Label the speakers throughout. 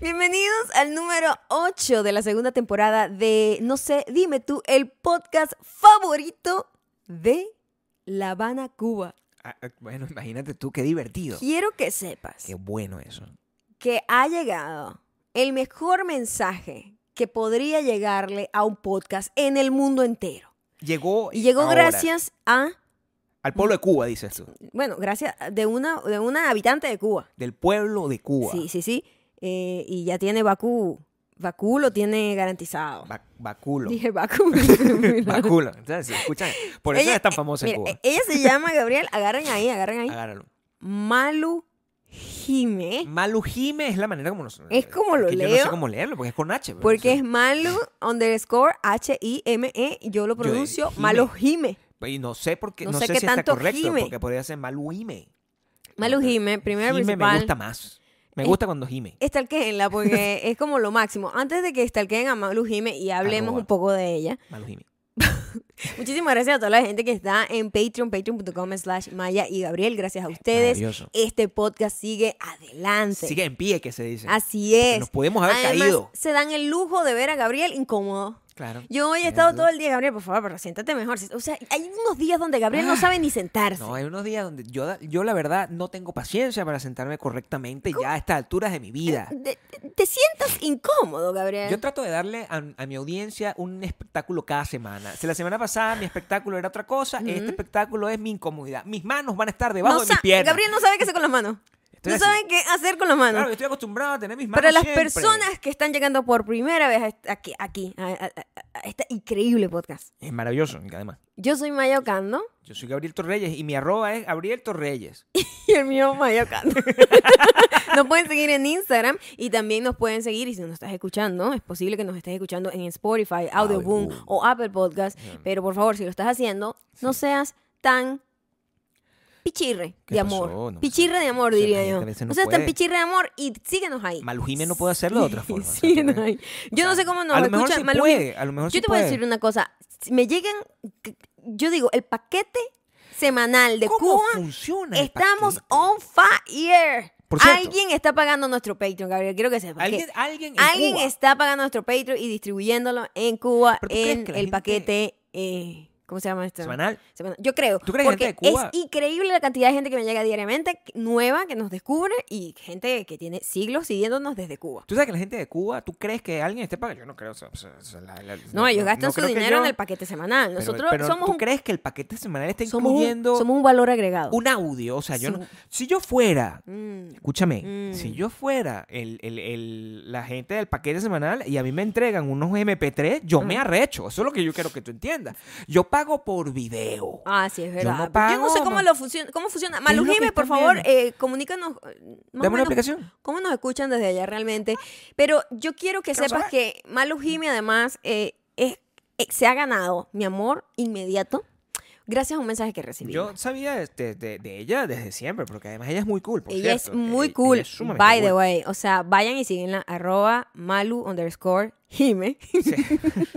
Speaker 1: Bienvenidos al número 8 de la segunda temporada de No sé, dime tú, el podcast favorito de La Habana, Cuba.
Speaker 2: Ah, ah, bueno, imagínate tú, qué divertido.
Speaker 1: Quiero que sepas
Speaker 2: Qué bueno eso.
Speaker 1: que ha llegado el mejor mensaje que podría llegarle a un podcast en el mundo entero.
Speaker 2: Llegó.
Speaker 1: Y llegó
Speaker 2: Pues, ahora.
Speaker 1: gracias a,
Speaker 2: Al pueblo de Cuba, dices tú.
Speaker 1: bueno, gracias de una, de una habitante de Cuba.
Speaker 2: Del pueblo de Cuba.
Speaker 1: Sí, sí, sí. Eh, y ya tiene Bakú. Bakú lo tiene garantizado.
Speaker 2: Ba- baculo.
Speaker 1: Dije Bakú.
Speaker 2: Baculo. Entonces, si escuchan. Por eso
Speaker 1: Ella-
Speaker 2: es tan famosa
Speaker 1: Mira, eh.
Speaker 2: en Cuba.
Speaker 1: e- ella se llama, Gabriel, agarren ahí, agarren ahí.
Speaker 2: Agárralo.
Speaker 1: Malu Jime.
Speaker 2: Malujime es la manera como nos.
Speaker 1: Es como lo
Speaker 2: que Yo no
Speaker 1: leo.
Speaker 2: sé cómo leerlo, porque es con H. pero, o
Speaker 1: Porque
Speaker 2: sea,
Speaker 1: es Malu underscore H-I-M-E. E, Yo lo pronuncio
Speaker 2: Jime.
Speaker 1: Malu Jime.
Speaker 2: Y no sé por qué.
Speaker 1: no
Speaker 2: No,
Speaker 1: sé
Speaker 2: sé,
Speaker 1: qué
Speaker 2: si está
Speaker 1: tanto
Speaker 2: correcto,
Speaker 1: gime.
Speaker 2: porque podría ser malujime.
Speaker 1: Malu Jime, primero
Speaker 2: Jime me
Speaker 1: principal.
Speaker 2: gusta más. Me
Speaker 1: Es-
Speaker 2: gusta cuando jime.
Speaker 1: Estalquéenla porque es como lo máximo. Antes de que estalqueen a Malu Jime y
Speaker 2: Ah,
Speaker 1: hablemos
Speaker 2: Arroba.
Speaker 1: un poco de ella.
Speaker 2: Malujime.
Speaker 1: Muchísimas gracias a toda la gente que está en Patreon, patreon.com slash Maya y Gabriel. Gracias a ustedes.
Speaker 2: Maravilloso.
Speaker 1: Este podcast sigue adelante.
Speaker 2: Sigue en pie, que se dice.
Speaker 1: Así es.
Speaker 2: Nos podemos haber
Speaker 1: Además,
Speaker 2: caído.
Speaker 1: se dan el lujo de ver a Gabriel incómodo.
Speaker 2: Claro.
Speaker 1: Yo hoy he
Speaker 2: Tienes
Speaker 1: estado
Speaker 2: razón.
Speaker 1: todo el día, Gabriel, por favor, pero siéntate mejor. O sea, hay unos días donde Gabriel no sabe ni sentarse.
Speaker 2: Ah. No, hay unos días donde yo, da- yo la verdad no tengo paciencia para sentarme correctamente ya a estas alturas de mi vida.
Speaker 1: Te, te sientas incómodo, Gabriel.
Speaker 2: Yo trato de darle a, a mi audiencia un espectáculo cada semana. Si la semana pasada mi espectáculo era otra cosa, este espectáculo es mi incomodidad. Mis manos van a estar debajo
Speaker 1: No
Speaker 2: de
Speaker 1: sa-
Speaker 2: mis piernas.
Speaker 1: Gabriel no sabe qué hacer con las manos.
Speaker 2: Estoy
Speaker 1: no
Speaker 2: así.
Speaker 1: sabe qué hacer con las manos.
Speaker 2: Claro, yo estoy acostumbrado a tener mis manos
Speaker 1: Para las
Speaker 2: siempre.
Speaker 1: personas que están llegando por primera vez a est- aquí, aquí a, a- a- a este increíble podcast.
Speaker 2: Es maravilloso, y además.
Speaker 1: Yo soy Maya Ocando
Speaker 2: Yo soy Gabriel Torreyes y mi arroba es Gabriel Torreyes.
Speaker 1: y el mío Maya Ocando. nos pueden seguir en Instagram y también nos pueden seguir, y si nos estás escuchando, es posible que nos estés escuchando en Spotify, Audioboom
Speaker 2: Audioboom.
Speaker 1: o Apple Podcast, pero por favor, si lo estás haciendo, no seas tan... Pichirre
Speaker 2: ¿Qué
Speaker 1: de
Speaker 2: pasó?
Speaker 1: amor.
Speaker 2: No sé.
Speaker 1: pichirre de amor,
Speaker 2: O sea,
Speaker 1: diría
Speaker 2: la gente
Speaker 1: yo.
Speaker 2: a veces no
Speaker 1: no seas tan
Speaker 2: puede.
Speaker 1: pichirre de amor y síguenos ahí.
Speaker 2: Malujime no puede hacerlo de otra forma. o sea,
Speaker 1: Sí, no
Speaker 2: porque-
Speaker 1: hay. Yo no sé cómo nos
Speaker 2: a lo mejor
Speaker 1: escuchan
Speaker 2: sí
Speaker 1: Malú.
Speaker 2: puede, a lo mejor
Speaker 1: Yo
Speaker 2: sí
Speaker 1: te voy a
Speaker 2: puede.
Speaker 1: decir una cosa. Si me llegan, c- yo digo, el paquete semanal de
Speaker 2: ¿Cómo
Speaker 1: Cuba,
Speaker 2: funciona el
Speaker 1: estamos
Speaker 2: paquete?
Speaker 1: on fire.
Speaker 2: Por cierto.
Speaker 1: alguien está pagando nuestro Patreon, Gabriel. Quiero que sepas.
Speaker 2: Alguien,
Speaker 1: que
Speaker 2: alguien, en
Speaker 1: alguien
Speaker 2: Cuba.
Speaker 1: está pagando nuestro Patreon y distribuyéndolo en Cuba
Speaker 2: ¿Pero tú crees
Speaker 1: en el
Speaker 2: que la gente-
Speaker 1: paquete. eh, ¿Cómo se llama esto?
Speaker 2: semanal.
Speaker 1: Semanal. Yo creo.
Speaker 2: ¿Tú crees
Speaker 1: porque
Speaker 2: gente de Cuba?
Speaker 1: es increíble la cantidad de gente que me llega diariamente, que- nueva, que nos descubre y gente que tiene siglos siguiéndonos desde Cuba.
Speaker 2: ¿Tú sabes que la gente de Cuba, tú crees que alguien esté pagando? Yo no creo. o sea, o sea, o sea, la- la-
Speaker 1: No, ellos gastan
Speaker 2: no
Speaker 1: su
Speaker 2: creo que
Speaker 1: dinero
Speaker 2: yo-
Speaker 1: en el paquete semanal.
Speaker 2: pero-
Speaker 1: Nosotros
Speaker 2: pero
Speaker 1: somos,
Speaker 2: ¿Tú
Speaker 1: un,
Speaker 2: crees que el paquete semanal está
Speaker 1: somos, un,
Speaker 2: incluyendo
Speaker 1: somos un valor agregado.
Speaker 2: un audio? O sea, yo no-
Speaker 1: Som-
Speaker 2: Si yo fuera,
Speaker 1: Mm.
Speaker 2: escúchame,
Speaker 1: Mm.
Speaker 2: si yo fuera el, el- el- la gente del paquete semanal y a mí me entregan unos MP3, yo me arrecho. Eso es lo que yo quiero que tú entiendas. Yo pago por video.
Speaker 1: Ah, sí, es verdad.
Speaker 2: no
Speaker 1: Yo no, sé
Speaker 2: pago,
Speaker 1: cómo,
Speaker 2: ma-
Speaker 1: lo funciona, cómo funciona.
Speaker 2: es lo
Speaker 1: Malu
Speaker 2: que
Speaker 1: Jiménez, por
Speaker 2: están
Speaker 1: favor,
Speaker 2: viendo?
Speaker 1: eh, comunícanos. eh, más o
Speaker 2: Dame una
Speaker 1: menos
Speaker 2: aplicación.
Speaker 1: ¿Cómo nos escuchan desde allá realmente? Pero yo quiero que
Speaker 2: Quiero
Speaker 1: sepas
Speaker 2: saber.
Speaker 1: que Malu Jiménez, además, eh, es- eh, se ha ganado mi amor inmediato gracias a un mensaje que recibí.
Speaker 2: Yo sabía de, de- de- de ella desde siempre, porque además ella es muy cool. por
Speaker 1: Ella es
Speaker 2: cierto. eh,
Speaker 1: muy
Speaker 2: Ella-
Speaker 1: cool,
Speaker 2: ella es sumamente
Speaker 1: by the
Speaker 2: cool.
Speaker 1: way. O sea, vayan y síguenla, arroba malu underscore jime.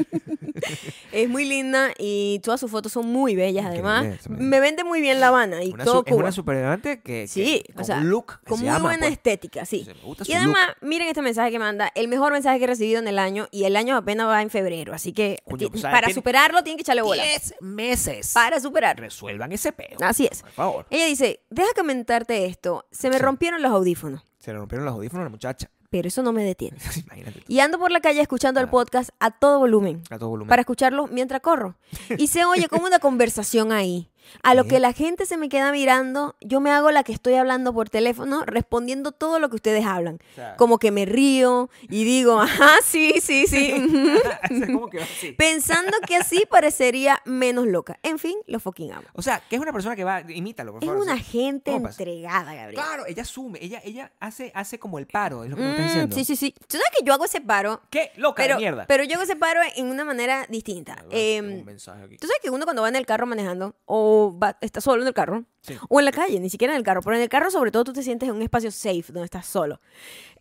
Speaker 1: es muy linda y todas sus fotos son muy bellas,
Speaker 2: Increíble,
Speaker 1: además.
Speaker 2: eso me-
Speaker 1: Me vende muy bien La Habana y
Speaker 2: Una su-
Speaker 1: todo
Speaker 2: es
Speaker 1: Cuba.
Speaker 2: una superviviente que,
Speaker 1: Sí,
Speaker 2: que-
Speaker 1: o
Speaker 2: con
Speaker 1: sea,
Speaker 2: un look que
Speaker 1: con
Speaker 2: se
Speaker 1: muy
Speaker 2: llama,
Speaker 1: buena
Speaker 2: pues.
Speaker 1: estética, sí.
Speaker 2: Se- me gusta
Speaker 1: Y
Speaker 2: su
Speaker 1: además, miren este mensaje que manda, el mejor mensaje que he recibido en el año y el año apenas va en febrero, así que
Speaker 2: Coño, pues,
Speaker 1: ti-
Speaker 2: o sea,
Speaker 1: para
Speaker 2: tiene-
Speaker 1: superarlo tienen que echarle bola.
Speaker 2: 10 meses.
Speaker 1: Para superarlo.
Speaker 2: Resuelvan ese peo.
Speaker 1: Así es.
Speaker 2: Por favor.
Speaker 1: Ella dice, deja comentarte esto, se me
Speaker 2: Sí.
Speaker 1: rompieron los audífonos,
Speaker 2: Se le rompieron los audífonos a la muchacha.
Speaker 1: pero eso no me detiene.
Speaker 2: Imagínate. tú.
Speaker 1: Y ando por la calle escuchando el
Speaker 2: Claro.
Speaker 1: podcast a todo volumen.
Speaker 2: A todo volumen.
Speaker 1: Para escucharlo mientras corro. Y se oye como una conversación ahí. A lo
Speaker 2: Ok.
Speaker 1: que la gente se me queda mirando, yo me hago la que estoy hablando por teléfono, respondiendo todo lo que ustedes hablan.
Speaker 2: O sea,
Speaker 1: Como que me río y digo, ajá, sí, sí, sí. ujú".
Speaker 2: es como que va así.
Speaker 1: Pensando que así parecería menos loca. En fin, lo fucking amo.
Speaker 2: O sea, que es una persona que va, imítalo, por
Speaker 1: Es
Speaker 2: favor. o
Speaker 1: una
Speaker 2: sea,
Speaker 1: gente
Speaker 2: ¿cómo pasa?
Speaker 1: entregada, Gabriel.
Speaker 2: Claro, ella asume, ella, ella hace, hace como el paro, es lo que me
Speaker 1: Mm,
Speaker 2: estás diciendo.
Speaker 1: sí, sí, sí. ¿Tú sabes que yo hago ese paro?
Speaker 2: ¿Qué? Loca
Speaker 1: Pero,
Speaker 2: de mierda.
Speaker 1: pero yo hago ese paro en una manera distinta.
Speaker 2: A ver, tengo
Speaker 1: Em,
Speaker 2: un mensaje aquí.
Speaker 1: Tú sabes que uno cuando va en el carro manejando o o va- estás solo en el carro,
Speaker 2: Sí.
Speaker 1: o en la calle, ni siquiera en el carro, pero en el carro sobre todo tú te sientes en un espacio safe donde estás solo.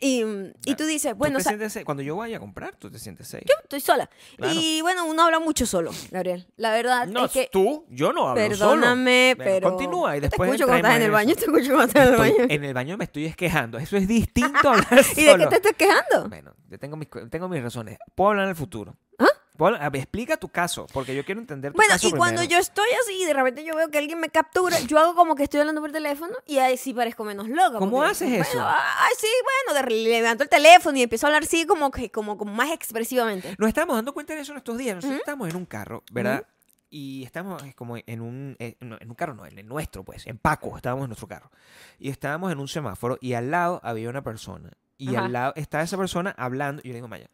Speaker 1: Y, y tú dices, bueno,
Speaker 2: Tú
Speaker 1: o
Speaker 2: te
Speaker 1: sea,
Speaker 2: sientes safe. cuando yo vaya a comprar, tú te sientes safe.
Speaker 1: estoy sola.
Speaker 2: Claro.
Speaker 1: Y bueno, uno habla mucho solo, Gabriel. La verdad
Speaker 2: No,
Speaker 1: Ah, es que...
Speaker 2: tú, yo no hablo
Speaker 1: Perdóname,
Speaker 2: solo. Bueno,
Speaker 1: pero...
Speaker 2: Continúa y
Speaker 1: yo
Speaker 2: después.
Speaker 1: Te escucho cuando estás en el baño,
Speaker 2: entraemos
Speaker 1: te escucho cuando estás en el
Speaker 2: eso.
Speaker 1: baño.
Speaker 2: Estoy- en el baño me estoy quejando. Eso es distinto a hablar
Speaker 1: ¿Y de qué
Speaker 2: solo.
Speaker 1: te estás quejando?
Speaker 2: Bueno, yo tengo mis, cu- tengo mis razones. Puedo hablar en el futuro.
Speaker 1: ¿Ah?
Speaker 2: Puedo hablar- a ver, explica tu caso, porque yo quiero entender tu
Speaker 1: Bueno,
Speaker 2: caso
Speaker 1: y cuando
Speaker 2: primero.
Speaker 1: yo estoy así y de repente yo veo que alguien me captura, yo hago como que estoy hablando por teléfono y ahí sí parezco menos loca.
Speaker 2: ¿Cómo
Speaker 1: porque,
Speaker 2: haces
Speaker 1: bueno,
Speaker 2: eso?
Speaker 1: Ay, sí, bueno, de- levanto el teléfono y empiezo a hablar así como que como, como más expresivamente.
Speaker 2: Nos estamos dando cuenta de eso en estos días. Nosotros estamos en un carro, ¿verdad? Y estamos eh, como en un, eh, no, en un carro, no, en el nuestro, pues, en Paco, estábamos en nuestro carro. Y estábamos en un semáforo y al lado había una persona. Y
Speaker 1: Ajá.
Speaker 2: al lado estaba esa persona hablando. Y yo le digo, Maya,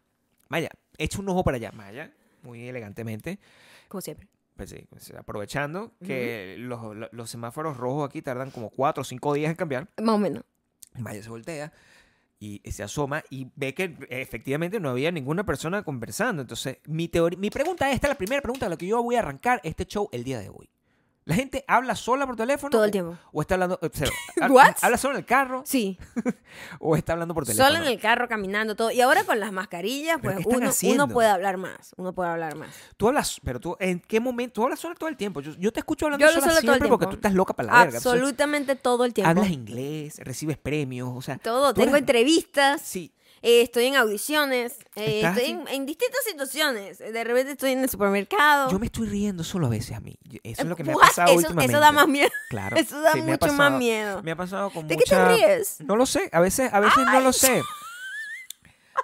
Speaker 2: Maya, echa un ojo para allá. Maya, muy elegantemente,
Speaker 1: Como siempre.
Speaker 2: pues sí, pues, aprovechando que los- los, los semáforos rojos aquí tardan como cuatro o cinco días en cambiar.
Speaker 1: Más o menos.
Speaker 2: Maya se voltea y se asoma y ve que eh, efectivamente no había ninguna persona conversando. Entonces, mi, teoría, mi pregunta, esta es la primera pregunta a la que yo voy a arrancar este show el día de hoy. ¿La gente habla sola por teléfono?
Speaker 1: Todo el
Speaker 2: o-
Speaker 1: tiempo.
Speaker 2: ¿O está hablando... o sea, ha-
Speaker 1: What?
Speaker 2: ¿Habla solo en el carro
Speaker 1: Sí,
Speaker 2: o está hablando por teléfono?
Speaker 1: solo en el carro, caminando, todo. Y ahora con las mascarillas,
Speaker 2: ¿Pero
Speaker 1: pues
Speaker 2: qué están
Speaker 1: uno,
Speaker 2: haciendo?
Speaker 1: uno puede hablar más. Uno puede hablar más.
Speaker 2: Tú hablas... Pero tú, ¿en qué momento? Tú hablas sola todo el tiempo. Yo, yo te escucho hablando
Speaker 1: Yo hablo
Speaker 2: sola
Speaker 1: sola todo el
Speaker 2: siempre porque
Speaker 1: tiempo.
Speaker 2: tú estás loca para la verga. Entonces,
Speaker 1: Absolutamente todo el tiempo.
Speaker 2: Hablas inglés, recibes premios, o sea...
Speaker 1: Todo.
Speaker 2: tú
Speaker 1: Tengo
Speaker 2: eres-
Speaker 1: entrevistas.
Speaker 2: Sí,
Speaker 1: Eh, estoy en audiciones, eh,
Speaker 2: ¿Estás
Speaker 1: estoy
Speaker 2: en-
Speaker 1: en, en distintas situaciones. Eh, De repente estoy en el supermercado.
Speaker 2: yo me estoy riendo solo a veces a mí. Yo- Eso es lo que me ha
Speaker 1: What?
Speaker 2: pasado
Speaker 1: Eso-
Speaker 2: últimamente.
Speaker 1: Eso da más miedo.
Speaker 2: Claro.
Speaker 1: Eso da
Speaker 2: sí, me ha
Speaker 1: mucho más
Speaker 2: pasado.
Speaker 1: miedo.
Speaker 2: Me ha pasado con
Speaker 1: ¿De qué te
Speaker 2: mucha...
Speaker 1: ríes?
Speaker 2: No lo sé. A veces, a veces no lo sé.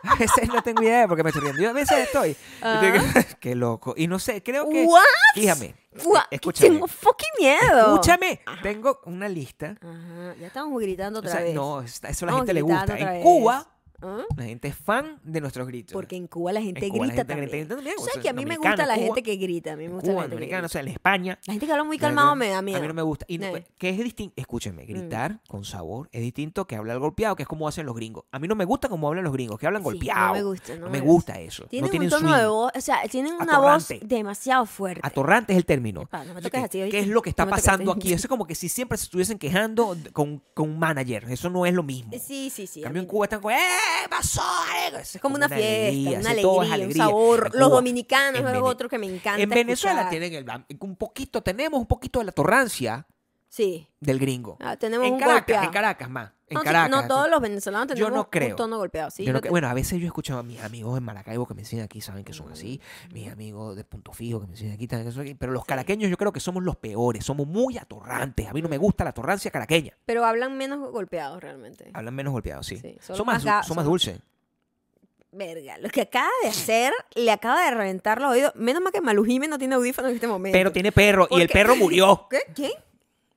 Speaker 2: A veces no tengo idea de por qué me estoy riendo. Yo a veces estoy. yo digo, qué loco. Y no sé, creo que.
Speaker 1: Ah. What?
Speaker 2: Fíjame. e,
Speaker 1: Guau, que
Speaker 2: Escúchame.
Speaker 1: Tengo fucking miedo.
Speaker 2: Escúchame. Tengo una lista.
Speaker 1: Ajá, ya estamos gritando
Speaker 2: O
Speaker 1: otra
Speaker 2: sea,
Speaker 1: vez.
Speaker 2: no, está- eso a la
Speaker 1: Vamos
Speaker 2: gente le
Speaker 1: gritando
Speaker 2: gusta.
Speaker 1: otra
Speaker 2: En
Speaker 1: vez.
Speaker 2: Cuba,
Speaker 1: ¿Ah?
Speaker 2: la gente es fan de nuestros gritos.
Speaker 1: Porque en Cuba la gente
Speaker 2: En Cuba la
Speaker 1: grita
Speaker 2: gente grita
Speaker 1: también.
Speaker 2: también,
Speaker 1: Tú
Speaker 2: o
Speaker 1: sabes
Speaker 2: sea,
Speaker 1: que a mí me gusta
Speaker 2: dominicano,
Speaker 1: la
Speaker 2: Cuba-
Speaker 1: gente que grita. A mí me gusta
Speaker 2: Cuba,
Speaker 1: la gente que
Speaker 2: dominicana, o
Speaker 1: grita.
Speaker 2: sea, en España.
Speaker 1: La gente que habla muy
Speaker 2: No, no,
Speaker 1: calmado me da miedo. Mm.
Speaker 2: A mí no me gusta. Y no-
Speaker 1: Sí.
Speaker 2: que es distinto. Escúchame, gritar con sabor es distinto que hablar golpeado, que es como hacen los gringos. A mí no me gusta como hablan los gringos, que hablan
Speaker 1: Sí,
Speaker 2: golpeado.
Speaker 1: no me gusta, no
Speaker 2: No
Speaker 1: me
Speaker 2: me gusta eso.
Speaker 1: Tienen
Speaker 2: no tienen
Speaker 1: un tono de
Speaker 2: swing.
Speaker 1: voz, o sea, tienen una voz
Speaker 2: Atorrante.
Speaker 1: demasiado fuerte.
Speaker 2: Atorrante es el término.
Speaker 1: Epa, no me
Speaker 2: Entonces,
Speaker 1: toques
Speaker 2: ¿qué-
Speaker 1: así, ¿oíste?
Speaker 2: ¿Qué es lo que está
Speaker 1: No me toques
Speaker 2: pasando
Speaker 1: así.
Speaker 2: aquí? Eso es como que si siempre se estuviesen quejando de- con, con un manager. Eso no es lo mismo.
Speaker 1: Eh, Sí, sí, sí.
Speaker 2: en
Speaker 1: a
Speaker 2: cambio,
Speaker 1: mí
Speaker 2: en Cuba están como, ¡eh! ¡Pasó! algo". Eso es
Speaker 1: como una, fiesta, una
Speaker 2: así,
Speaker 1: alegría,
Speaker 2: todo es
Speaker 1: un
Speaker 2: alegría.
Speaker 1: sabor.
Speaker 2: En
Speaker 1: Los
Speaker 2: Cuba,
Speaker 1: dominicanos
Speaker 2: en
Speaker 1: es
Speaker 2: Vene-
Speaker 1: otro que me encanta.
Speaker 2: En Venezuela
Speaker 1: escuchar.
Speaker 2: tienen el- un poquito, tenemos un poquito de la torrancia
Speaker 1: Sí.
Speaker 2: del gringo.
Speaker 1: Ah, tenemos
Speaker 2: en
Speaker 1: un
Speaker 2: Caracas,
Speaker 1: golpeado.
Speaker 2: en Caracas más. En
Speaker 1: no, sí,
Speaker 2: Caracas.
Speaker 1: no todos los venezolanos
Speaker 2: Yo
Speaker 1: tenemos
Speaker 2: no creo.
Speaker 1: un tono golpeado. Sí,
Speaker 2: Yo no
Speaker 1: lo
Speaker 2: que-
Speaker 1: te-
Speaker 2: Bueno, a veces yo he escuchado a mis amigos en Maracaibo que me enseñan aquí, saben que son así. Mis amigos de Punto Fijo que me enseñan aquí, también que son aquí. Pero los caraqueños yo creo que somos los peores. Somos muy atorrantes. A mí no me gusta la atorrancia caraqueña.
Speaker 1: Pero hablan menos golpeados realmente.
Speaker 2: Hablan menos golpeados, sí.
Speaker 1: Sí, son
Speaker 2: son,
Speaker 1: más
Speaker 2: más,
Speaker 1: ga-
Speaker 2: du- son más
Speaker 1: son-
Speaker 2: dulces.
Speaker 1: Verga, lo que acaba de hacer le acaba de reventar los oídos. Menos mal que Malu Jiménez no tiene audífonos en este momento.
Speaker 2: Pero tiene perro y el
Speaker 1: Porque-
Speaker 2: perro murió.
Speaker 1: ¿Qué? ¿Quién?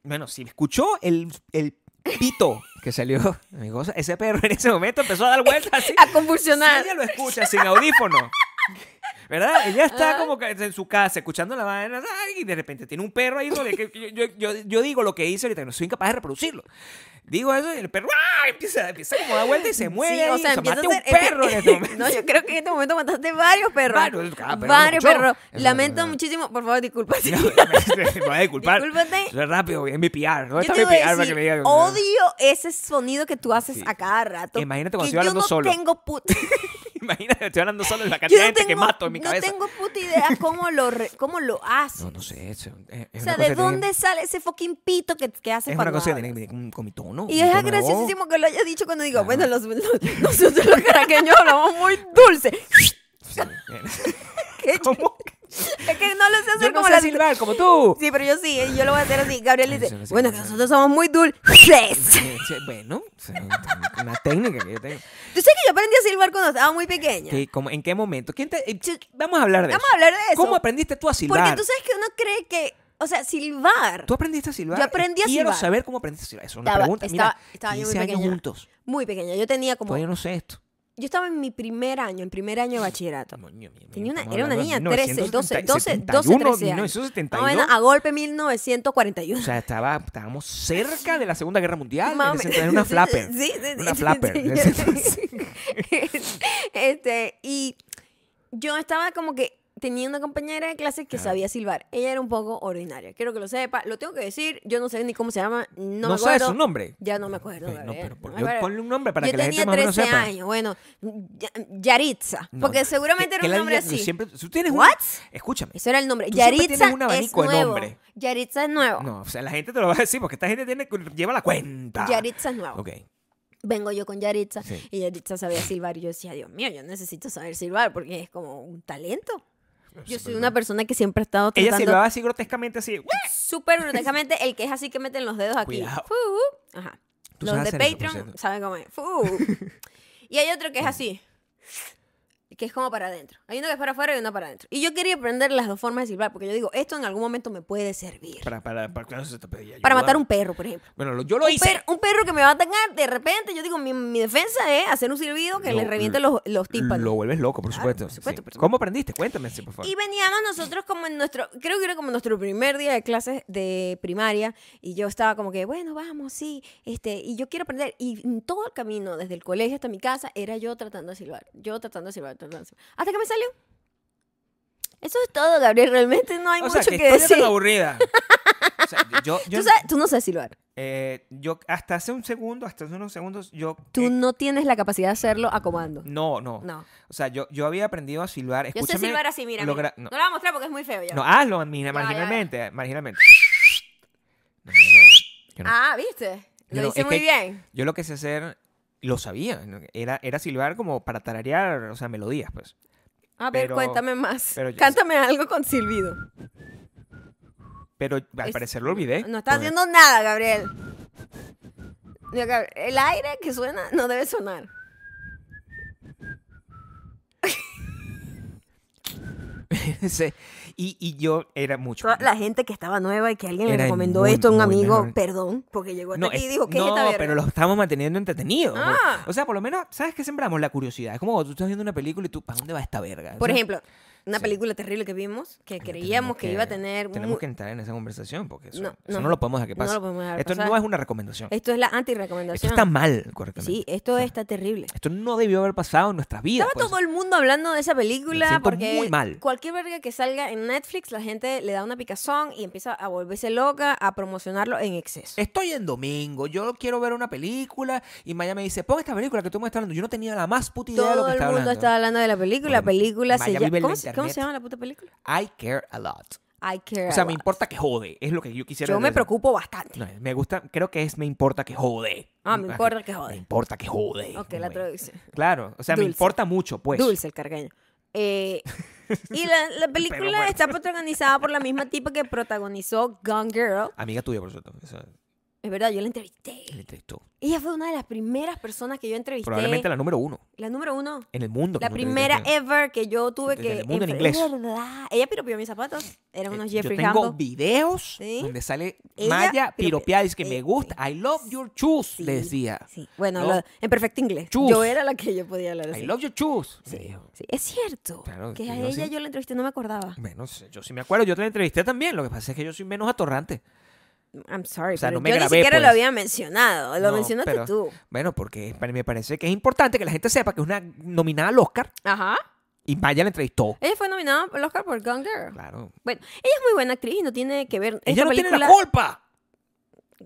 Speaker 2: Bueno, si escuchó el, el pito que salió, mi cosa, ese perro en ese momento empezó a dar vueltas así.
Speaker 1: A
Speaker 2: Si
Speaker 1: convulsionar.
Speaker 2: ella lo escucha sin audífono. ¿Verdad? Ella está como que en su casa escuchando la vaina ay, y de repente tiene un perro ahí. Sobre que que yo, yo- yo- yo digo lo que hice ahorita, no soy incapaz de reproducirlo. Digo eso y el perro ¡ah! empieza, empieza como a dar vuelta y se mueve.
Speaker 1: Sí,
Speaker 2: ahí.
Speaker 1: o sea, empieza a
Speaker 2: mataste
Speaker 1: ser...
Speaker 2: un perro en este momento.
Speaker 1: no, yo creo que en este momento mataste varios perros.
Speaker 2: Varios, cada perro
Speaker 1: Varios
Speaker 2: escuchó.
Speaker 1: perros.
Speaker 2: Eso-
Speaker 1: Lamento
Speaker 2: eso-
Speaker 1: muchísimo. Por favor, disculpa.
Speaker 2: No, me, me voy a disculpar.
Speaker 1: Discúlpate.
Speaker 2: Eso es rápido, es mi PR. ¿Dónde
Speaker 1: Yo
Speaker 2: está
Speaker 1: te
Speaker 2: mi
Speaker 1: voy
Speaker 2: PR
Speaker 1: a
Speaker 2: para que me
Speaker 1: decir,
Speaker 2: diga?
Speaker 1: odio ese sonido que tú haces
Speaker 2: Sí.
Speaker 1: a cada rato.
Speaker 2: Imagínate cuando
Speaker 1: que
Speaker 2: estoy
Speaker 1: yo
Speaker 2: hablando
Speaker 1: no
Speaker 2: solo.
Speaker 1: Tengo puta,
Speaker 2: Imagínate, estoy hablando solo de la
Speaker 1: yo
Speaker 2: cantidad
Speaker 1: no
Speaker 2: de gente
Speaker 1: tengo,
Speaker 2: que mato en mi
Speaker 1: no
Speaker 2: cabeza.
Speaker 1: tengo puta idea cómo lo, re- cómo lo haces.
Speaker 2: No, no sé. es- es-
Speaker 1: o sea,
Speaker 2: es una cosa
Speaker 1: ¿de
Speaker 2: que tiene-
Speaker 1: dónde sale ese fucking pito que, que haces
Speaker 2: Es una
Speaker 1: cuando
Speaker 2: cosa que
Speaker 1: hablas?
Speaker 2: tiene con, con mi tono. mi
Speaker 1: Y es
Speaker 2: tono de voz.
Speaker 1: graciosísimo que lo hayas dicho cuando digo,
Speaker 2: Claro.
Speaker 1: bueno, los, los- nosotros los caraqueños hablamos muy dulce.
Speaker 2: Sí,
Speaker 1: ¿Qué?
Speaker 2: ¿Cómo?
Speaker 1: Es que no lo sé hacer
Speaker 2: Yo no
Speaker 1: como
Speaker 2: sé
Speaker 1: las-
Speaker 2: silbar como tú.
Speaker 1: Sí, pero yo sí, y yo lo voy a hacer así. Gabriel
Speaker 2: Ay,
Speaker 1: dice,
Speaker 2: yo no sé
Speaker 1: bueno, que
Speaker 2: cómo hacer.
Speaker 1: nosotros somos muy dulces.
Speaker 2: Eh, sí, Bueno, o sea, una técnica que yo tengo.
Speaker 1: Tú sabes que yo aprendí a silbar cuando estaba muy pequeña.
Speaker 2: ¿Qué- cómo- ¿En qué momento? ¿Quién te- eh, ch- vamos a hablar de
Speaker 1: Vamos
Speaker 2: eso.
Speaker 1: a hablar de eso.
Speaker 2: ¿Cómo aprendiste tú a
Speaker 1: Porque
Speaker 2: silbar?
Speaker 1: tú sabes que uno cree que, o sea, silbar.
Speaker 2: ¿Tú aprendiste a silbar?
Speaker 1: Yo aprendí a
Speaker 2: Quiero
Speaker 1: silbar.
Speaker 2: saber cómo aprendiste a silbar. Eso es una
Speaker 1: Estaba-
Speaker 2: pregunta.
Speaker 1: estaba-
Speaker 2: Mira,
Speaker 1: estaba yo muy
Speaker 2: 15 años
Speaker 1: pequeña.
Speaker 2: juntos.
Speaker 1: Muy pequeña, yo tenía como...
Speaker 2: Todavía no sé esto.
Speaker 1: Yo estaba en mi primer año, en primer año de bachillerato.
Speaker 2: Coño, mira,
Speaker 1: Tenía una,
Speaker 2: estamos
Speaker 1: era una niña,
Speaker 2: hablando de
Speaker 1: 13, 12, 12, 12,
Speaker 2: 1971,
Speaker 1: 13 años. Más o
Speaker 2: 1971.
Speaker 1: menos, a golpe
Speaker 2: O
Speaker 1: 1941.
Speaker 2: sea, estaba, estábamos cerca de la Segunda Guerra Mundial.
Speaker 1: Más o
Speaker 2: en ese
Speaker 1: menos.
Speaker 2: entonces, una flapper.
Speaker 1: Sí, sí, sí,
Speaker 2: Una
Speaker 1: sí,
Speaker 2: flapper.
Speaker 1: sí.
Speaker 2: en ese entonces.
Speaker 1: este, y yo estaba como que tenía una compañera de clase que
Speaker 2: Ajá.
Speaker 1: sabía silbar. Ella era un poco ordinaria. Quiero que lo sepa. Lo tengo que decir. Yo no sé ni cómo se llama. No,
Speaker 2: No,
Speaker 1: me acuerdo.
Speaker 2: sabes su nombre.
Speaker 1: Ya no me acuerdo.
Speaker 2: Ok,
Speaker 1: la
Speaker 2: no,
Speaker 1: verdad,
Speaker 2: pero por
Speaker 1: me
Speaker 2: Dios,
Speaker 1: acuerdo.
Speaker 2: ponle un nombre para
Speaker 1: Yo
Speaker 2: que la gente
Speaker 1: tenía
Speaker 2: más o menos
Speaker 1: 13
Speaker 2: sepa.
Speaker 1: años. Bueno, Ya- Yaritza.
Speaker 2: No,
Speaker 1: porque
Speaker 2: no.
Speaker 1: seguramente
Speaker 2: ¿Qué-
Speaker 1: era
Speaker 2: qué
Speaker 1: un
Speaker 2: la
Speaker 1: nombre
Speaker 2: vida-
Speaker 1: así.
Speaker 2: Siempre, tú tienes un-
Speaker 1: What?
Speaker 2: Escúchame.
Speaker 1: Eso era el nombre.
Speaker 2: Tú siempre tienes
Speaker 1: Yaritza
Speaker 2: un
Speaker 1: es
Speaker 2: abanico de
Speaker 1: nuevo.
Speaker 2: nombre.
Speaker 1: Yaritza es nuevo.
Speaker 2: No, o sea, la gente te lo va a decir porque esta gente tiene, lleva la cuenta.
Speaker 1: Yaritza es nuevo.
Speaker 2: Ok.
Speaker 1: Vengo yo con Yaritza
Speaker 2: Sí.
Speaker 1: y Yaritza sabía silbar y yo decía, Dios mío, yo necesito saber silbar porque es como un talento. Yo soy una persona que siempre ha estado
Speaker 2: Ella
Speaker 1: tratando
Speaker 2: silbaba así grotescamente así.
Speaker 1: súper brutamente el que es así que meten los dedos aquí.
Speaker 2: Cuidado.
Speaker 1: Fu, fu. Ajá.
Speaker 2: Tú
Speaker 1: Los
Speaker 2: sabes
Speaker 1: de
Speaker 2: hacer eso, por
Speaker 1: Patreon
Speaker 2: cierto.
Speaker 1: saben cómo es. Fu. y hay otro que es así. Que es como para adentro. Hay uno que es para afuera y uno para adentro. Y yo quería aprender las dos formas de silbar porque yo digo, esto en algún momento me puede servir.
Speaker 2: Para, para, para, claro, se te pedía
Speaker 1: Para
Speaker 2: ayuda.
Speaker 1: matar un perro, por ejemplo.
Speaker 2: Bueno, lo- yo lo
Speaker 1: un,
Speaker 2: hice.
Speaker 1: per- un perro que me va a atacar de repente, yo digo, mi, mi defensa es hacer un silbido que le
Speaker 2: Lo-
Speaker 1: reviente los, los tímpanos.
Speaker 2: Lo vuelves loco, por
Speaker 1: Claro,
Speaker 2: supuesto.
Speaker 1: por supuesto,
Speaker 2: sí.
Speaker 1: por supuesto.
Speaker 2: ¿Cómo aprendiste? Cuéntame, sí, por favor.
Speaker 1: Y veníamos nosotros como en nuestro, creo que era como nuestro primer día de clases de primaria y yo estaba como que, bueno, vamos, sí, este, y yo quiero aprender. Y en todo el camino, desde el colegio hasta mi casa, era yo tratando de silbar, yo tratando de silbar, tratando de silbar. Hasta que me salió. Eso es todo, Gabriel, realmente no hay
Speaker 2: o
Speaker 1: mucho
Speaker 2: sea,
Speaker 1: que,
Speaker 2: que historia
Speaker 1: decir.
Speaker 2: tan aburrida. O sea, yo, yo,
Speaker 1: ¿Tú, sabes- tú no sabes silbar,
Speaker 2: eh, yo hasta hace un segundo, hasta hace unos segundos, yo...
Speaker 1: tú
Speaker 2: eh,
Speaker 1: no tienes la capacidad de hacerlo a comando.
Speaker 2: no, no,
Speaker 1: No.
Speaker 2: O sea, yo, yo había aprendido a silbar.
Speaker 1: Yo
Speaker 2: Escúchame,
Speaker 1: sé silbar así, mira.
Speaker 2: lo
Speaker 1: mira.
Speaker 2: gra- no,
Speaker 1: No. la voy a mostrar porque es muy feo ya.
Speaker 2: no, ah, hazlo mi-
Speaker 1: ya.
Speaker 2: marginalmente, marginalmente. No, yo no. yo no.
Speaker 1: Ah, ¿viste?
Speaker 2: Yo
Speaker 1: Lo
Speaker 2: no,
Speaker 1: hice
Speaker 2: es
Speaker 1: muy
Speaker 2: que
Speaker 1: bien.
Speaker 2: Yo lo que sé hacer, lo sabía. ¿no? Era, era silbar como para tararear, o sea, melodías, pues.
Speaker 1: A ver,
Speaker 2: pero-
Speaker 1: cuéntame más.
Speaker 2: pero yo-
Speaker 1: Cántame algo con silbido.
Speaker 2: Pero al
Speaker 1: Es-
Speaker 2: parecer lo olvidé.
Speaker 1: No estás
Speaker 2: porque-
Speaker 1: haciendo nada, Gabriel. Mira, Gab- El aire que suena no debe sonar.
Speaker 2: Sí. y, y yo era mucho.
Speaker 1: Toda la gente que estaba nueva y que alguien le
Speaker 2: Era
Speaker 1: recomendó
Speaker 2: muy,
Speaker 1: esto a un
Speaker 2: muy
Speaker 1: amigo,
Speaker 2: nueva.
Speaker 1: perdón, porque llegó hasta aquí
Speaker 2: es-
Speaker 1: y dijo, ¿qué es
Speaker 2: no,
Speaker 1: esta verga?
Speaker 2: pero lo estamos manteniendo entretenido. pues.
Speaker 1: Ah.
Speaker 2: O sea, por lo menos, ¿sabes qué sembramos? La curiosidad. Es como cuando tú estás viendo una película y tú, ¿para dónde va esta verga?
Speaker 1: Por
Speaker 2: O sea,
Speaker 1: ejemplo, una
Speaker 2: Sí.
Speaker 1: película terrible que vimos, que
Speaker 2: Tenemos
Speaker 1: creíamos que, iba a tener...
Speaker 2: Tenemos
Speaker 1: mu-
Speaker 2: que entrar en esa conversación porque eso
Speaker 1: No,
Speaker 2: eso no,
Speaker 1: no.
Speaker 2: lo podemos dejar que
Speaker 1: No lo
Speaker 2: pase.
Speaker 1: podemos dejar
Speaker 2: Esto
Speaker 1: pasar.
Speaker 2: no es una recomendación.
Speaker 1: Esto es la
Speaker 2: Esto
Speaker 1: antirrecomendación.
Speaker 2: está mal, correctamente.
Speaker 1: Sí, esto está terrible.
Speaker 2: Esto no debió haber pasado en nuestras vidas.
Speaker 1: Estaba
Speaker 2: pues.
Speaker 1: todo el mundo hablando de esa
Speaker 2: Me
Speaker 1: película
Speaker 2: siento
Speaker 1: porque
Speaker 2: muy mal.
Speaker 1: cualquier verga que salga en Netflix la gente le da una picazón y empieza a volverse loca a promocionarlo en exceso.
Speaker 2: Estoy en domingo, yo quiero ver una película y Maya me dice, pon esta película que tú me estás hablando. Yo no tenía la más puta idea de lo
Speaker 1: Todo
Speaker 2: que
Speaker 1: el
Speaker 2: estaba
Speaker 1: mundo
Speaker 2: hablando.
Speaker 1: estaba hablando de la película. La
Speaker 2: Porque
Speaker 1: película se
Speaker 2: Maya
Speaker 1: llama...
Speaker 2: vive en
Speaker 1: ¿Cómo,
Speaker 2: la
Speaker 1: se- cómo se
Speaker 2: internet.
Speaker 1: llama la puta película?
Speaker 2: I care a lot.
Speaker 1: I care.
Speaker 2: O
Speaker 1: a
Speaker 2: sea, me
Speaker 1: lot.
Speaker 2: importa que jode, es lo que yo quisiera
Speaker 1: Yo me
Speaker 2: decir.
Speaker 1: preocupo bastante.
Speaker 2: No, me gusta, creo que es me importa que jode.
Speaker 1: Ah, me importa que
Speaker 2: Me
Speaker 1: jode.
Speaker 2: importa que jode.
Speaker 1: Ok, la
Speaker 2: Bueno,
Speaker 1: traducción.
Speaker 2: Claro, o sea,
Speaker 1: Dulce.
Speaker 2: me importa mucho, pues.
Speaker 1: Dulce el cargaño. Eh, y la, la película
Speaker 2: muerto.
Speaker 1: está protagonizada por la misma tipa que protagonizó Gone Girl.
Speaker 2: Amiga tuya, por cierto. Eso
Speaker 1: Es verdad, yo la entrevisté.
Speaker 2: le entrevistó.
Speaker 1: Ella fue una de las primeras personas que yo entrevisté.
Speaker 2: Probablemente la número uno
Speaker 1: La número uno.
Speaker 2: en el mundo.
Speaker 1: La
Speaker 2: como te digo,
Speaker 1: primera
Speaker 2: que-
Speaker 1: ever que yo tuve
Speaker 2: Desde
Speaker 1: que.
Speaker 2: el mundo en
Speaker 1: enfre-
Speaker 2: inglés. Eh,
Speaker 1: Es verdad. Ella piropió mis zapatos. Eran unos
Speaker 2: Yo
Speaker 1: Jeffrey
Speaker 2: tengo
Speaker 1: Campbell.
Speaker 2: videos
Speaker 1: Sí.
Speaker 2: donde sale
Speaker 1: Ella
Speaker 2: Maya
Speaker 1: piropea.
Speaker 2: piropeada y dice que
Speaker 1: Eh,
Speaker 2: me gusta. I love your shoes,
Speaker 1: Sí,
Speaker 2: le decía.
Speaker 1: Sí. Bueno,
Speaker 2: No.
Speaker 1: lo- en perfecto inglés.
Speaker 2: Chus.
Speaker 1: Yo era la que yo podía hablar
Speaker 2: I
Speaker 1: así.
Speaker 2: love your shoes. me
Speaker 1: Sí,
Speaker 2: dijo.
Speaker 1: sí. Es cierto.
Speaker 2: Claro,
Speaker 1: que a
Speaker 2: yo
Speaker 1: ella
Speaker 2: sí.
Speaker 1: yo la entrevisté, no me acordaba.
Speaker 2: Bueno, sí, yo sí me acuerdo, yo te la entrevisté también. Lo que pasa es que yo soy menos atorrante.
Speaker 1: I'm sorry.
Speaker 2: O sea,
Speaker 1: pero
Speaker 2: no me
Speaker 1: yo
Speaker 2: grabé,
Speaker 1: ni siquiera lo
Speaker 2: pues.
Speaker 1: había mencionado. Lo
Speaker 2: No,
Speaker 1: mencionaste
Speaker 2: pero-
Speaker 1: tú.
Speaker 2: Bueno, porque pa- me parece que es importante que la gente sepa que es una nominada al Oscar
Speaker 1: Ajá.
Speaker 2: y Maya la entrevistó.
Speaker 1: Ella fue nominada al Oscar por Gone Girl.
Speaker 2: Claro.
Speaker 1: Bueno, ella es muy buena actriz y no tiene que ver.
Speaker 2: Ella
Speaker 1: esta
Speaker 2: no
Speaker 1: película...
Speaker 2: tiene la culpa.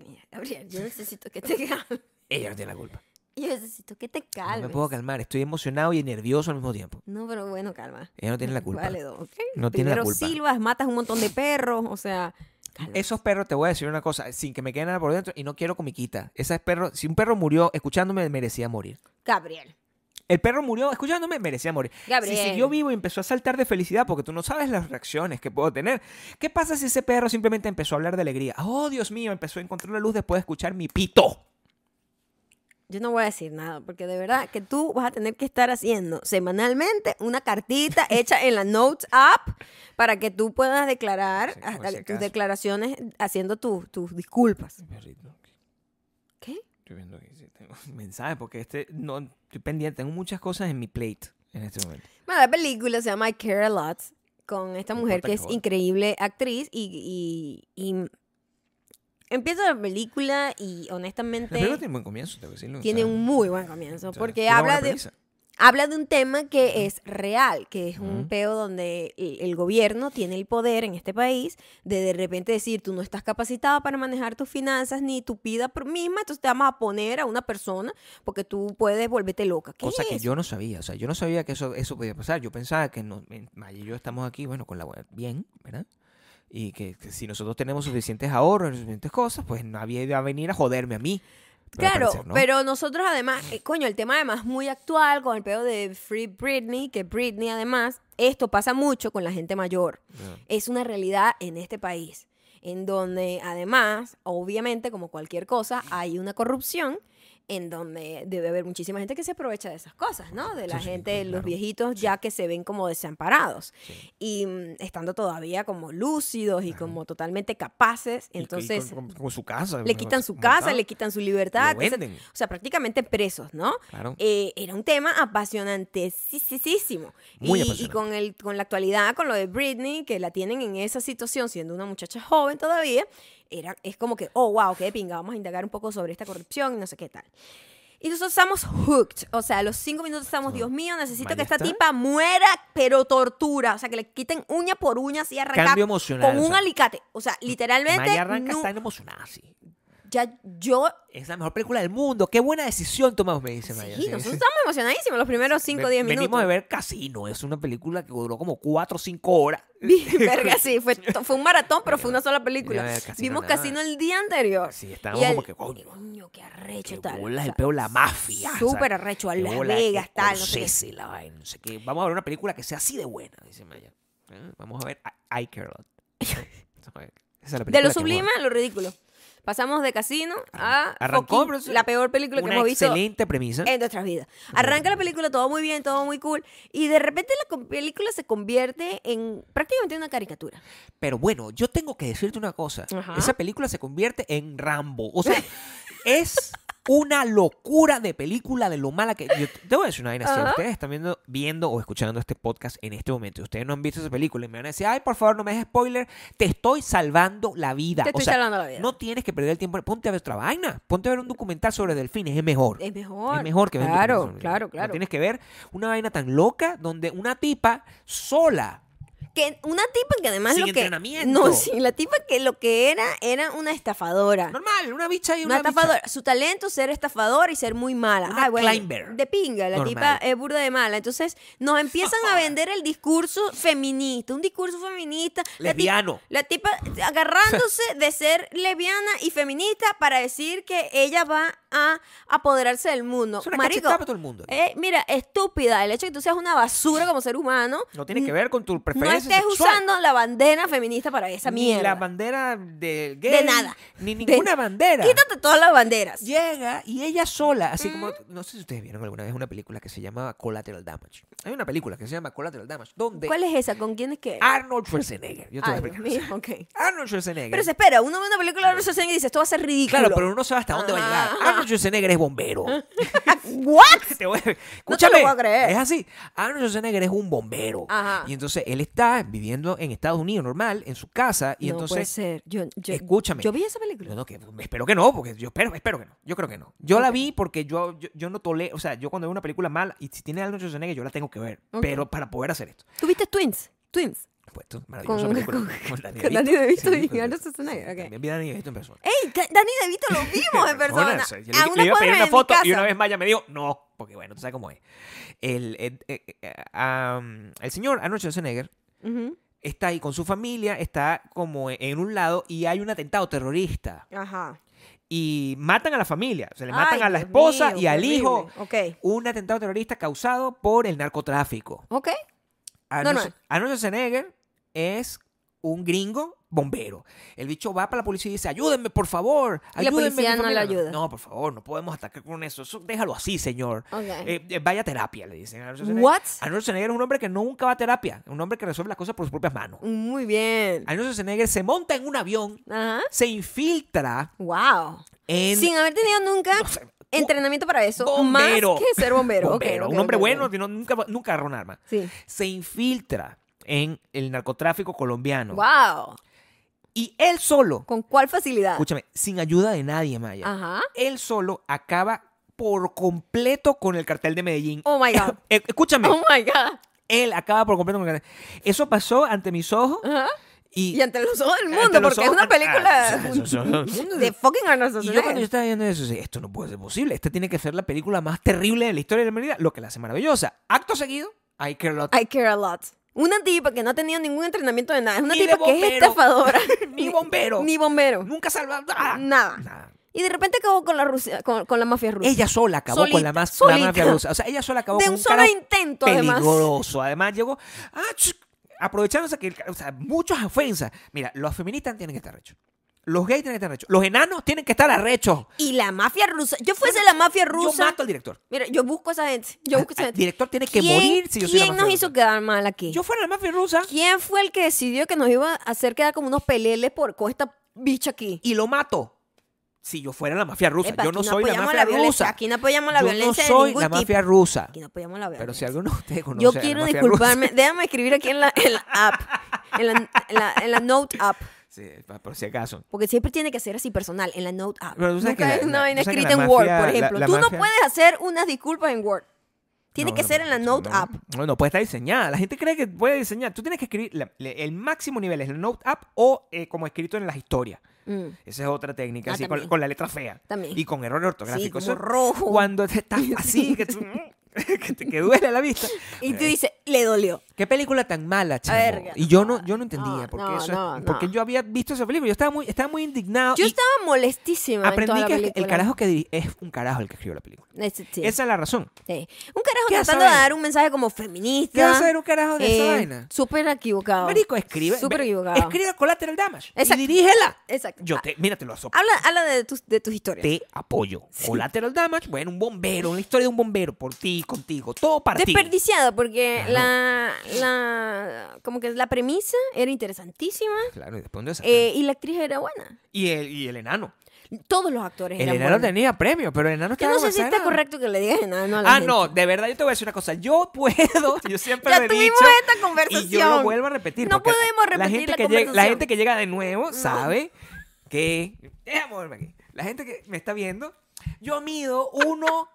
Speaker 1: Mira, Gabriel, yo necesito que te calmes.
Speaker 2: Ella no tiene la culpa.
Speaker 1: Yo necesito que te
Speaker 2: No
Speaker 1: calmes.
Speaker 2: me puedo calmar, estoy emocionado y nervioso al mismo tiempo.
Speaker 1: No, pero bueno, calma.
Speaker 2: Ella no tiene la culpa.
Speaker 1: Válido, ¿ok?
Speaker 2: No tiene la
Speaker 1: Primero
Speaker 2: culpa.
Speaker 1: silbas, matas un montón de perros, o sea... calma.
Speaker 2: Esos perros, te voy a decir una cosa, sin que me queden nada por dentro y no quiero comiquita. Ese perro, si un perro murió escuchándome, merecía morir.
Speaker 1: Gabriel.
Speaker 2: El perro murió escuchándome, merecía morir.
Speaker 1: Gabriel.
Speaker 2: Si siguió vivo y empezó a saltar de felicidad, porque tú no sabes las reacciones que puedo tener. ¿Qué pasa si ese perro simplemente empezó a hablar de alegría? Oh, Dios mío, empezó a encontrar la luz después de escuchar mi pito.
Speaker 1: Yo no voy a decir nada, porque de verdad que tú vas a tener que estar haciendo semanalmente una cartita hecha en la Notes app para que tú puedas declarar
Speaker 2: Sí, por
Speaker 1: hasta
Speaker 2: si
Speaker 1: tus
Speaker 2: acaso.
Speaker 1: declaraciones haciendo tus- tus disculpas. ¿Qué?
Speaker 2: Estoy viendo que tengo mensajes, porque este, no, estoy pendiente, tengo muchas cosas en mi plate en este momento.
Speaker 1: Bueno, la película se llama I Care a Lot con esta
Speaker 2: Me
Speaker 1: mujer
Speaker 2: importa
Speaker 1: que
Speaker 2: que
Speaker 1: es
Speaker 2: joda.
Speaker 1: increíble actriz y, y- y empieza la película y
Speaker 2: La película
Speaker 1: honestamente
Speaker 2: tiene un buen comienzo, te voy a decirlo. o
Speaker 1: tiene
Speaker 2: sea,
Speaker 1: un muy buen comienzo
Speaker 2: o sea,
Speaker 1: porque
Speaker 2: tiene una
Speaker 1: habla
Speaker 2: buena
Speaker 1: de
Speaker 2: premisa.
Speaker 1: habla de un tema que es real, que es un
Speaker 2: Ujú.
Speaker 1: peo donde el, el gobierno tiene el poder en este país de de repente decir, tú no estás capacitado para manejar tus finanzas ni tu vida por misma, entonces te vamos a poner a una persona porque tú puedes volverte loca. ¿Qué
Speaker 2: Cosa
Speaker 1: es
Speaker 2: que
Speaker 1: eso?
Speaker 2: yo no sabía, o sea, yo no sabía que eso, eso podía pasar. Yo pensaba que no, en- Maya y yo estamos aquí, bueno, con la web bien, ¿verdad? Y que, que si nosotros tenemos suficientes ahorros, suficientes cosas, pues nadie va a venir a joderme a mí. Pero al
Speaker 1: Claro,
Speaker 2: parecer, ¿no?
Speaker 1: pero nosotros además, eh, coño, el tema además muy actual con el pedo de Free Britney, que Britney además, esto pasa mucho con la gente mayor.
Speaker 2: Ya.
Speaker 1: Es una realidad en este país, en donde además, obviamente, como cualquier cosa, hay una corrupción en donde debe haber muchísima gente que se aprovecha de esas cosas, ¿no? De la
Speaker 2: Sí, sí,
Speaker 1: gente,
Speaker 2: pues,
Speaker 1: los
Speaker 2: claro.
Speaker 1: viejitos ya que se ven como desamparados
Speaker 2: Sí.
Speaker 1: y mm, estando todavía como lúcidos y como totalmente capaces,
Speaker 2: Y- y
Speaker 1: entonces
Speaker 2: con, con- con su casa.
Speaker 1: le quitan su casa, le quitan su libertad,
Speaker 2: Lo
Speaker 1: etcétera.
Speaker 2: venden.
Speaker 1: o sea, prácticamente presos, ¿no?
Speaker 2: Claro.
Speaker 1: Eh, era un tema apasionantísimo.
Speaker 2: Muy
Speaker 1: y, y
Speaker 2: apasionante.
Speaker 1: con, el, con la actualidad, con lo de Britney, que la tienen en esa situación, siendo una muchacha joven todavía, era, es como que, oh, wow, qué de pinga, vamos a indagar un poco sobre esta corrupción y no sé qué tal. Y nosotros estamos hooked. O sea, a los cinco minutos estamos, Dios mío, necesito
Speaker 2: Vaya
Speaker 1: que esta
Speaker 2: está.
Speaker 1: tipa muera, pero tortura. O sea, que le quiten uña por uña, así arrancada.
Speaker 2: Cambio emocional,
Speaker 1: Con
Speaker 2: o
Speaker 1: un
Speaker 2: sea,
Speaker 1: alicate. O sea, literalmente.
Speaker 2: Maya arranca
Speaker 1: nu-
Speaker 2: está emocionada, sí.
Speaker 1: ya yo
Speaker 2: Es la mejor película del mundo. Qué buena decisión tomamos, me dice Maya.
Speaker 1: Sí,
Speaker 2: sí,
Speaker 1: nosotros
Speaker 2: sí.
Speaker 1: estamos emocionadísimos los primeros 5 o 10
Speaker 2: Ve-
Speaker 1: minutos.
Speaker 2: Venimos de ver Casino. Es una película que duró como 4 o 5 horas.
Speaker 1: Verga, sí, fue, to- fue un maratón, pero fue una sola película.
Speaker 2: Mira, a ver, Casino
Speaker 1: Vimos
Speaker 2: nada
Speaker 1: Casino
Speaker 2: más.
Speaker 1: el día anterior.
Speaker 2: Sí,
Speaker 1: Y
Speaker 2: estábamos
Speaker 1: el-
Speaker 2: como que, coño,
Speaker 1: Coño, qué arrecho
Speaker 2: qué
Speaker 1: tal.
Speaker 2: bola
Speaker 1: o
Speaker 2: el
Speaker 1: sea,
Speaker 2: peo la mafia. o sea,
Speaker 1: Súper arrecho, a
Speaker 2: qué
Speaker 1: Las
Speaker 2: bola
Speaker 1: Vegas, tal, no sé qué.
Speaker 2: Scorsese, la vaina, no sé qué. Vamos a ver una película que sea así de buena, dice Maya. Ah, Vamos a ver I, I Care a Lot. Esa es la película
Speaker 1: De lo
Speaker 2: que
Speaker 1: sublime
Speaker 2: mola.
Speaker 1: a lo ridículo. Pasamos de Casino a
Speaker 2: Arrancó,
Speaker 1: fucking
Speaker 2: pero es
Speaker 1: la peor película que
Speaker 2: Una
Speaker 1: hemos visto
Speaker 2: excelente premisa.
Speaker 1: en nuestras vidas. Arranca la película, todo muy bien, todo muy cool. Y de repente la com- película se convierte en prácticamente una caricatura.
Speaker 2: Pero bueno, yo tengo que decirte una cosa.
Speaker 1: Ajá.
Speaker 2: Esa película se convierte en Rambo. O sea, es una locura de película de lo mala que... Yo te voy a decir una vaina. Si
Speaker 1: Ajá.
Speaker 2: ustedes están viendo, viendo o escuchando este podcast en este momento y ustedes no han visto esa película y me van a decir, ay, por favor, no me des spoiler, te estoy salvando la vida.
Speaker 1: Te
Speaker 2: o
Speaker 1: estoy
Speaker 2: sea,
Speaker 1: salvando la vida.
Speaker 2: no tienes que perder el tiempo. Ponte a ver otra vaina. Ponte a ver un documental sobre delfines. Es mejor.
Speaker 1: Es mejor.
Speaker 2: Es mejor que ver un documental
Speaker 1: Claro,
Speaker 2: sobre
Speaker 1: claro,
Speaker 2: delfines.
Speaker 1: claro.
Speaker 2: No tienes que ver una vaina tan loca donde una tipa sola
Speaker 1: que una tipa que además
Speaker 2: Sin
Speaker 1: lo que
Speaker 2: entrenamiento.
Speaker 1: no sí la tipa que lo que era era una estafadora
Speaker 2: Normal, una bicha y
Speaker 1: una
Speaker 2: una, bicha.
Speaker 1: estafadora su talento ser estafadora y ser muy mala
Speaker 2: Una
Speaker 1: Ay, bueno,
Speaker 2: climber.
Speaker 1: de pinga la
Speaker 2: Normal.
Speaker 1: tipa es burda de mala entonces nos empiezan a vender el discurso feminista un discurso feminista La ti-
Speaker 2: Lesbiano.
Speaker 1: la tipa agarrándose de ser lesbiana y feminista para decir que ella va a apoderarse del mundo
Speaker 2: Es una
Speaker 1: marico
Speaker 2: cachetada para todo el mundo.
Speaker 1: eh, mira estúpida el hecho de que tú seas una basura como ser humano
Speaker 2: No tiene que ver con tu
Speaker 1: no
Speaker 2: preferencia
Speaker 1: estés
Speaker 2: sexual.
Speaker 1: usando la bandera feminista para esa
Speaker 2: ni
Speaker 1: mierda.
Speaker 2: la bandera del gay.
Speaker 1: de nada.
Speaker 2: Ni
Speaker 1: De-
Speaker 2: ninguna bandera.
Speaker 1: Quítate todas las banderas.
Speaker 2: Llega y ella sola, así como... No sé si ustedes vieron alguna vez una película que se llamaba Collateral Damage. Hay una película que se llama Collateral Damage donde
Speaker 1: ¿Cuál es esa? ¿Con quién es que?
Speaker 2: Arnold Schwarzenegger... Yo te voy a
Speaker 1: Ay, Dios
Speaker 2: explicar.
Speaker 1: mío, ok.
Speaker 2: Arnold Schwarzenegger...
Speaker 1: Pero se espera, uno ve una película de Arnold y dice, esto va a ser ridículo.
Speaker 2: Claro, pero uno no sabe hasta dónde va a llegar.
Speaker 1: Ajá.
Speaker 2: Arnold Schwarzenegger es bombero.
Speaker 1: ¿What?
Speaker 2: Ah. Te voy
Speaker 1: No
Speaker 2: a-
Speaker 1: te lo
Speaker 2: Escúchame,
Speaker 1: puedo creer.
Speaker 2: Es así. Arnold Schwarzenegger es un bombero.
Speaker 1: Ajá.
Speaker 2: Y entonces él está viviendo en Estados Unidos normal, en su casa. Y
Speaker 1: no puede
Speaker 2: entonces.
Speaker 1: ser. Yo, yo-
Speaker 2: escúchame.
Speaker 1: Yo vi esa película.
Speaker 2: No, no, que pues, espero que no, porque yo espero, espero que no. Yo creo que no. Yo la vi porque yo, yo, yo no tolero. O sea, yo cuando veo una película mala, y si tiene Arnold Schwarzenegger, yo la tengo que ver.
Speaker 1: Ok.
Speaker 2: Pero para poder hacer esto.
Speaker 1: ¿Tú viste Twins? Twins.
Speaker 2: Pues esto es maravillosa
Speaker 1: Con,
Speaker 2: película.
Speaker 1: con,
Speaker 2: Con Danny
Speaker 1: con Danny DeVito
Speaker 2: Sí,
Speaker 1: y
Speaker 2: con-
Speaker 1: Arnold Schwarzenegger.
Speaker 2: sí,
Speaker 1: ok.
Speaker 2: También vi a Danny DeVito en persona.
Speaker 1: ¡Ey! Ca- Danny DeVito lo vimos en persona.
Speaker 2: Yo le,
Speaker 1: a
Speaker 2: dije-
Speaker 1: una
Speaker 2: le iba a pedir
Speaker 1: cuadra
Speaker 2: una
Speaker 1: de mi
Speaker 2: foto y
Speaker 1: casa.
Speaker 2: una vez Maya me dijo, no, porque bueno, tú sabes cómo es. El, el, eh, eh, ah, um, el señor Arnold Schwarzenegger
Speaker 1: Ujú.
Speaker 2: está ahí con su familia, está como en un lado y hay un atentado terrorista.
Speaker 1: Ajá.
Speaker 2: Y matan a la familia, se le matan
Speaker 1: Ay,
Speaker 2: a la
Speaker 1: Dios
Speaker 2: esposa
Speaker 1: mío,
Speaker 2: y al
Speaker 1: qué
Speaker 2: hijo.
Speaker 1: horrible.
Speaker 2: Un atentado terrorista causado por el narcotráfico.
Speaker 1: Ok. Ok.
Speaker 2: Arnold,
Speaker 1: Normal.
Speaker 2: Arnold Schwarzenegger es un gringo bombero. El bicho va para la policía y dice, ayúdenme, por favor.
Speaker 1: Y la
Speaker 2: Ayúdenme, mi
Speaker 1: policía no
Speaker 2: familia".
Speaker 1: le ayuda.
Speaker 2: No, por favor, no podemos atacar con eso. Eso- déjalo así, señor.
Speaker 1: Ok.
Speaker 2: Eh, eh, vaya a terapia, le dicen. a Arnold Schwarzenegger.
Speaker 1: What?
Speaker 2: Arnold Schwarzenegger es un hombre que nunca va a terapia. Un hombre que resuelve las cosas por sus propias manos.
Speaker 1: Muy bien.
Speaker 2: Arnold Schwarzenegger se monta en un avión,
Speaker 1: Ajá.
Speaker 2: se infiltra
Speaker 1: Wow.
Speaker 2: en...
Speaker 1: Sin haber tenido nunca
Speaker 2: o sea,
Speaker 1: entrenamiento para eso.
Speaker 2: bombero.
Speaker 1: Más que ser bombero. Ok,
Speaker 2: bombero.
Speaker 1: ok,
Speaker 2: un hombre
Speaker 1: ok,
Speaker 2: bueno,
Speaker 1: ok.
Speaker 2: que no- nunca, nunca agarró un arma.
Speaker 1: Sí.
Speaker 2: Se infiltra en el narcotráfico colombiano.
Speaker 1: Wow.
Speaker 2: Y él solo,
Speaker 1: ¿Con cuál facilidad? Ah.
Speaker 2: escúchame, sin ayuda de nadie, Maya,
Speaker 1: Ajá.
Speaker 2: él solo acaba por completo con el cartel de Medellín.
Speaker 1: Oh my God.
Speaker 2: Eh, Escúchame,
Speaker 1: Oh my God.
Speaker 2: él acaba por completo con el cartel. Eso pasó ante mis ojos
Speaker 1: Ajá.
Speaker 2: y...
Speaker 1: Ah. Y ante los ojos del
Speaker 2: ante
Speaker 1: mundo,
Speaker 2: los
Speaker 1: porque es
Speaker 2: ojos-
Speaker 1: una
Speaker 2: ah,
Speaker 1: película
Speaker 2: ante los ojos del mundo.
Speaker 1: de fucking
Speaker 2: Y yo cuando yo
Speaker 1: Arnold
Speaker 2: estaba viendo eso, decía, esto no puede ser posible. Esta tiene que ser la película más terrible de la historia de la humanidad. Lo que la hace maravillosa. Acto seguido, I care a lot.
Speaker 1: I care a lot. Una tipa que no ha tenido ningún entrenamiento de nada. Es una
Speaker 2: Ni de
Speaker 1: tipa que es
Speaker 2: bombero.
Speaker 1: estafadora.
Speaker 2: Ni bombero.
Speaker 1: Ni bombero.
Speaker 2: Nunca salva ¡Ah!
Speaker 1: Nada.
Speaker 2: Nada.
Speaker 1: Y de repente acabó con la, Rusia, con, con la mafia rusa.
Speaker 2: Ella sola acabó con la,
Speaker 1: Solita,
Speaker 2: mas- la mafia
Speaker 1: solita.
Speaker 2: rusa. O sea, ella sola acabó
Speaker 1: De
Speaker 2: con
Speaker 1: un
Speaker 2: un
Speaker 1: solo
Speaker 2: cara
Speaker 1: intento, además.
Speaker 2: peligroso. Además, llegó. ah, ch- aprovechándose que. el ca- O sea, muchas ofensas. Mira, los feministas tienen que estar rechos. Los gays tienen que estar rechos. Los enanos tienen que estar arrechos.
Speaker 1: Y la mafia rusa. Yo fuese la mafia
Speaker 2: Yo
Speaker 1: rusa.
Speaker 2: mato al director.
Speaker 1: Mira, yo busco a esa gente. Yo busco a esa
Speaker 2: El
Speaker 1: gente.
Speaker 2: director tiene que
Speaker 1: ¿Quién-
Speaker 2: morir si yo soy la
Speaker 1: ¿Quién
Speaker 2: mafia
Speaker 1: nos
Speaker 2: rusa.
Speaker 1: hizo quedar mal aquí?
Speaker 2: Yo fuera la mafia rusa.
Speaker 1: ¿Quién fue el que decidió que nos iba a hacer quedar como unos peleles por, con esta bicha aquí?
Speaker 2: y lo mato. Si yo fuera la mafia rusa,
Speaker 1: Epa,
Speaker 2: yo
Speaker 1: aquí
Speaker 2: no soy la
Speaker 1: apoyamos
Speaker 2: mafia
Speaker 1: violencia,
Speaker 2: rusa.
Speaker 1: Aquí no apoyamos la
Speaker 2: yo
Speaker 1: violencia.
Speaker 2: no
Speaker 1: de
Speaker 2: soy
Speaker 1: ningún
Speaker 2: la
Speaker 1: tipo.
Speaker 2: mafia rusa.
Speaker 1: Aquí no apoyamos la violencia.
Speaker 2: Pero si alguno de ustedes conoce
Speaker 1: Yo
Speaker 2: a la
Speaker 1: quiero
Speaker 2: mafia
Speaker 1: disculparme. Déjame escribir aquí en la, en la app, en la, en la- en la Note app.
Speaker 2: rusa- Sí, pa- por si acaso.
Speaker 1: Porque siempre tiene que ser así personal, en la Note app.
Speaker 2: Pero tú sabes
Speaker 1: Nunca
Speaker 2: que la-
Speaker 1: hay una
Speaker 2: la-
Speaker 1: vaina
Speaker 2: tú sabes que
Speaker 1: escrita en
Speaker 2: la
Speaker 1: Word,
Speaker 2: mafia-
Speaker 1: por
Speaker 2: la-
Speaker 1: ejemplo.
Speaker 2: la
Speaker 1: tú no
Speaker 2: mafia-
Speaker 1: puedes hacer unas disculpas en Word. Tiene
Speaker 2: No,
Speaker 1: que
Speaker 2: no,
Speaker 1: ser en la
Speaker 2: no,
Speaker 1: Note
Speaker 2: no,
Speaker 1: app.
Speaker 2: No, no, puede estar diseñada. La gente cree que puede diseñar. Tú tienes que escribir. la- le- el máximo nivel es la Note app o eh, como escrito en las historias.
Speaker 1: Mm.
Speaker 2: Esa es otra técnica,
Speaker 1: Ah,
Speaker 2: así, con,
Speaker 1: también.
Speaker 2: con la letra fea.
Speaker 1: También.
Speaker 2: Y con error ortográfico.
Speaker 1: Sí, como
Speaker 2: Eso-
Speaker 1: rojo.
Speaker 2: Cuando te estás así, que, tú- mm, que te que duele la vista.
Speaker 1: Y tú
Speaker 2: Eh,
Speaker 1: dices, le dolió.
Speaker 2: ¿Qué película tan mala, chamo?
Speaker 1: Verga,
Speaker 2: y yo no,
Speaker 1: no,
Speaker 2: yo no entendía
Speaker 1: no,
Speaker 2: por qué
Speaker 1: no,
Speaker 2: eso,
Speaker 1: no, no.
Speaker 2: porque yo había visto esa película, yo estaba muy, estaba muy indignado.
Speaker 1: Yo
Speaker 2: y
Speaker 1: estaba molestísima. en toda
Speaker 2: aprendí
Speaker 1: la
Speaker 2: que el
Speaker 1: película.
Speaker 2: carajo que dirige es un carajo el que escribió la película.
Speaker 1: Ese sí,
Speaker 2: Esa es la razón.
Speaker 1: sí. Un carajo
Speaker 2: ¿Qué vas a
Speaker 1: tratando de
Speaker 2: ver?
Speaker 1: dar un mensaje como feminista.
Speaker 2: ¿Qué vas a ver un carajo de esa
Speaker 1: eh,
Speaker 2: vaina?
Speaker 1: Súper equivocado.
Speaker 2: Marico, escribe,
Speaker 1: Súper
Speaker 2: ve-
Speaker 1: equivocado.
Speaker 2: escribe Collateral Damage
Speaker 1: Exacto.
Speaker 2: y dirígela.
Speaker 1: Exacto. Ah.
Speaker 2: Yo te, mira, te lo asoplo.
Speaker 1: Habla, habla de, tus, de tus historias.
Speaker 2: Te apoyo. Collateral Damage, bueno, un bombero, una historia de un bombero, por ti, contigo, todo para ti.
Speaker 1: Desperdiciado, porque
Speaker 2: Claro.
Speaker 1: la, la. Como que la premisa era interesantísima
Speaker 2: Claro, y después ¿dónde sacan?
Speaker 1: eh, y la actriz era buena.
Speaker 2: y, el, y el enano.
Speaker 1: Todos los actores
Speaker 2: El
Speaker 1: eran
Speaker 2: enano
Speaker 1: buenos.
Speaker 2: tenía premio, pero el enano
Speaker 1: Yo
Speaker 2: estaba
Speaker 1: no sé si
Speaker 2: basado en
Speaker 1: está
Speaker 2: nada.
Speaker 1: correcto que le digas enano a la
Speaker 2: Ah,
Speaker 1: gente.
Speaker 2: no, de verdad yo te voy a decir una cosa. Yo puedo, yo siempre
Speaker 1: Ya
Speaker 2: lo he
Speaker 1: tuvimos
Speaker 2: dicho,
Speaker 1: esta conversación.
Speaker 2: Y yo lo vuelvo a repetir.
Speaker 1: No
Speaker 2: porque
Speaker 1: podemos repetir
Speaker 2: la gente
Speaker 1: la
Speaker 2: que llega, La
Speaker 1: conversación.
Speaker 2: gente que llega de nuevo sabe que. Déjame moverme aquí. La gente que me está viendo, yo mido 1,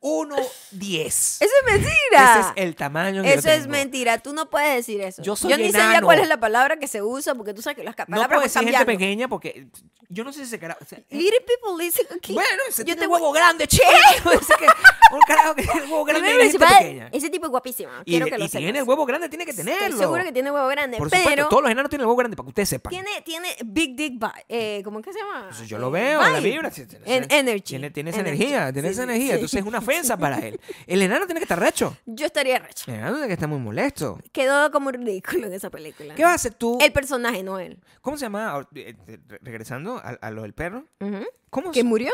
Speaker 2: 1, 10.
Speaker 1: Eso es mentira.
Speaker 2: Ese es el tamaño que yo
Speaker 1: Eso es
Speaker 2: tengo.
Speaker 1: mentira, tú no puedes decir eso.
Speaker 2: Yo soy
Speaker 1: ni sabía
Speaker 2: enano.
Speaker 1: cuál es la palabra que se usa porque tú sabes que las ca-
Speaker 2: No
Speaker 1: palabras
Speaker 2: puedo
Speaker 1: van
Speaker 2: decir gente
Speaker 1: cambiando.
Speaker 2: pequeña porque yo no sé si se cara. o sea, eh,
Speaker 1: Little people listen aquí.
Speaker 2: bueno, ese
Speaker 1: yo
Speaker 2: tiene
Speaker 1: te
Speaker 2: un
Speaker 1: voy-
Speaker 2: huevo grande, che. Ese que- un carajo que tiene el huevo grande y
Speaker 1: Primero
Speaker 2: la
Speaker 1: me dice,
Speaker 2: gente
Speaker 1: "Padre,
Speaker 2: pequeña.
Speaker 1: Ese tipo es guapísimo.
Speaker 2: Y,
Speaker 1: quiero que
Speaker 2: y
Speaker 1: lo
Speaker 2: tiene el
Speaker 1: sepas".
Speaker 2: huevo grande, tiene que
Speaker 1: Estoy
Speaker 2: tenerlo.
Speaker 1: seguro que tiene huevo grande,
Speaker 2: Por supuesto,
Speaker 1: pero
Speaker 2: todos los enanos tienen el huevo grande para que ustedes sepan.
Speaker 1: tiene, tiene big dick vibe. Eh, ¿Cómo es que se llama?
Speaker 2: Entonces, Pues yo
Speaker 1: Eh,
Speaker 2: lo veo, la
Speaker 1: vibe.
Speaker 2: vibra. sí, tiene-
Speaker 1: En energy.
Speaker 2: Tiene, tiene esa
Speaker 1: Energy.
Speaker 2: energía, tiene
Speaker 1: Sí,
Speaker 2: esa
Speaker 1: sí,
Speaker 2: energía.
Speaker 1: sí.
Speaker 2: Entonces es una ofensa para él. El enano tiene que estar recho.
Speaker 1: Yo estaría recho.
Speaker 2: El enano tiene que estar muy molesto.
Speaker 1: Quedó como ridículo en esa película.
Speaker 2: ¿Qué vas a hacer tú?
Speaker 1: El personaje, no él.
Speaker 2: ¿Cómo se llama? Ahor- eh, eh, re- Regresando a, a lo del perro.
Speaker 1: Ujú.
Speaker 2: ¿Cómo
Speaker 1: ¿Que
Speaker 2: se-
Speaker 1: murió?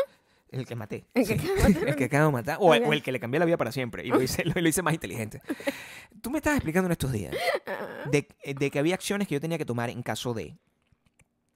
Speaker 2: El que maté.
Speaker 1: El que
Speaker 2: sí.
Speaker 1: acabo de-
Speaker 2: El que acabo de matar. O, el-
Speaker 1: Ok.
Speaker 2: o el que le cambié la vida para siempre. Y lo hice, lo, lo hice más inteligente. Tú me estabas explicando en estos días de, eh, de que había acciones que yo tenía que tomar en caso de.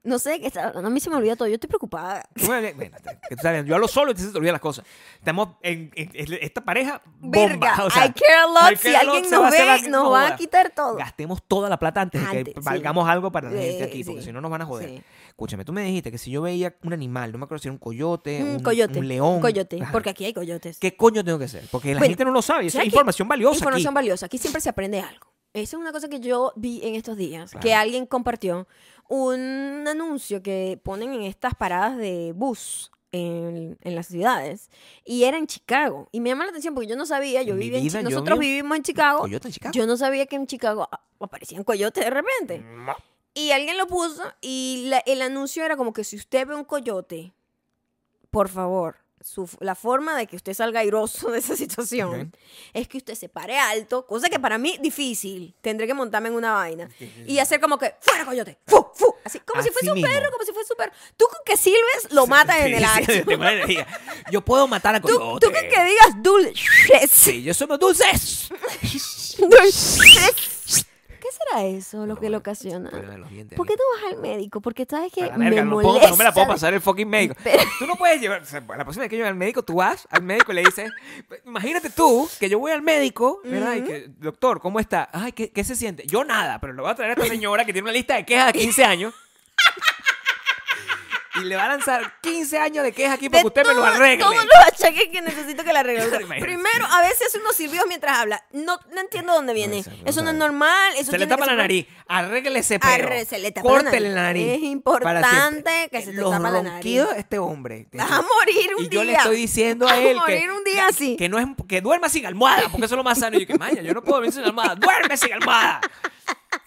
Speaker 1: No sé de qué está hablando. A mí se me olvida todo. Yo estoy preocupada.
Speaker 2: Tú me- bueno, te- que tú sabes, yo hablo solo y se te olvidan las cosas. Estamos en, en- en esta pareja bomba.
Speaker 1: Verga,
Speaker 2: o sea,
Speaker 1: I care a lot.
Speaker 2: I
Speaker 1: Si
Speaker 2: care a lot,
Speaker 1: alguien
Speaker 2: se
Speaker 1: nos
Speaker 2: va a
Speaker 1: ve,
Speaker 2: hacer la-
Speaker 1: nos
Speaker 2: no
Speaker 1: va
Speaker 2: joda.
Speaker 1: a quitar todo.
Speaker 2: Gastemos toda la plata antes, de
Speaker 1: Antes,
Speaker 2: que
Speaker 1: sí.
Speaker 2: valgamos algo para la gente
Speaker 1: Eh,
Speaker 2: aquí, porque
Speaker 1: sí.
Speaker 2: si no nos van a joder.
Speaker 1: Sí.
Speaker 2: Escúchame, tú me dijiste que si yo veía un animal, no me acuerdo si era un coyote,
Speaker 1: Un
Speaker 2: eh, un,
Speaker 1: Mm, coyote.
Speaker 2: un león.
Speaker 1: Un coyote.
Speaker 2: ajá,
Speaker 1: Porque aquí hay coyotes.
Speaker 2: ¿Qué coño tengo que hacer? Porque la
Speaker 1: Bueno,
Speaker 2: gente no lo sabe. Esa
Speaker 1: ¿sabes
Speaker 2: es
Speaker 1: qué?
Speaker 2: información valiosa.
Speaker 1: Información
Speaker 2: aquí.
Speaker 1: valiosa. Aquí siempre se aprende algo. Esa es una cosa que yo vi en estos días,
Speaker 2: Claro.
Speaker 1: que alguien compartió un anuncio que ponen en estas paradas de bus en, en las ciudades y era en Chicago. Y me llama la atención porque yo no sabía, yo
Speaker 2: En mi
Speaker 1: vivía en Chi-
Speaker 2: vida yo
Speaker 1: nosotros
Speaker 2: vi un
Speaker 1: vivimos en Chicago,
Speaker 2: ¿Coyote en Chicago?
Speaker 1: yo no sabía que en Chicago ah, aparecían coyotes de repente.
Speaker 2: No.
Speaker 1: Y alguien lo puso y la- el anuncio era como que si usted ve un coyote, por favor, su- la forma de que usted salga airoso de esa situación
Speaker 2: Ok.
Speaker 1: es que usted se pare alto, cosa que para mí difícil, tendré que montarme en una vaina y hacer como que fuera coyote, fu, fu, así como si
Speaker 2: Así
Speaker 1: fuese un
Speaker 2: mismo.
Speaker 1: perro, como si fuese un perro. Tú con que silbes lo matas en el
Speaker 2: Sí,
Speaker 1: acto.
Speaker 2: sí, tengo una energía. Yo puedo matar a
Speaker 1: Tú,
Speaker 2: coyote.
Speaker 1: tú con que digas dulces,
Speaker 2: Sí, yo somos dulces.
Speaker 1: dulces. ¿Qué será eso lo
Speaker 2: No,
Speaker 1: que lo
Speaker 2: bueno,
Speaker 1: ocasiona?
Speaker 2: Ponme los dientes,
Speaker 1: ¿Por qué no vas al médico? Porque sabes que
Speaker 2: Para la
Speaker 1: me
Speaker 2: verga, no, puedo-
Speaker 1: molesta.
Speaker 2: no me la puedo
Speaker 1: de-
Speaker 2: pasar el fucking médico.
Speaker 1: Pero-
Speaker 2: Tú no puedes llevar. o sea, la próxima vez que yo voy al médico, tú vas al médico y le dices. Imagínate tú que yo voy al médico, ¿verdad? Y que, doctor, ¿cómo está? Ay, ¿qué, qué se siente? Yo nada, pero lo voy a traer a esta señora que tiene una lista de quejas de 15 años. Y le va a lanzar 15 años de queja aquí
Speaker 1: De
Speaker 2: para que usted me lo
Speaker 1: todo-
Speaker 2: arregle.
Speaker 1: Todos los achaques que necesito que la arregle.
Speaker 2: Imagínate.
Speaker 1: Primero, a veces hace unos silbidos mientras habla. No, no entiendo dónde viene.
Speaker 2: eso no
Speaker 1: eso no es
Speaker 2: sabe.
Speaker 1: normal. Eso
Speaker 2: se le
Speaker 1: tiene
Speaker 2: tapa
Speaker 1: que
Speaker 2: la
Speaker 1: ser-
Speaker 2: nariz. Arréglele ese pelo.
Speaker 1: Arre, se le tapa la
Speaker 2: Córtele la
Speaker 1: nariz.
Speaker 2: nariz.
Speaker 1: Es
Speaker 2: para siempre.
Speaker 1: importante que se te
Speaker 2: Los
Speaker 1: tapa la nariz.
Speaker 2: ronquidos de este hombre.
Speaker 1: Vas a morir un
Speaker 2: y
Speaker 1: día.
Speaker 2: yo le estoy diciendo a
Speaker 1: Vas
Speaker 2: él
Speaker 1: a morir
Speaker 2: que,
Speaker 1: un día así.
Speaker 2: que no es que duerma sin almohada, porque eso es lo más sano. Y yo que maña, yo no puedo dormir sin almohada, duerme sin almohada.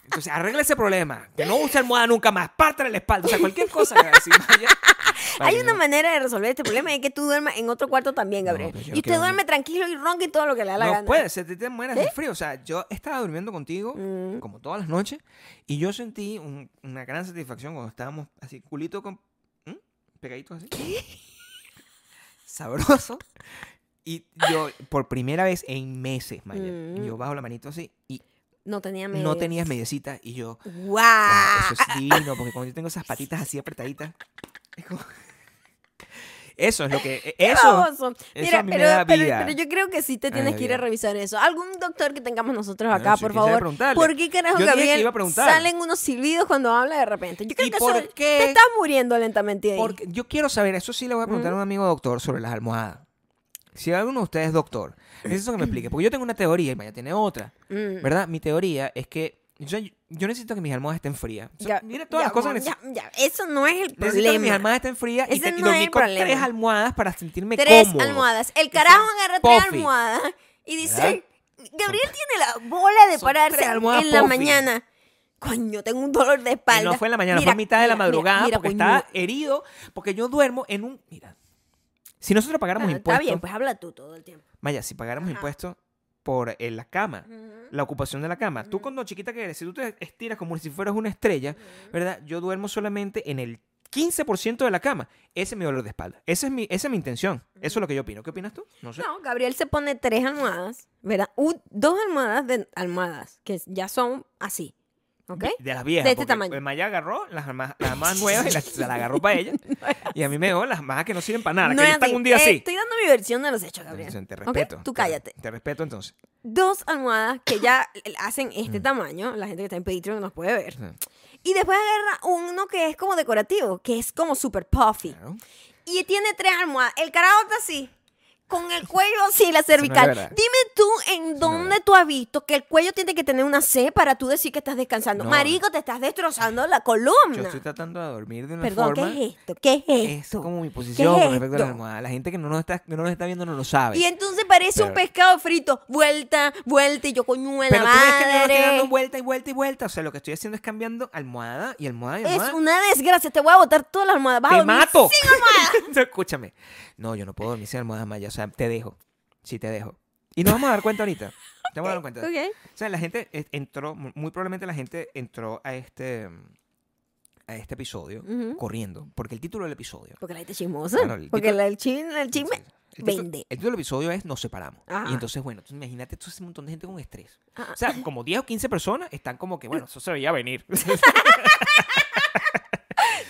Speaker 2: Entonces arregla ese problema, que no use almohada nunca más, pártale la espalda, o sea, cualquier cosa. que haga, sí, Maya. Para
Speaker 1: Hay
Speaker 2: que
Speaker 1: una
Speaker 2: no-
Speaker 1: manera de resolver este problema y es que tú duermas en otro cuarto también, Gabriel.
Speaker 2: pero yo
Speaker 1: y usted
Speaker 2: quiero-
Speaker 1: duerme tranquilo y ronca y todo lo que le da la
Speaker 2: No
Speaker 1: gana. Mm.
Speaker 2: puede, se te, te mueras de frío. O sea, yo estaba durmiendo contigo, como todas las noches, y yo sentí un- una gran satisfacción cuando estábamos así, culito con. ¿Mm? Pegaditos así. Sabroso. Y yo, por primera vez en meses, Maya,
Speaker 1: Mm.
Speaker 2: yo bajo la manito así y
Speaker 1: No tenía
Speaker 2: no
Speaker 1: medias.
Speaker 2: tenías mediecita. Y yo,
Speaker 1: ¡Wow! Ah.
Speaker 2: "Guau, eso es divino, porque cuando yo tengo esas patitas así apretaditas, es como- Eso es lo que. e,
Speaker 1: ¡Qué
Speaker 2: Eso.
Speaker 1: baboso!
Speaker 2: eso
Speaker 1: Mira,
Speaker 2: a mí me
Speaker 1: pero,
Speaker 2: da
Speaker 1: pero-
Speaker 2: vida.
Speaker 1: pero yo creo que sí te
Speaker 2: Me
Speaker 1: tienes
Speaker 2: da
Speaker 1: que ir a
Speaker 2: vida.
Speaker 1: revisar eso. Algún doctor que tengamos nosotros
Speaker 2: Bueno,
Speaker 1: acá,
Speaker 2: Ah, sí,
Speaker 1: por
Speaker 2: quisiera
Speaker 1: favor.
Speaker 2: preguntarle.
Speaker 1: ¿Por qué carajo,
Speaker 2: Yo dije que
Speaker 1: Gabriel,
Speaker 2: iba a preguntar.
Speaker 1: salen unos silbidos cuando habla de repente? Yo creo
Speaker 2: ¿Y
Speaker 1: que
Speaker 2: por
Speaker 1: eso-
Speaker 2: qué?
Speaker 1: te estás muriendo lentamente ahí.
Speaker 2: Porque yo quiero saber, eso sí le voy a preguntar a
Speaker 1: Mm.
Speaker 2: un amigo doctor sobre las almohadas. Si alguno de ustedes es doctor, necesito que me explique. Porque yo tengo una teoría y Maya tiene otra.
Speaker 1: Mm.
Speaker 2: ¿Verdad? Mi teoría es que yo, yo necesito que mis almohadas estén frías. O sea,
Speaker 1: Ya,
Speaker 2: mira todas
Speaker 1: ya,
Speaker 2: las cosas que
Speaker 1: amor,
Speaker 2: necesito.
Speaker 1: ya, ya. Eso no es el
Speaker 2: Necesito que mis
Speaker 1: problema.
Speaker 2: almohadas estén frías y,
Speaker 1: Ese
Speaker 2: te- y
Speaker 1: no es
Speaker 2: dormir
Speaker 1: el
Speaker 2: con
Speaker 1: problema.
Speaker 2: tres almohadas para sentirme
Speaker 1: tres
Speaker 2: cómodo.
Speaker 1: almohadas. El carajo agarra tres
Speaker 2: puffy.
Speaker 1: almohadas y dice,
Speaker 2: ¿Verdad?
Speaker 1: Gabriel tiene la bola de
Speaker 2: son
Speaker 1: pararse
Speaker 2: tres almohadas
Speaker 1: en la
Speaker 2: puffy.
Speaker 1: mañana. Coño, tengo un dolor de
Speaker 2: Y
Speaker 1: espalda.
Speaker 2: no fue en la mañana,
Speaker 1: Mira,
Speaker 2: fue a mitad de la
Speaker 1: mira,
Speaker 2: madrugada
Speaker 1: mira,
Speaker 2: porque
Speaker 1: coño.
Speaker 2: estaba herido. Porque yo duermo en un. Mira, si nosotros
Speaker 1: Ah,
Speaker 2: pagáramos
Speaker 1: Está
Speaker 2: impuestos.
Speaker 1: bien, pues habla tú todo el tiempo.
Speaker 2: Maya, si pagáramos
Speaker 1: Ajá.
Speaker 2: impuestos por eh, la cama, la ocupación de la cama. Tú cuando chiquita que eres, si tú te estiras como si fueras una estrella, ¿verdad? Yo duermo solamente en el 15% de la cama. Ese es mi dolor de espalda. Esa es mi, esa es mi intención. Eso es lo que yo opino. ¿Qué opinas tú? No sé.
Speaker 1: No, Gabriel se pone tres almohadas, ¿verdad? Un- dos almohadas de almohadas, que ya son así, ¿ok?
Speaker 2: De las viejas.
Speaker 1: De este
Speaker 2: porque pues,
Speaker 1: tamaño.
Speaker 2: Maya agarró las más, las más nuevas y las, se las agarró para ella. Y a mí me dio las más que no sirven para nada.
Speaker 1: No
Speaker 2: que
Speaker 1: es
Speaker 2: yo estaba
Speaker 1: así.
Speaker 2: un día
Speaker 1: Eh,
Speaker 2: así.
Speaker 1: Estoy dando mi versión de los hechos, Gabriel.
Speaker 2: Entonces, te
Speaker 1: ¿Ok?
Speaker 2: respeto.
Speaker 1: Tú
Speaker 2: te-
Speaker 1: cállate.
Speaker 2: Te, respeto entonces.
Speaker 1: dos almohadas que ya hacen
Speaker 2: Mm.
Speaker 1: este tamaño, la gente que está en Patreon nos puede ver.
Speaker 2: Ujú.
Speaker 1: Y después agarra uno que es como decorativo, que es como super puffy.
Speaker 2: Claro.
Speaker 1: Y tiene tres almohadas. El carajo está así. Con el cuello así, la
Speaker 2: es
Speaker 1: cervical.
Speaker 2: verdad.
Speaker 1: Dime tú en
Speaker 2: no es
Speaker 1: dónde tú has visto que el cuello tiene que tener una C para tú decir que estás descansando.
Speaker 2: No.
Speaker 1: Marico, te estás destrozando la
Speaker 2: Yo estoy
Speaker 1: columna.
Speaker 2: tratando de dormir de una
Speaker 1: Perdón,
Speaker 2: forma.
Speaker 1: ¿qué es esto? ¿Qué es
Speaker 2: es
Speaker 1: esto?
Speaker 2: como mi
Speaker 1: ¿Qué
Speaker 2: posición
Speaker 1: es
Speaker 2: con respecto a
Speaker 1: esto?
Speaker 2: las almohadas. La gente que no nos está, no nos está viendo no lo sabe.
Speaker 1: Y entonces parece un
Speaker 2: Pero-
Speaker 1: pescado frito. Vuelta, vuelta, y yo coño en la
Speaker 2: Pero tú ves que yo estoy
Speaker 1: madre.
Speaker 2: dando vuelta y vuelta y vuelta. O sea, lo que estoy haciendo es cambiando almohada y almohada y almohada.
Speaker 1: Es una desgracia, te voy a botar todas las almohadas. Vas a
Speaker 2: ¡Te
Speaker 1: dormir
Speaker 2: mato!
Speaker 1: sin almohada.
Speaker 2: No, escúchame. No, yo no puedo dormir sin almohada maya. O sea, te dejo. Sí, te dejo. Y nos vamos a dar cuenta ahorita. Te vamos a dar cuenta.
Speaker 1: Ok.
Speaker 2: O sea, la gente eh, entró, mu- muy probablemente la gente entró a este, a este episodio
Speaker 1: Ujú.
Speaker 2: corriendo. Porque el título del episodio.
Speaker 1: Porque la gente es chismosa.
Speaker 2: Bueno, el
Speaker 1: porque la- el chisme, el chisme
Speaker 2: El título-
Speaker 1: vende.
Speaker 2: El título del episodio es Nos separamos.
Speaker 1: Ajá.
Speaker 2: Y entonces, bueno, tú imagínate tú ese montón de gente con estrés.
Speaker 1: Ah.
Speaker 2: O sea, como 10 o 15 personas están como que, bueno, eso se veía venir.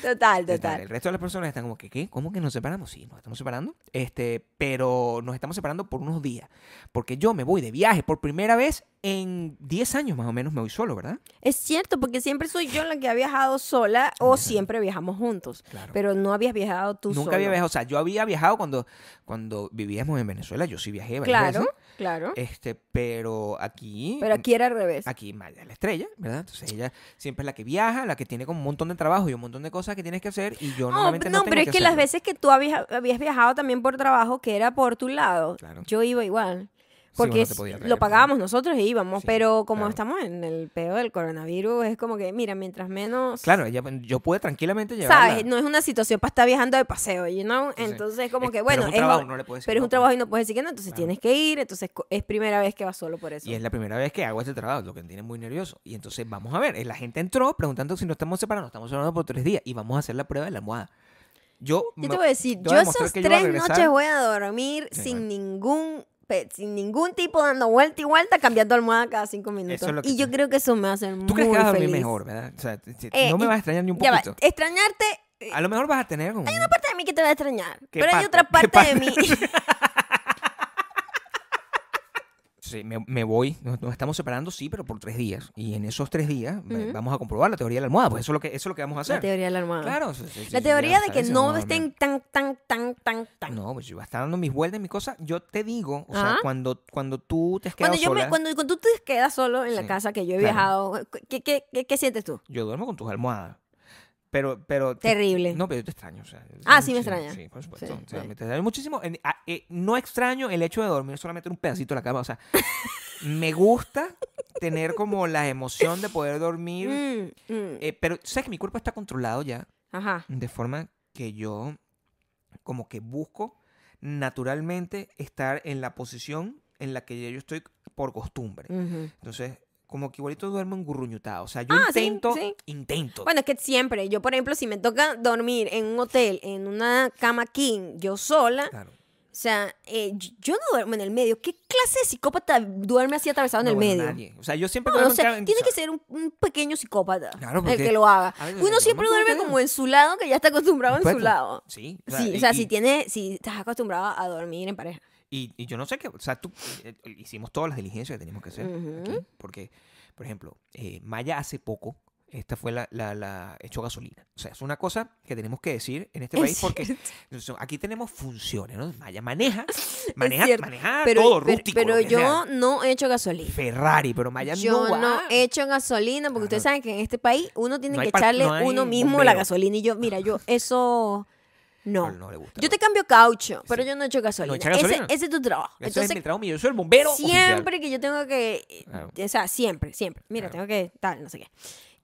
Speaker 1: Total,
Speaker 2: Total,
Speaker 1: total.
Speaker 2: El resto de las personas están como que, ¿qué? ¿Cómo que nos separamos? Sí, nos estamos separando. Este, pero nos estamos separando por unos días. Porque yo me voy de viaje por primera vez en 10 años más o menos me voy solo, ¿verdad?
Speaker 1: Es cierto, porque siempre soy yo la que ha viajado sola o siempre viajamos juntos.
Speaker 2: Claro.
Speaker 1: Pero no habías viajado tú
Speaker 2: Nunca
Speaker 1: solo.
Speaker 2: había viajado. O sea, yo había viajado cuando, cuando vivíamos en Venezuela. Yo sí viajé varias
Speaker 1: Claro,
Speaker 2: veces.
Speaker 1: claro.
Speaker 2: Este, pero aquí.
Speaker 1: pero aquí era al revés.
Speaker 2: Aquí Maya es la estrella, ¿verdad? Entonces ella siempre es la que viaja, la que tiene como un montón de trabajo y un montón de cosas que tienes que hacer y yo
Speaker 1: No,
Speaker 2: normalmente no,
Speaker 1: no,
Speaker 2: tengo
Speaker 1: pero es que las
Speaker 2: hacerlo.
Speaker 1: veces que tú habías, habías viajado también por trabajo, que era por tu lado,
Speaker 2: Claro.
Speaker 1: yo iba igual.
Speaker 2: bueno,
Speaker 1: Porque
Speaker 2: te podía
Speaker 1: es-
Speaker 2: traer,
Speaker 1: lo
Speaker 2: ¿no?
Speaker 1: pagábamos nosotros e íbamos,
Speaker 2: Sí,
Speaker 1: pero como
Speaker 2: claro.
Speaker 1: estamos en el peor del coronavirus, es como que, mira, mientras menos...
Speaker 2: Claro, ella, yo pude tranquilamente llevarla.
Speaker 1: ¿Sabes? No es una situación para estar viajando de paseo, you know? Entonces, como
Speaker 2: Es-
Speaker 1: que, bueno,
Speaker 2: pero es un
Speaker 1: es
Speaker 2: trabajo,
Speaker 1: hor-
Speaker 2: no le puedes decir
Speaker 1: pero es
Speaker 2: no,
Speaker 1: un
Speaker 2: pues.
Speaker 1: trabajo y no puedes decir que no, entonces
Speaker 2: Claro.
Speaker 1: tienes que ir, entonces co- es primera vez que vas solo por eso.
Speaker 2: pues. Y es la primera vez que hago este trabajo, lo que me tiene muy nervioso. Y entonces vamos a ver, eh, la gente entró preguntando si no estamos separados, nos estamos separados por tres días y vamos a hacer la prueba de la almohada. Yo,
Speaker 1: yo
Speaker 2: me-
Speaker 1: te voy a decir,
Speaker 2: te voy
Speaker 1: yo
Speaker 2: a demostrar
Speaker 1: esas
Speaker 2: que iba a
Speaker 1: tres
Speaker 2: regresar.
Speaker 1: noches voy a dormir
Speaker 2: Sí,
Speaker 1: sin
Speaker 2: bueno.
Speaker 1: ningún pe- sin ningún tipo dando vuelta y vuelta, cambiando almohada cada cinco minutos.
Speaker 2: lo que
Speaker 1: y yo
Speaker 2: tú-
Speaker 1: creo que eso me hace muy
Speaker 2: Tú crees que vas a dormir
Speaker 1: feliz.
Speaker 2: mejor, ¿verdad? O sea, t- t-
Speaker 1: Eh,
Speaker 2: no me
Speaker 1: y-
Speaker 2: vas a extrañar ni un
Speaker 1: Ya va,
Speaker 2: poquito.
Speaker 1: extrañarte, eh,
Speaker 2: A lo mejor vas a tener como... un-
Speaker 1: hay una parte de mí que te va a extrañar,
Speaker 2: ¿Qué
Speaker 1: pero hay
Speaker 2: parte?
Speaker 1: otra
Speaker 2: ¿Qué
Speaker 1: parte de mí.
Speaker 2: Sí, me, me voy, nos, nos estamos separando, sí, pero por tres días. Y en esos tres días me-
Speaker 1: Ujú.
Speaker 2: vamos a comprobar la teoría de la almohada, pues eso es lo que, eso es lo que vamos a hacer.
Speaker 1: La teoría de la almohada.
Speaker 2: Claro, sí, sí, sí,
Speaker 1: la
Speaker 2: sí,
Speaker 1: teoría
Speaker 2: ya
Speaker 1: de que
Speaker 2: sabes,
Speaker 1: no
Speaker 2: me-
Speaker 1: estén tan, tan, tan, tan, tan.
Speaker 2: No, pues yo iba a estar dando mis vueltas y mis cosas. Yo te digo, o sea,
Speaker 1: Ajá.
Speaker 2: cuando, cuando tú te has quedado
Speaker 1: Ah. cuando, yo me-
Speaker 2: sola,
Speaker 1: cuando, cuando tú te quedas solo en la
Speaker 2: Sí,
Speaker 1: casa, que yo he
Speaker 2: claro.
Speaker 1: viajado, ¿qué, qué, qué, qué sientes tú?
Speaker 2: yo duermo con tus almohadas. Pero, pero... te-
Speaker 1: Terrible.
Speaker 2: No, pero yo te extraño. o sea,
Speaker 1: Ah, sí me extraña.
Speaker 2: Sí, por supuesto.
Speaker 1: Sí,
Speaker 2: o sea,
Speaker 1: sí.
Speaker 2: me te extraño muchísimo. En- a- eh, no extraño el hecho de dormir solamente en un pedacito de la cama. O sea, me gusta tener como la emoción de poder dormir.
Speaker 1: Mm, mm,
Speaker 2: eh, pero sabes que mi cuerpo está controlado ya
Speaker 1: Ajá.
Speaker 2: de forma que yo como que busco naturalmente estar en la posición en la que ya yo estoy por costumbre.
Speaker 1: ujú.
Speaker 2: Entonces, como que igualito duermo engurruñutado. O sea, yo
Speaker 1: Ah, sí,
Speaker 2: intento,
Speaker 1: sí.
Speaker 2: intento.
Speaker 1: Bueno, es que siempre, yo por ejemplo, si me toca dormir en un hotel, en una cama king, yo sola,
Speaker 2: Claro.
Speaker 1: o sea, eh, yo- yo no duermo en el medio. ¿Qué clase de psicópata duerme así atravesado en
Speaker 2: No,
Speaker 1: el
Speaker 2: bueno,
Speaker 1: medio?
Speaker 2: nadie. O sea, yo siempre
Speaker 1: No,
Speaker 2: duermo
Speaker 1: o
Speaker 2: en
Speaker 1: sea,
Speaker 2: cama-
Speaker 1: tiene
Speaker 2: o
Speaker 1: que
Speaker 2: sea,
Speaker 1: ser un, un pequeño psicópata
Speaker 2: Claro,
Speaker 1: el
Speaker 2: porque-
Speaker 1: que lo haga.
Speaker 2: a ver,
Speaker 1: Uno
Speaker 2: duerme
Speaker 1: siempre
Speaker 2: con
Speaker 1: duerme
Speaker 2: ustedes.
Speaker 1: como en su lado, que ya está acostumbrado en su
Speaker 2: Bueno,
Speaker 1: lado.
Speaker 2: Sí. o sea,
Speaker 1: Sí,
Speaker 2: y-
Speaker 1: o sea,
Speaker 2: y-
Speaker 1: si tienes, si estás acostumbrado a dormir en pareja.
Speaker 2: Y, y yo no sé qué, o sea, tú, eh, eh, hicimos todas las diligencias que teníamos que hacer aquí,
Speaker 1: Ujú.
Speaker 2: porque, por ejemplo, eh, Maya hace poco, esta fue la, la, la- echó gasolina. O sea, es una cosa que tenemos que decir en este
Speaker 1: Es
Speaker 2: país porque
Speaker 1: cierto.
Speaker 2: so- aquí tenemos funciones, ¿no? Maya maneja, maneja,
Speaker 1: cierto,
Speaker 2: maneja
Speaker 1: Pero,
Speaker 2: todo
Speaker 1: pero-
Speaker 2: rústico.
Speaker 1: pero
Speaker 2: lo que
Speaker 1: yo
Speaker 2: sea.
Speaker 1: no he hecho gasolina.
Speaker 2: Ferrari, pero Maya
Speaker 1: Yo
Speaker 2: no,
Speaker 1: no,
Speaker 2: va.
Speaker 1: he hecho gasolina porque ustedes
Speaker 2: Claro.
Speaker 1: saben que en este país uno tiene
Speaker 2: No hay
Speaker 1: que
Speaker 2: par-
Speaker 1: echarle
Speaker 2: no hay
Speaker 1: uno mismo la
Speaker 2: bombero.
Speaker 1: gasolina. Y yo, mira, yo eso no.
Speaker 2: No, no le gusta.
Speaker 1: yo te cambio caucho, pero
Speaker 2: Sí.
Speaker 1: yo no he hecho gasolina.
Speaker 2: echa
Speaker 1: Ese-
Speaker 2: gasolina.
Speaker 1: Ese, es tu trabajo.
Speaker 2: Eso es
Speaker 1: Entonces,
Speaker 2: mi trauma, yo soy el bombero oficial.
Speaker 1: siempre que yo tengo que eh,
Speaker 2: Claro.
Speaker 1: o sea siempre siempre mira tengo
Speaker 2: Claro.
Speaker 1: que tal no sé qué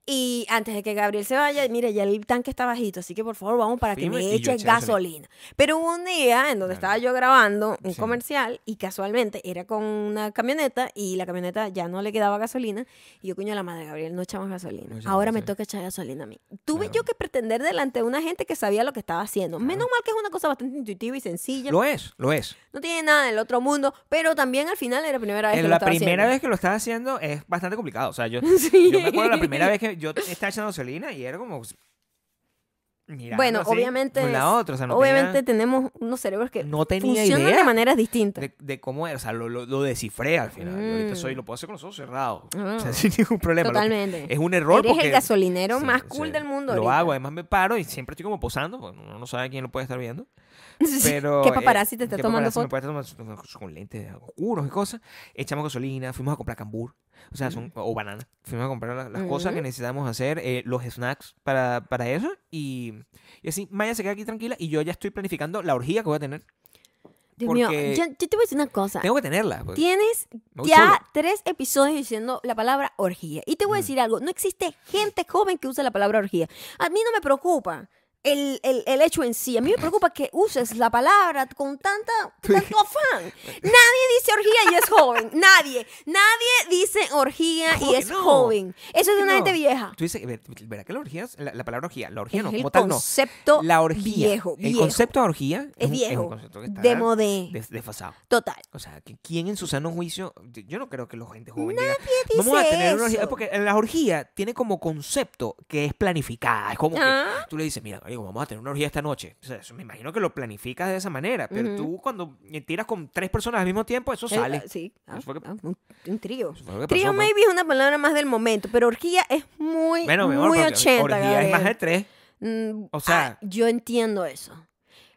Speaker 1: y antes de que Gabriel se vaya mira ya el tanque está bajito así que por favor vamos para que
Speaker 2: Firme,
Speaker 1: me
Speaker 2: y yo
Speaker 1: eches
Speaker 2: eché gasolina.
Speaker 1: gasolina pero hubo un día en donde
Speaker 2: Claro.
Speaker 1: estaba yo grabando un
Speaker 2: Sí.
Speaker 1: comercial y casualmente era con una camioneta y la camioneta ya no le quedaba gasolina y yo coño la madre Gabriel no echamos gasolina
Speaker 2: No echamos
Speaker 1: ahora me
Speaker 2: gasolina.
Speaker 1: toca echar gasolina a mí tuve
Speaker 2: Claro.
Speaker 1: yo que pretender delante de una gente que sabía lo que estaba haciendo menos mal que es una cosa bastante intuitiva y sencilla
Speaker 2: Lo es, lo es.
Speaker 1: no tiene nada del otro mundo, pero también al final era la primera vez Ah, que
Speaker 2: En
Speaker 1: lo
Speaker 2: la
Speaker 1: estaba
Speaker 2: primera
Speaker 1: haciendo.
Speaker 2: vez que lo estaba haciendo es bastante complicado. O sea, yo,
Speaker 1: Sí.
Speaker 2: yo me acuerdo la primera vez que yo estaba echando gasolina y era como. mirando
Speaker 1: Bueno,
Speaker 2: así,
Speaker 1: obviamente,
Speaker 2: con la otra. O sea, no
Speaker 1: obviamente tenemos unos cerebros que
Speaker 2: tenía, no tenía
Speaker 1: funcionan
Speaker 2: idea
Speaker 1: de maneras distintas.
Speaker 2: de, de cómo era. O sea, lo, lo, lo descifré al final. Y ahorita
Speaker 1: Mm.
Speaker 2: soy, lo puedo hacer con los ojos cerrados. O
Speaker 1: Ah.
Speaker 2: sea, sin ningún problema. Lo que-
Speaker 1: Totalmente.
Speaker 2: Es un error.
Speaker 1: Eres
Speaker 2: porque-
Speaker 1: el gasolinero
Speaker 2: Sí,
Speaker 1: más
Speaker 2: sí,
Speaker 1: cool del mundo.
Speaker 2: Lo
Speaker 1: ahorita.
Speaker 2: hago, además me paro y siempre estoy como posando, porque uno no sabe quién lo puede estar viendo.
Speaker 1: Sí,
Speaker 2: Pero,
Speaker 1: ¿Qué
Speaker 2: eh,
Speaker 1: paparazzi te está
Speaker 2: ¿qué
Speaker 1: tomando
Speaker 2: paparazzi me
Speaker 1: fotos?
Speaker 2: puede estar tomando fotos con lentes oscuros y cosas. Echamos gasolina, fuimos a comprar cambur, o sea, son, o banana. Fuimos a comprar la- las, cosas que
Speaker 1: Ujú.
Speaker 2: necesitamos hacer, eh, los snacks para, para eso. Y, y así, Maya se queda aquí tranquila y yo ya estoy planificando la orgía que voy a tener.
Speaker 1: Dios mío,
Speaker 2: porque-
Speaker 1: yo, yo te voy a decir una cosa.
Speaker 2: Tengo que tenerla. pues.
Speaker 1: Tienes
Speaker 2: Me voy
Speaker 1: ya
Speaker 2: solo.
Speaker 1: tres episodios diciendo la palabra orgía. Y te voy a
Speaker 2: Mm.
Speaker 1: decir algo, no existe gente joven que use la palabra orgía. A mí no me preocupa el, el- el hecho en sí, a mí me preocupa que uses la palabra con tanta, tanto afán. Nadie dice orgía y es joven, nadie, nadie dice orgía
Speaker 2: ¿Cómo
Speaker 1: y
Speaker 2: que
Speaker 1: es
Speaker 2: no?
Speaker 1: joven. Eso es de
Speaker 2: que
Speaker 1: una
Speaker 2: no?
Speaker 1: gente vieja.
Speaker 2: Tú dices, ver- ¿verdad que la orgía, es- la, la palabra orgía, la orgía
Speaker 1: Es
Speaker 2: no,
Speaker 1: el
Speaker 2: como tal no.
Speaker 1: concepto
Speaker 2: La orgía,
Speaker 1: viejo,
Speaker 2: el
Speaker 1: viejo.
Speaker 2: concepto de orgía
Speaker 1: es
Speaker 2: un- un
Speaker 1: viejo,
Speaker 2: concepto que está
Speaker 1: de modé,
Speaker 2: des- desfasado.
Speaker 1: total.
Speaker 2: O sea, que ¿quién en su sano juicio? Yo no creo que la gente joven diga,
Speaker 1: Nadie
Speaker 2: Vamos a
Speaker 1: dice
Speaker 2: tener una orgía.
Speaker 1: eso.
Speaker 2: Porque la orgía tiene como concepto que es planificada. Es como
Speaker 1: Ah.
Speaker 2: que tú le dices, mira, amigo, vamos a tener una orgía esta noche. O sea, eso me imagino que lo planificas de esa manera. Pero
Speaker 1: Ujú.
Speaker 2: tú cuando tiras con tres personas al mismo tiempo, eso
Speaker 1: Eh,
Speaker 2: sale.
Speaker 1: Sí, ah,
Speaker 2: fue lo que-
Speaker 1: ah, un, un trío.
Speaker 2: Eso fue lo que
Speaker 1: Trío
Speaker 2: pasó, pues.
Speaker 1: maybe es una palabra más del momento, pero orgía es muy,
Speaker 2: Bueno, mejor,
Speaker 1: muy
Speaker 2: porque
Speaker 1: 80,
Speaker 2: orgía es
Speaker 1: Gabriel.
Speaker 2: más de tres.
Speaker 1: Mm,
Speaker 2: o sea-
Speaker 1: ah, yo entiendo eso,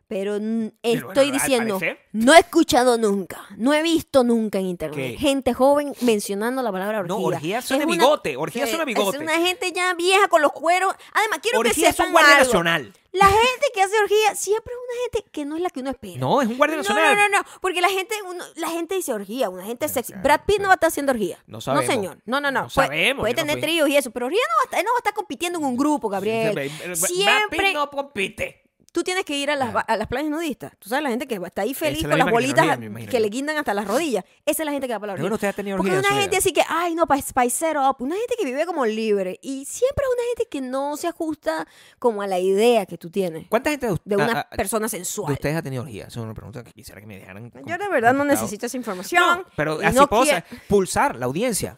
Speaker 1: pero mm,
Speaker 2: Pero bueno,
Speaker 1: estoy
Speaker 2: al
Speaker 1: diciendo,
Speaker 2: parecer-
Speaker 1: no he escuchado nunca, no he visto nunca en internet
Speaker 2: ¿Qué?
Speaker 1: gente joven mencionando la palabra orgía.
Speaker 2: No, orgía suena
Speaker 1: una-
Speaker 2: bigote, orgía
Speaker 1: Sí,
Speaker 2: suena bigote.
Speaker 1: Es una gente ya vieja con los cueros. Además, quiero
Speaker 2: orgía
Speaker 1: que
Speaker 2: es un
Speaker 1: sepan
Speaker 2: guardia
Speaker 1: algo.
Speaker 2: nacional.
Speaker 1: La gente que hace orgía siempre es una gente que no es la que uno espera.
Speaker 2: No, es un guardia
Speaker 1: No,
Speaker 2: nacional.
Speaker 1: no, no, no, porque la gente, uno- la gente dice orgía, una gente sexy.
Speaker 2: claro,
Speaker 1: Brad Pitt no
Speaker 2: claro.
Speaker 1: va a estar haciendo orgía.
Speaker 2: No sabemos.
Speaker 1: No, señor. No, no, no.
Speaker 2: No
Speaker 1: Puede-
Speaker 2: sabemos,
Speaker 1: Puede
Speaker 2: yo no
Speaker 1: tener
Speaker 2: fui.
Speaker 1: tríos y eso, pero orgía no va a estar, él no va a estar compitiendo en un grupo, Gabriel.
Speaker 2: Brad Pitt
Speaker 1: Siempre
Speaker 2: no compite.
Speaker 1: tú tienes que ir a las, a las playas nudistas. Tú sabes, la gente que está ahí feliz
Speaker 2: es la
Speaker 1: con las
Speaker 2: misma que tiene
Speaker 1: bolitas
Speaker 2: orgía, me imagino
Speaker 1: que
Speaker 2: yo.
Speaker 1: le guindan hasta las rodillas. Esa es la gente que va para la orgía.
Speaker 2: Ninguno de ustedes ha tenido
Speaker 1: Porque
Speaker 2: orgía en
Speaker 1: una
Speaker 2: su
Speaker 1: gente
Speaker 2: vida.
Speaker 1: así que, ay, no, pa- spicer up. Una gente que vive como libre. Y siempre es una gente que no se ajusta como a la idea que tú tienes
Speaker 2: ¿Cuánta gente de, us-
Speaker 1: de una
Speaker 2: a- a-
Speaker 1: persona
Speaker 2: Ah, de
Speaker 1: sensual.
Speaker 2: ustedes ha tenido orgía? Esa es una pregunta que quisiera que me
Speaker 1: Yo
Speaker 2: dejaran. con-
Speaker 1: de verdad no
Speaker 2: contestado.
Speaker 1: necesito esa información.
Speaker 2: No, pero
Speaker 1: y
Speaker 2: así
Speaker 1: no
Speaker 2: puedo
Speaker 1: quie-
Speaker 2: sa- pulsar la audiencia.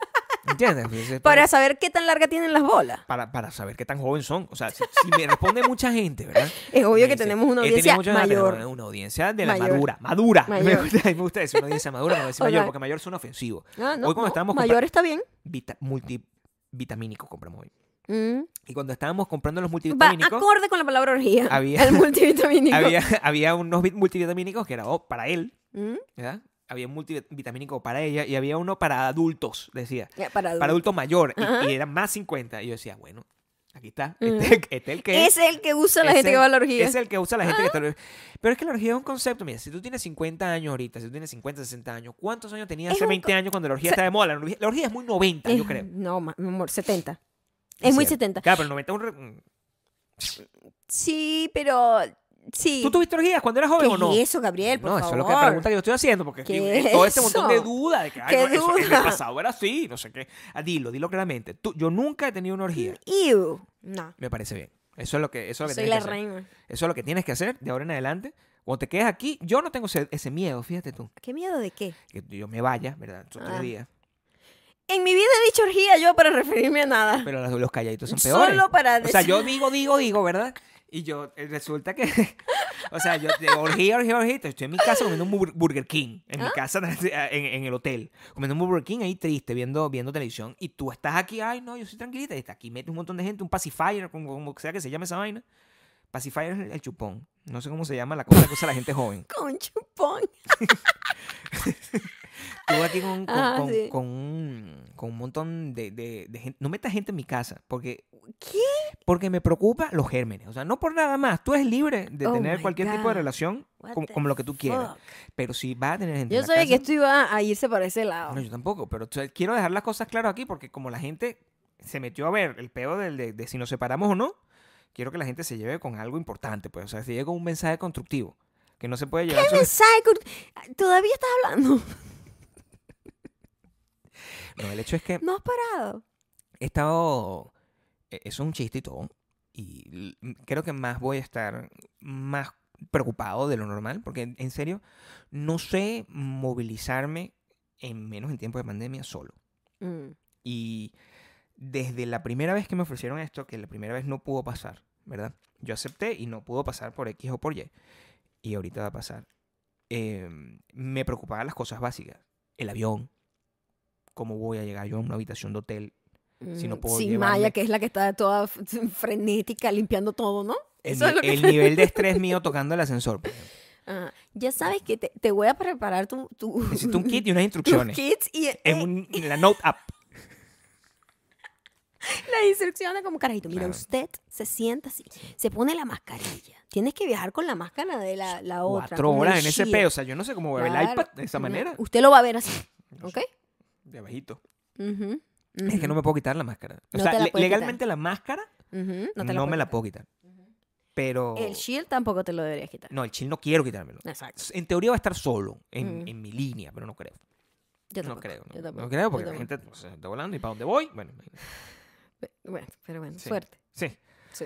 Speaker 2: ¿Entiendes? Entonces,
Speaker 1: Para saber qué tan larga tienen las bolas.
Speaker 2: para, para saber qué tan joven son. O sea, si, si me responde mucha gente, ¿verdad?
Speaker 1: Es obvio
Speaker 2: Me
Speaker 1: que tenemos una
Speaker 2: he tenido
Speaker 1: audiencia
Speaker 2: muchas ganas de
Speaker 1: mayor.
Speaker 2: tener Una audiencia de la
Speaker 1: Mayor.
Speaker 2: madura. Madura. Me,
Speaker 1: Mayor.
Speaker 2: gusta, me gusta eso, una audiencia madura, no decir
Speaker 1: O
Speaker 2: mayor,
Speaker 1: sea-
Speaker 2: porque mayor suena ofensivo.
Speaker 1: Ah, no,
Speaker 2: hoy cuando
Speaker 1: no,
Speaker 2: estábamos compra-
Speaker 1: mayor está bien.
Speaker 2: Vita- multivitamínico compramos hoy.
Speaker 1: Mm.
Speaker 2: Y cuando estábamos comprando los
Speaker 1: Va ah,
Speaker 2: multivitamínicos,
Speaker 1: acorde con la palabra orgía.
Speaker 2: Había-
Speaker 1: El multivitamínico.
Speaker 2: había, había unos vit- multivitamínicos que era oh, para él,
Speaker 1: Mm.
Speaker 2: ¿verdad? Había un multivitamínico para ella y había uno para adultos, decía.
Speaker 1: Ya, Para
Speaker 2: Para adultos mayor. y-
Speaker 1: Ajá.
Speaker 2: Y, era más 50. Y yo decía, bueno, aquí está.
Speaker 1: Ujú.
Speaker 2: Este, este es el que
Speaker 1: Es el que usa la
Speaker 2: Es
Speaker 1: gente que
Speaker 2: el-
Speaker 1: va a la orgía.
Speaker 2: Es el que usa la gente que está... Pero es que la orgía es un concepto. Mira, si tú tienes 50 años ahorita, si tú tienes 50, 60 años, ¿cuántos años tenías
Speaker 1: Es
Speaker 2: hace
Speaker 1: un
Speaker 2: 20 años cuando la orgía
Speaker 1: sea-
Speaker 2: está de moda? La orgía, la orgía es muy 90, yo
Speaker 1: Es-
Speaker 2: creo.
Speaker 1: Eh, No, ma- mi amor, 70. Es muy
Speaker 2: cierto.
Speaker 1: 70.
Speaker 2: Claro, pero el 90 es un... re- mm.
Speaker 1: Sí, pero. Sí.
Speaker 2: ¿Tú tuviste orgías cuando eras
Speaker 1: ¿Qué
Speaker 2: joven o no?
Speaker 1: es eso, Gabriel? Por
Speaker 2: no, eso
Speaker 1: favor.
Speaker 2: es lo que la pregunta que yo estoy haciendo, porque aquí
Speaker 1: ¿Qué
Speaker 2: hay todo este
Speaker 1: eso?
Speaker 2: montón de duda de que ay,
Speaker 1: ¿Qué
Speaker 2: no, eso- en
Speaker 1: duda?
Speaker 2: el pasado era así, no sé qué. Ah, dilo, dilo claramente. Tú, yo nunca he tenido una orgía.
Speaker 1: Ew. No.
Speaker 2: Me parece bien. Eso es lo que, eso es lo que
Speaker 1: Mm. Soy
Speaker 2: tienes
Speaker 1: la
Speaker 2: que hacer.
Speaker 1: reina.
Speaker 2: Eso es lo que tienes que hacer de ahora en adelante. Cuando te quedes aquí, yo no tengo ese, ese miedo, fíjate tú.
Speaker 1: ¿Qué miedo de qué?
Speaker 2: Que yo me vaya, ¿verdad? Esos tres
Speaker 1: Ah.
Speaker 2: días.
Speaker 1: En mi vida he dicho orgía yo para referirme a nada.
Speaker 2: Pero las- los calladitos son peores.
Speaker 1: Solo para
Speaker 2: O sea,
Speaker 1: decir-
Speaker 2: yo digo, digo, digo, ¿verdad? Y yo, eh, resulta que... O sea, yo de orgía, orgía, orgía. Estoy en mi casa comiendo un bur- Burger King. En
Speaker 1: Ah.
Speaker 2: mi casa, en, en el hotel. Comiendo un Burger King ahí triste, viendo, viendo televisión. Y tú estás aquí, ay, no, yo soy tranquilita. Y está aquí, mete un montón de gente, un pacifier, como, como sea que se llame esa vaina. Pacifier es el, el chupón. No sé cómo se llama la cosa que usa la gente joven.
Speaker 1: Con chupón.
Speaker 2: Estuve aquí con, con,
Speaker 1: Ah,
Speaker 2: con-
Speaker 1: sí.
Speaker 2: con un, con un montón de, de- de gente. No metas gente en mi casa, porque,
Speaker 1: ¿Qué?
Speaker 2: porque me preocupa los gérmenes. O sea, no por nada más. Tú eres libre de
Speaker 1: Oh
Speaker 2: tener
Speaker 1: my
Speaker 2: cualquier tipo
Speaker 1: God.
Speaker 2: de relación
Speaker 1: What
Speaker 2: como,
Speaker 1: the
Speaker 2: como lo que tú quieras.
Speaker 1: fuck?
Speaker 2: Pero si vas a tener gente en
Speaker 1: Yo
Speaker 2: la
Speaker 1: sabía que
Speaker 2: casa-
Speaker 1: esto iba a irse para ese lado.
Speaker 2: No, yo tampoco, pero o sea, quiero dejar las cosas claras aquí porque como la gente se metió a ver el peo del- de, de si nos separamos o no, quiero que la gente se lleve con algo importante. Pues, o sea, se lleve con un mensaje constructivo. Que no se puede llevar... solo-
Speaker 1: Mensaje cur- Todavía estás hablando.
Speaker 2: No, el hecho es que...
Speaker 1: No has parado.
Speaker 2: he estado. e- Eso es un chiste y todo. Y l- m- creo que más voy a estar más preocupado de lo normal, porque en- en serio, no sé movilizarme en menos en tiempo de pandemia solo.
Speaker 1: Mm.
Speaker 2: Y desde la primera vez que me ofrecieron esto, que la primera vez no pudo pasar, ¿verdad? Yo acepté y no pudo pasar por X o por Y. Y ahorita va a pasar. Eh, me preocupaban las cosas básicas. El avión. ¿Cómo voy a llegar yo a una habitación de hotel Si no
Speaker 1: Mm,
Speaker 2: puedo
Speaker 1: Sin
Speaker 2: llevarme-
Speaker 1: Maya, que es la que está toda f- frenética limpiando todo, ¿no?
Speaker 2: El,
Speaker 1: Eso es
Speaker 2: ni-
Speaker 1: lo que
Speaker 2: el
Speaker 1: te-
Speaker 2: nivel de estrés mío tocando el ascensor. por ejemplo.
Speaker 1: Ajá. Ya sabes que te, te voy a preparar tu, tu,
Speaker 2: Necesito un kit y unas
Speaker 1: tus
Speaker 2: instrucciones.
Speaker 1: kits y eh,
Speaker 2: En, un- en la Note App.
Speaker 1: las instrucciones como carajito. Mira,
Speaker 2: Claro.
Speaker 1: usted se sienta así, se pone la mascarilla. Tienes que viajar con la máscara de la, la otra.
Speaker 2: Cuatro
Speaker 1: con el
Speaker 2: horas en ese
Speaker 1: shield.
Speaker 2: peo. O sea, yo no sé cómo ver el
Speaker 1: Claro.
Speaker 2: iPad de esa manera.
Speaker 1: Usted lo va a ver así, ¿ok?
Speaker 2: De abajito.
Speaker 1: Ujú,
Speaker 2: Es que no me puedo quitar la máscara. O
Speaker 1: No
Speaker 2: sea,
Speaker 1: te la
Speaker 2: le-
Speaker 1: puedes
Speaker 2: legalmente la máscara
Speaker 1: ujú,
Speaker 2: no,
Speaker 1: te
Speaker 2: me la
Speaker 1: puedes
Speaker 2: puedo quitar. Pero.
Speaker 1: quitar. El shield tampoco te lo deberías quitar.
Speaker 2: No, el chill no quiero quitármelo.
Speaker 1: Exacto.
Speaker 2: En teoría va a estar solo en,
Speaker 1: Mm.
Speaker 2: en mi línea, pero no creo.
Speaker 1: Yo
Speaker 2: no
Speaker 1: tampoco,
Speaker 2: creo.
Speaker 1: yo
Speaker 2: No,
Speaker 1: tampoco,
Speaker 2: No creo porque
Speaker 1: yo
Speaker 2: la
Speaker 1: tampoco.
Speaker 2: gente o sea, está volando y para dónde voy. Bueno,
Speaker 1: Pe- Bueno, pero bueno,
Speaker 2: Sí.
Speaker 1: suerte.
Speaker 2: sí.
Speaker 1: Sí.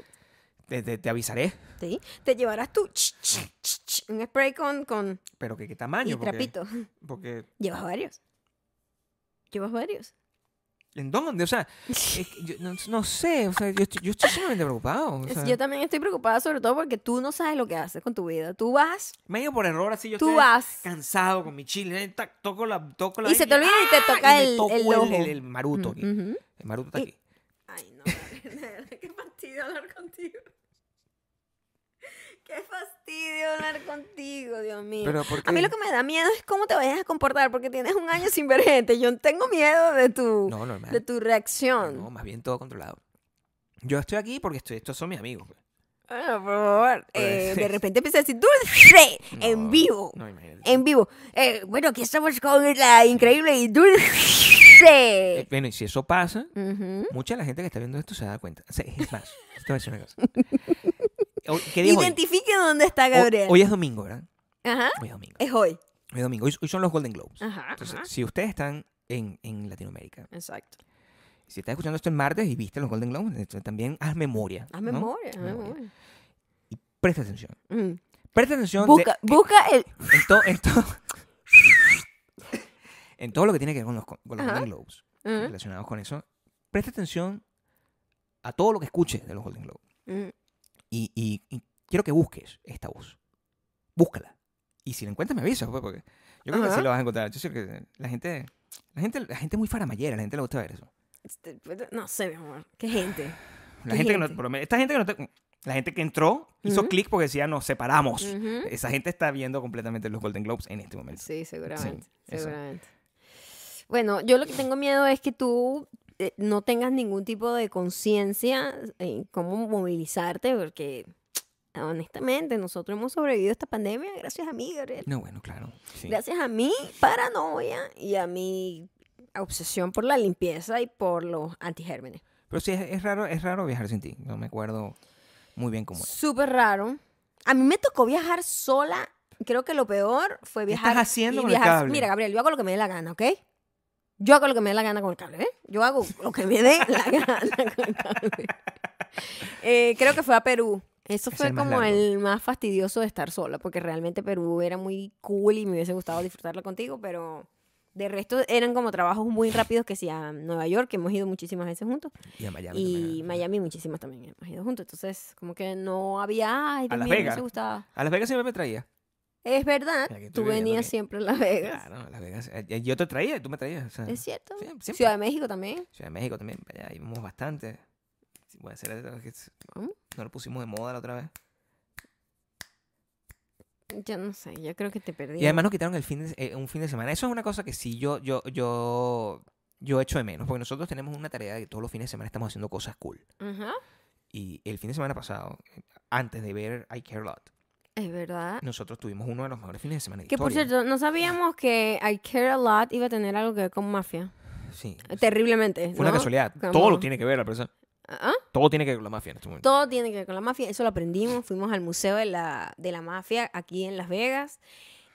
Speaker 2: Te, te- te avisaré.
Speaker 1: Sí, Te llevarás tú ch, ch, ch, ch, un spray con, con
Speaker 2: Pero que qué
Speaker 1: y
Speaker 2: tamaño. porque-
Speaker 1: trapito.
Speaker 2: porque
Speaker 1: Llevas varios. Llevas varios.
Speaker 2: ¿En dónde? O sea, es que yo no, no sé, o sea, yo estoy, yo estoy sumamente preocupado. o
Speaker 1: Es-
Speaker 2: sea,
Speaker 1: yo también estoy preocupada, sobre todo porque tú no sabes lo que haces con tu vida. Tú vas,
Speaker 2: medio por error así, yo
Speaker 1: Tú
Speaker 2: estoy
Speaker 1: vas.
Speaker 2: cansado con mi chile, tac, toco la, toco la
Speaker 1: Y se te olvida y te
Speaker 2: ¡ah!
Speaker 1: toca
Speaker 2: me
Speaker 1: el-
Speaker 2: toco
Speaker 1: el ojo. Mm,
Speaker 2: el maruto aquí.
Speaker 1: Ujú.
Speaker 2: El maruto está
Speaker 1: Y-
Speaker 2: aquí.
Speaker 1: Ay, no, de verdad, qué fastidio hablar contigo. Qué fastidio hablar contigo, Dios mío.
Speaker 2: Pero ¿por
Speaker 1: a mí
Speaker 2: qué?
Speaker 1: lo que me da miedo es cómo te vayas a comportar, porque tienes un año sin ver gente. Yo tengo miedo de tu,
Speaker 2: No, normal.
Speaker 1: de tu
Speaker 2: No,
Speaker 1: reacción.
Speaker 2: más bien todo controlado. Yo estoy aquí porque estoy, estos son mis amigos. pues.
Speaker 1: Bueno, Ah, por favor.
Speaker 2: Pero
Speaker 1: eh,
Speaker 2: es-
Speaker 1: de repente empiezas a decir, dulce,
Speaker 2: Pues. No,
Speaker 1: en vivo.
Speaker 2: No, imagínate.
Speaker 1: en vivo. Eh, bueno, aquí estamos con la increíble y dulce.
Speaker 2: Eh, bueno, y si eso pasa,
Speaker 1: Ujú.
Speaker 2: mucha de la gente que está viendo esto se da cuenta. O sea, es más, te voy a decir una cosa. Hoy- ¿Qué día es hoy?
Speaker 1: Identifique dónde está
Speaker 2: Hoy-
Speaker 1: Gabriel.
Speaker 2: Hoy es domingo, ¿verdad?
Speaker 1: Ajá.
Speaker 2: Hoy es domingo.
Speaker 1: Es hoy.
Speaker 2: Hoy es domingo. Hoy, hoy son los Golden Globes.
Speaker 1: Ajá.
Speaker 2: Entonces,
Speaker 1: ajá.
Speaker 2: si ustedes están en, en Latinoamérica,
Speaker 1: Exacto.
Speaker 2: si estás escuchando esto el martes y viste los Golden Globes, entonces también haz memoria.
Speaker 1: Haz
Speaker 2: ¿no?
Speaker 1: memoria, haz
Speaker 2: Memoria.
Speaker 1: memoria.
Speaker 2: Y presta atención.
Speaker 1: Mm. eh,
Speaker 2: Presta atención de-
Speaker 1: Busca, busca el.
Speaker 2: en, to- en to- en todo lo que tiene que ver con los, co- con los
Speaker 1: Ajá.
Speaker 2: Golden Globes.
Speaker 1: Ujú.
Speaker 2: relacionados con eso, presta atención a todo lo que escuches de los Golden Globes.
Speaker 1: Mm,
Speaker 2: Y, y- y quiero que busques esta voz. Búscala. Y si la encuentras, me avisas, pues, porque yo creo que
Speaker 1: Ajá.
Speaker 2: sí la vas a encontrar. Yo sé que la gente, la gente, la gente es muy faramallera, la gente le gusta ver eso.
Speaker 1: este, pero No sé, mi amor. Qué gente.
Speaker 2: La
Speaker 1: ¿Qué
Speaker 2: gente que no,
Speaker 1: gente?
Speaker 2: por lo menos- esta gente que no te- la gente que entró hizo
Speaker 1: Ujú.
Speaker 2: clic porque decía nos separamos.
Speaker 1: Ujú.
Speaker 2: Esa gente está viendo completamente los Golden Globes en este momento.
Speaker 1: Sí, seguramente.
Speaker 2: eso.
Speaker 1: seguramente. Bueno, yo lo que tengo miedo es que tú eh, no tengas ningún tipo de conciencia en cómo movilizarte, porque honestamente nosotros hemos sobrevivido a esta pandemia gracias a mí, Gabriel.
Speaker 2: No, bueno, claro. sí.
Speaker 1: Gracias a mi paranoia y a mi obsesión por la limpieza y por los antigérmenes.
Speaker 2: Pero sí, es, es raro, es raro viajar sin ti. No me acuerdo muy bien cómo es.
Speaker 1: Súper raro. A mí me tocó viajar sola. Creo que lo peor fue
Speaker 2: ¿Qué
Speaker 1: viajar.
Speaker 2: estás
Speaker 1: y
Speaker 2: haciendo con el
Speaker 1: viajar-
Speaker 2: cable?
Speaker 1: Mira, Gabriel, yo hago lo que me dé la gana, ¿ok? Yo hago lo que me dé la gana con el cable, ¿eh? Yo hago lo que me dé la gana con el cable. Eh, creo que fue a Perú. Eso
Speaker 2: Es
Speaker 1: fue
Speaker 2: el más
Speaker 1: como
Speaker 2: largo.
Speaker 1: el más fastidioso de estar sola, porque realmente Perú era muy cool y me hubiese gustado disfrutarla contigo, pero de resto eran como trabajos muy rápidos que sí a Nueva York, que hemos ido muchísimas veces juntos,
Speaker 2: Y a Miami.
Speaker 1: y
Speaker 2: también.
Speaker 1: Miami muchísimas también hemos ido juntos. Entonces, como que no había... Ay, Dios
Speaker 2: Las
Speaker 1: mío, me
Speaker 2: Vegas.
Speaker 1: hubiese gustado.
Speaker 2: A Las Vegas siempre me traía.
Speaker 1: Es verdad,
Speaker 2: Ya que estoy
Speaker 1: tú
Speaker 2: viviendo
Speaker 1: venías
Speaker 2: aquí.
Speaker 1: siempre a Las Vegas.
Speaker 2: Claro, a Las Vegas. Eh, Yo te traía, tú me traías. o sea,
Speaker 1: Es cierto.
Speaker 2: sí, siempre.
Speaker 1: Ciudad de México también.
Speaker 2: Ciudad de México también, para allá íbamos bastante. Sí, Voy a hacer algo que es-
Speaker 1: ¿Mm?
Speaker 2: no lo pusimos de moda la otra vez.
Speaker 1: Yo no sé, yo creo que te perdí.
Speaker 2: Y además nos quitaron el fin de, eh, un fin de semana. Eso es una cosa que sí yo, yo, yo, yo echo de menos, porque nosotros tenemos una tarea de que todos los fines de semana estamos haciendo cosas cool.
Speaker 1: Ajá,
Speaker 2: Y el fin de semana pasado, eh, antes de ver I Care a Lot,
Speaker 1: Es verdad.
Speaker 2: nosotros tuvimos uno de los mejores fines de semana de
Speaker 1: Que por
Speaker 2: historia.
Speaker 1: cierto, no sabíamos que I Care a Lot iba a tener algo que ver con mafia.
Speaker 2: Sí.
Speaker 1: Terriblemente.
Speaker 2: Fue una
Speaker 1: ¿no?
Speaker 2: casualidad.
Speaker 1: Como-
Speaker 2: Todo lo tiene que ver la persona.
Speaker 1: Ah,
Speaker 2: Todo tiene que ver con la mafia en este momento.
Speaker 1: Todo tiene que ver con la mafia. Eso lo aprendimos. Fuimos al Museo de la, de la Mafia aquí en Las Vegas.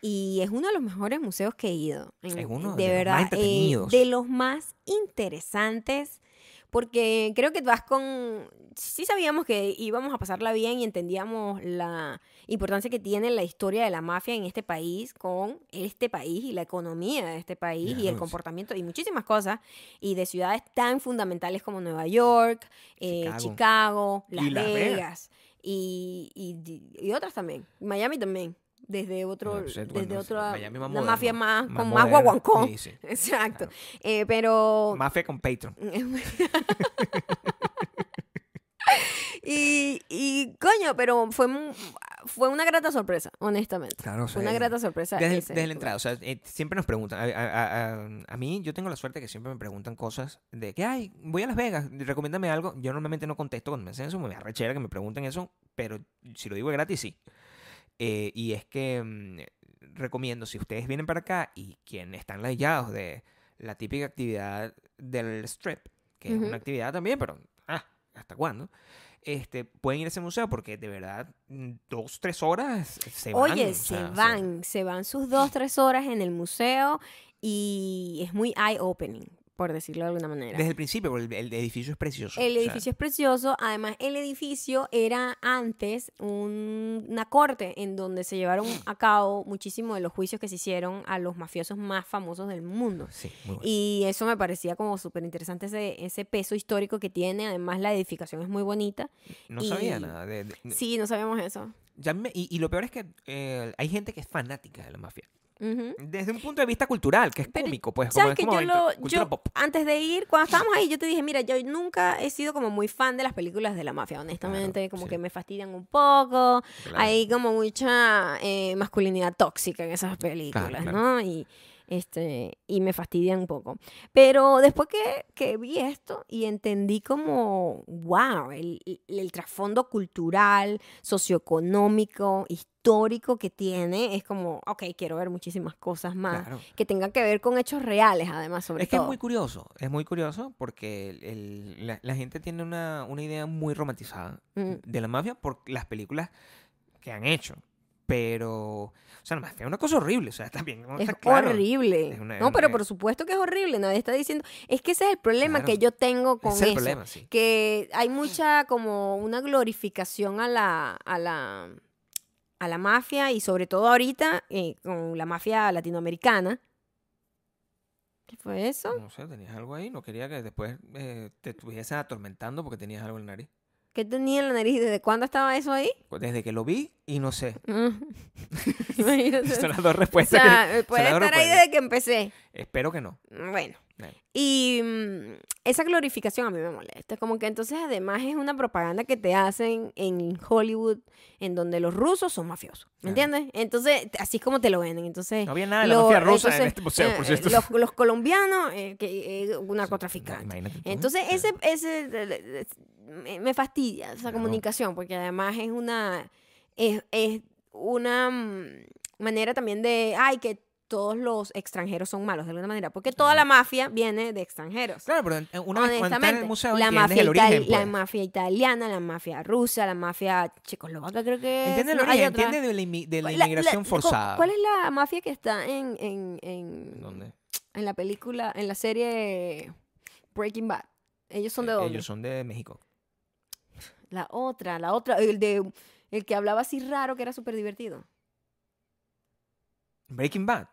Speaker 1: Y es uno de los mejores museos que he ido. En-
Speaker 2: Es uno
Speaker 1: de,
Speaker 2: de los
Speaker 1: verdad,
Speaker 2: más
Speaker 1: eh,
Speaker 2: entretenidos.
Speaker 1: de los más interesantes. Porque creo que vas con... Sí sabíamos que íbamos a pasarla bien y entendíamos la importancia que tiene la historia de la mafia en este país con este país y la economía de este país y el
Speaker 2: Claro, sí.
Speaker 1: comportamiento y muchísimas cosas. Y de ciudades tan fundamentales como Nueva York, eh, Chicago,
Speaker 2: Chicago.
Speaker 1: Las,
Speaker 2: Y Las
Speaker 1: Vegas,
Speaker 2: Vegas.
Speaker 1: Y, y- y otras también. Miami también. Desde otro,
Speaker 2: Ah, pues, eh,
Speaker 1: desde
Speaker 2: bueno,
Speaker 1: otra
Speaker 2: Miami más
Speaker 1: una mafia
Speaker 2: moderno,
Speaker 1: más, con más
Speaker 2: moderno.
Speaker 1: guaguancó.
Speaker 2: Sí, sí.
Speaker 1: Exacto.
Speaker 2: Claro.
Speaker 1: Eh, pero
Speaker 2: Mafia con Patreon.
Speaker 1: y, y coño, pero fue mu- fue una grata sorpresa, honestamente.
Speaker 2: Claro, o
Speaker 1: Fue
Speaker 2: sea,
Speaker 1: una grata sorpresa.
Speaker 2: Desde,
Speaker 1: ese
Speaker 2: desde la
Speaker 1: lugar.
Speaker 2: entrada, o sea, eh, siempre nos preguntan. A, a- a- a- a mí, yo tengo la suerte que siempre me preguntan cosas de que, ay, voy a Las Vegas, recomiéndame algo. Yo normalmente no contesto cuando me hacen eso, me arrechera que me pregunten eso, pero si lo digo de gratis, sí. Eh, y es que mm, recomiendo, si ustedes vienen para acá y quienes están layados de la típica actividad del strip, que es
Speaker 1: Ujú.
Speaker 2: una actividad también, pero, ah, ¿hasta cuándo? Este, pueden ir a ese museo porque de verdad, mm, dos, tres horas se van.
Speaker 1: Oye,
Speaker 2: o
Speaker 1: se
Speaker 2: sea,
Speaker 1: van, se van sus dos, tres horas en el museo y es muy eye-opening, por decirlo de alguna manera.
Speaker 2: Desde el principio, porque el, el edificio es precioso.
Speaker 1: El
Speaker 2: o sea,
Speaker 1: edificio es precioso. Además, el edificio era antes un- una corte en donde se llevaron a cabo muchísimos de los juicios que se hicieron a los mafiosos más famosos del mundo.
Speaker 2: sí, muy bueno.
Speaker 1: Y eso me parecía como súper interesante ese, ese peso histórico que tiene. Además, la edificación es muy bonita.
Speaker 2: no sabía
Speaker 1: y-
Speaker 2: nada. de- de-
Speaker 1: Sí, no sabíamos eso.
Speaker 2: ya me- y, y lo peor es que eh, hay gente que es fanática de la mafia.
Speaker 1: Ujú.
Speaker 2: Desde un punto de vista cultural, que es
Speaker 1: Pero,
Speaker 2: cómico, pues. Como,
Speaker 1: ¿Sabes
Speaker 2: es
Speaker 1: que yo
Speaker 2: como el-
Speaker 1: lo,
Speaker 2: cultura
Speaker 1: yo,
Speaker 2: pop.
Speaker 1: antes de ir, cuando estábamos ahí, yo te dije, mira, yo nunca he sido como muy fan de las películas de la mafia, honestamente, como
Speaker 2: sí.
Speaker 1: que me fastidian un poco,
Speaker 2: Claro.
Speaker 1: hay como mucha eh, masculinidad tóxica en esas películas,
Speaker 2: claro.
Speaker 1: ¿no? Y, este, y me fastidian un poco. Pero después que, que vi esto y entendí como, wow, el, el- el trasfondo cultural, socioeconómico, histórico que tiene, es como, ok, quiero ver muchísimas cosas más
Speaker 2: Claro.
Speaker 1: que tengan que ver con hechos reales, además, sobre
Speaker 2: Es que es
Speaker 1: todo.
Speaker 2: muy curioso, es muy curioso porque el- el- la, la gente tiene una, una idea muy romantizada
Speaker 1: Mm.
Speaker 2: de la mafia por las películas que han hecho. Pero, o sea, la mafia es una cosa horrible, o sea, también. vamos a
Speaker 1: Es
Speaker 2: estar claros.
Speaker 1: horrible.
Speaker 2: Es una-
Speaker 1: no, pero
Speaker 2: eh,
Speaker 1: por supuesto que es horrible. Nadie está diciendo. Es que ese es el problema
Speaker 2: Claro.
Speaker 1: que yo tengo con
Speaker 2: Ese es el
Speaker 1: eso.
Speaker 2: problema, sí.
Speaker 1: Que hay mucha como una glorificación a la, a la, a la mafia y sobre todo ahorita eh, con la mafia latinoamericana. ¿Qué fue eso?
Speaker 2: No sé, tenías algo ahí. No quería que después eh, te estuviesen atormentando porque tenías algo en la nariz.
Speaker 1: ¿Qué tenía en la nariz? ¿Desde cuándo estaba eso ahí?
Speaker 2: Pues Desde que lo vi y no sé.
Speaker 1: Mm. Imagínate.
Speaker 2: Son las dos
Speaker 1: O
Speaker 2: respuestas. que-
Speaker 1: sea,
Speaker 2: son
Speaker 1: puede
Speaker 2: las dos
Speaker 1: estar ahí
Speaker 2: respuestas.
Speaker 1: desde que empecé.
Speaker 2: Espero que no.
Speaker 1: Bueno.
Speaker 2: Bueno.
Speaker 1: Y mm, esa glorificación a mí me molesta. Como que entonces además es una propaganda que te hacen en Hollywood, en donde los rusos son mafiosos. ¿Me
Speaker 2: Claro.
Speaker 1: entiendes? Entonces, t- así es como te lo venden. Entonces,
Speaker 2: No había nada de la
Speaker 1: lo-
Speaker 2: mafia rusa en
Speaker 1: entonces,
Speaker 2: este museo, por
Speaker 1: eh,
Speaker 2: cierto.
Speaker 1: Los, los colombianos, eh, que, eh, un narcotraficante.
Speaker 2: Imagínate tú.
Speaker 1: Entonces,
Speaker 2: O sea,
Speaker 1: ese, ese eh, me- me fastidia esa
Speaker 2: Claro.
Speaker 1: comunicación, porque además es una, es, es una mm, manera también de, ay, que todos los extranjeros son malos, de alguna manera, porque toda la mafia viene de extranjeros.
Speaker 2: Claro, pero en- una vez cuando estás en
Speaker 1: Honestamente,
Speaker 2: el museo
Speaker 1: la
Speaker 2: entiendes
Speaker 1: mafia,
Speaker 2: el
Speaker 1: itali-
Speaker 2: origen.
Speaker 1: la
Speaker 2: pues.
Speaker 1: mafia italiana, la mafia rusa, la mafia checoslovaca, creo que es,
Speaker 2: Entiende el
Speaker 1: ¿no? Hay
Speaker 2: origen,
Speaker 1: otra.
Speaker 2: entiende de la, inmi- de la
Speaker 1: ¿Cuál-
Speaker 2: inmigración
Speaker 1: cu-
Speaker 2: forzada.
Speaker 1: ¿Cuál es la mafia que está en, en, en,
Speaker 2: ¿Dónde?
Speaker 1: en la película, en la serie Breaking Bad? ¿Ellos son de dónde?
Speaker 2: Eh, Ellos son de México.
Speaker 1: La otra, la otra, el de el que hablaba así raro que era súper divertido.
Speaker 2: Breaking Bad.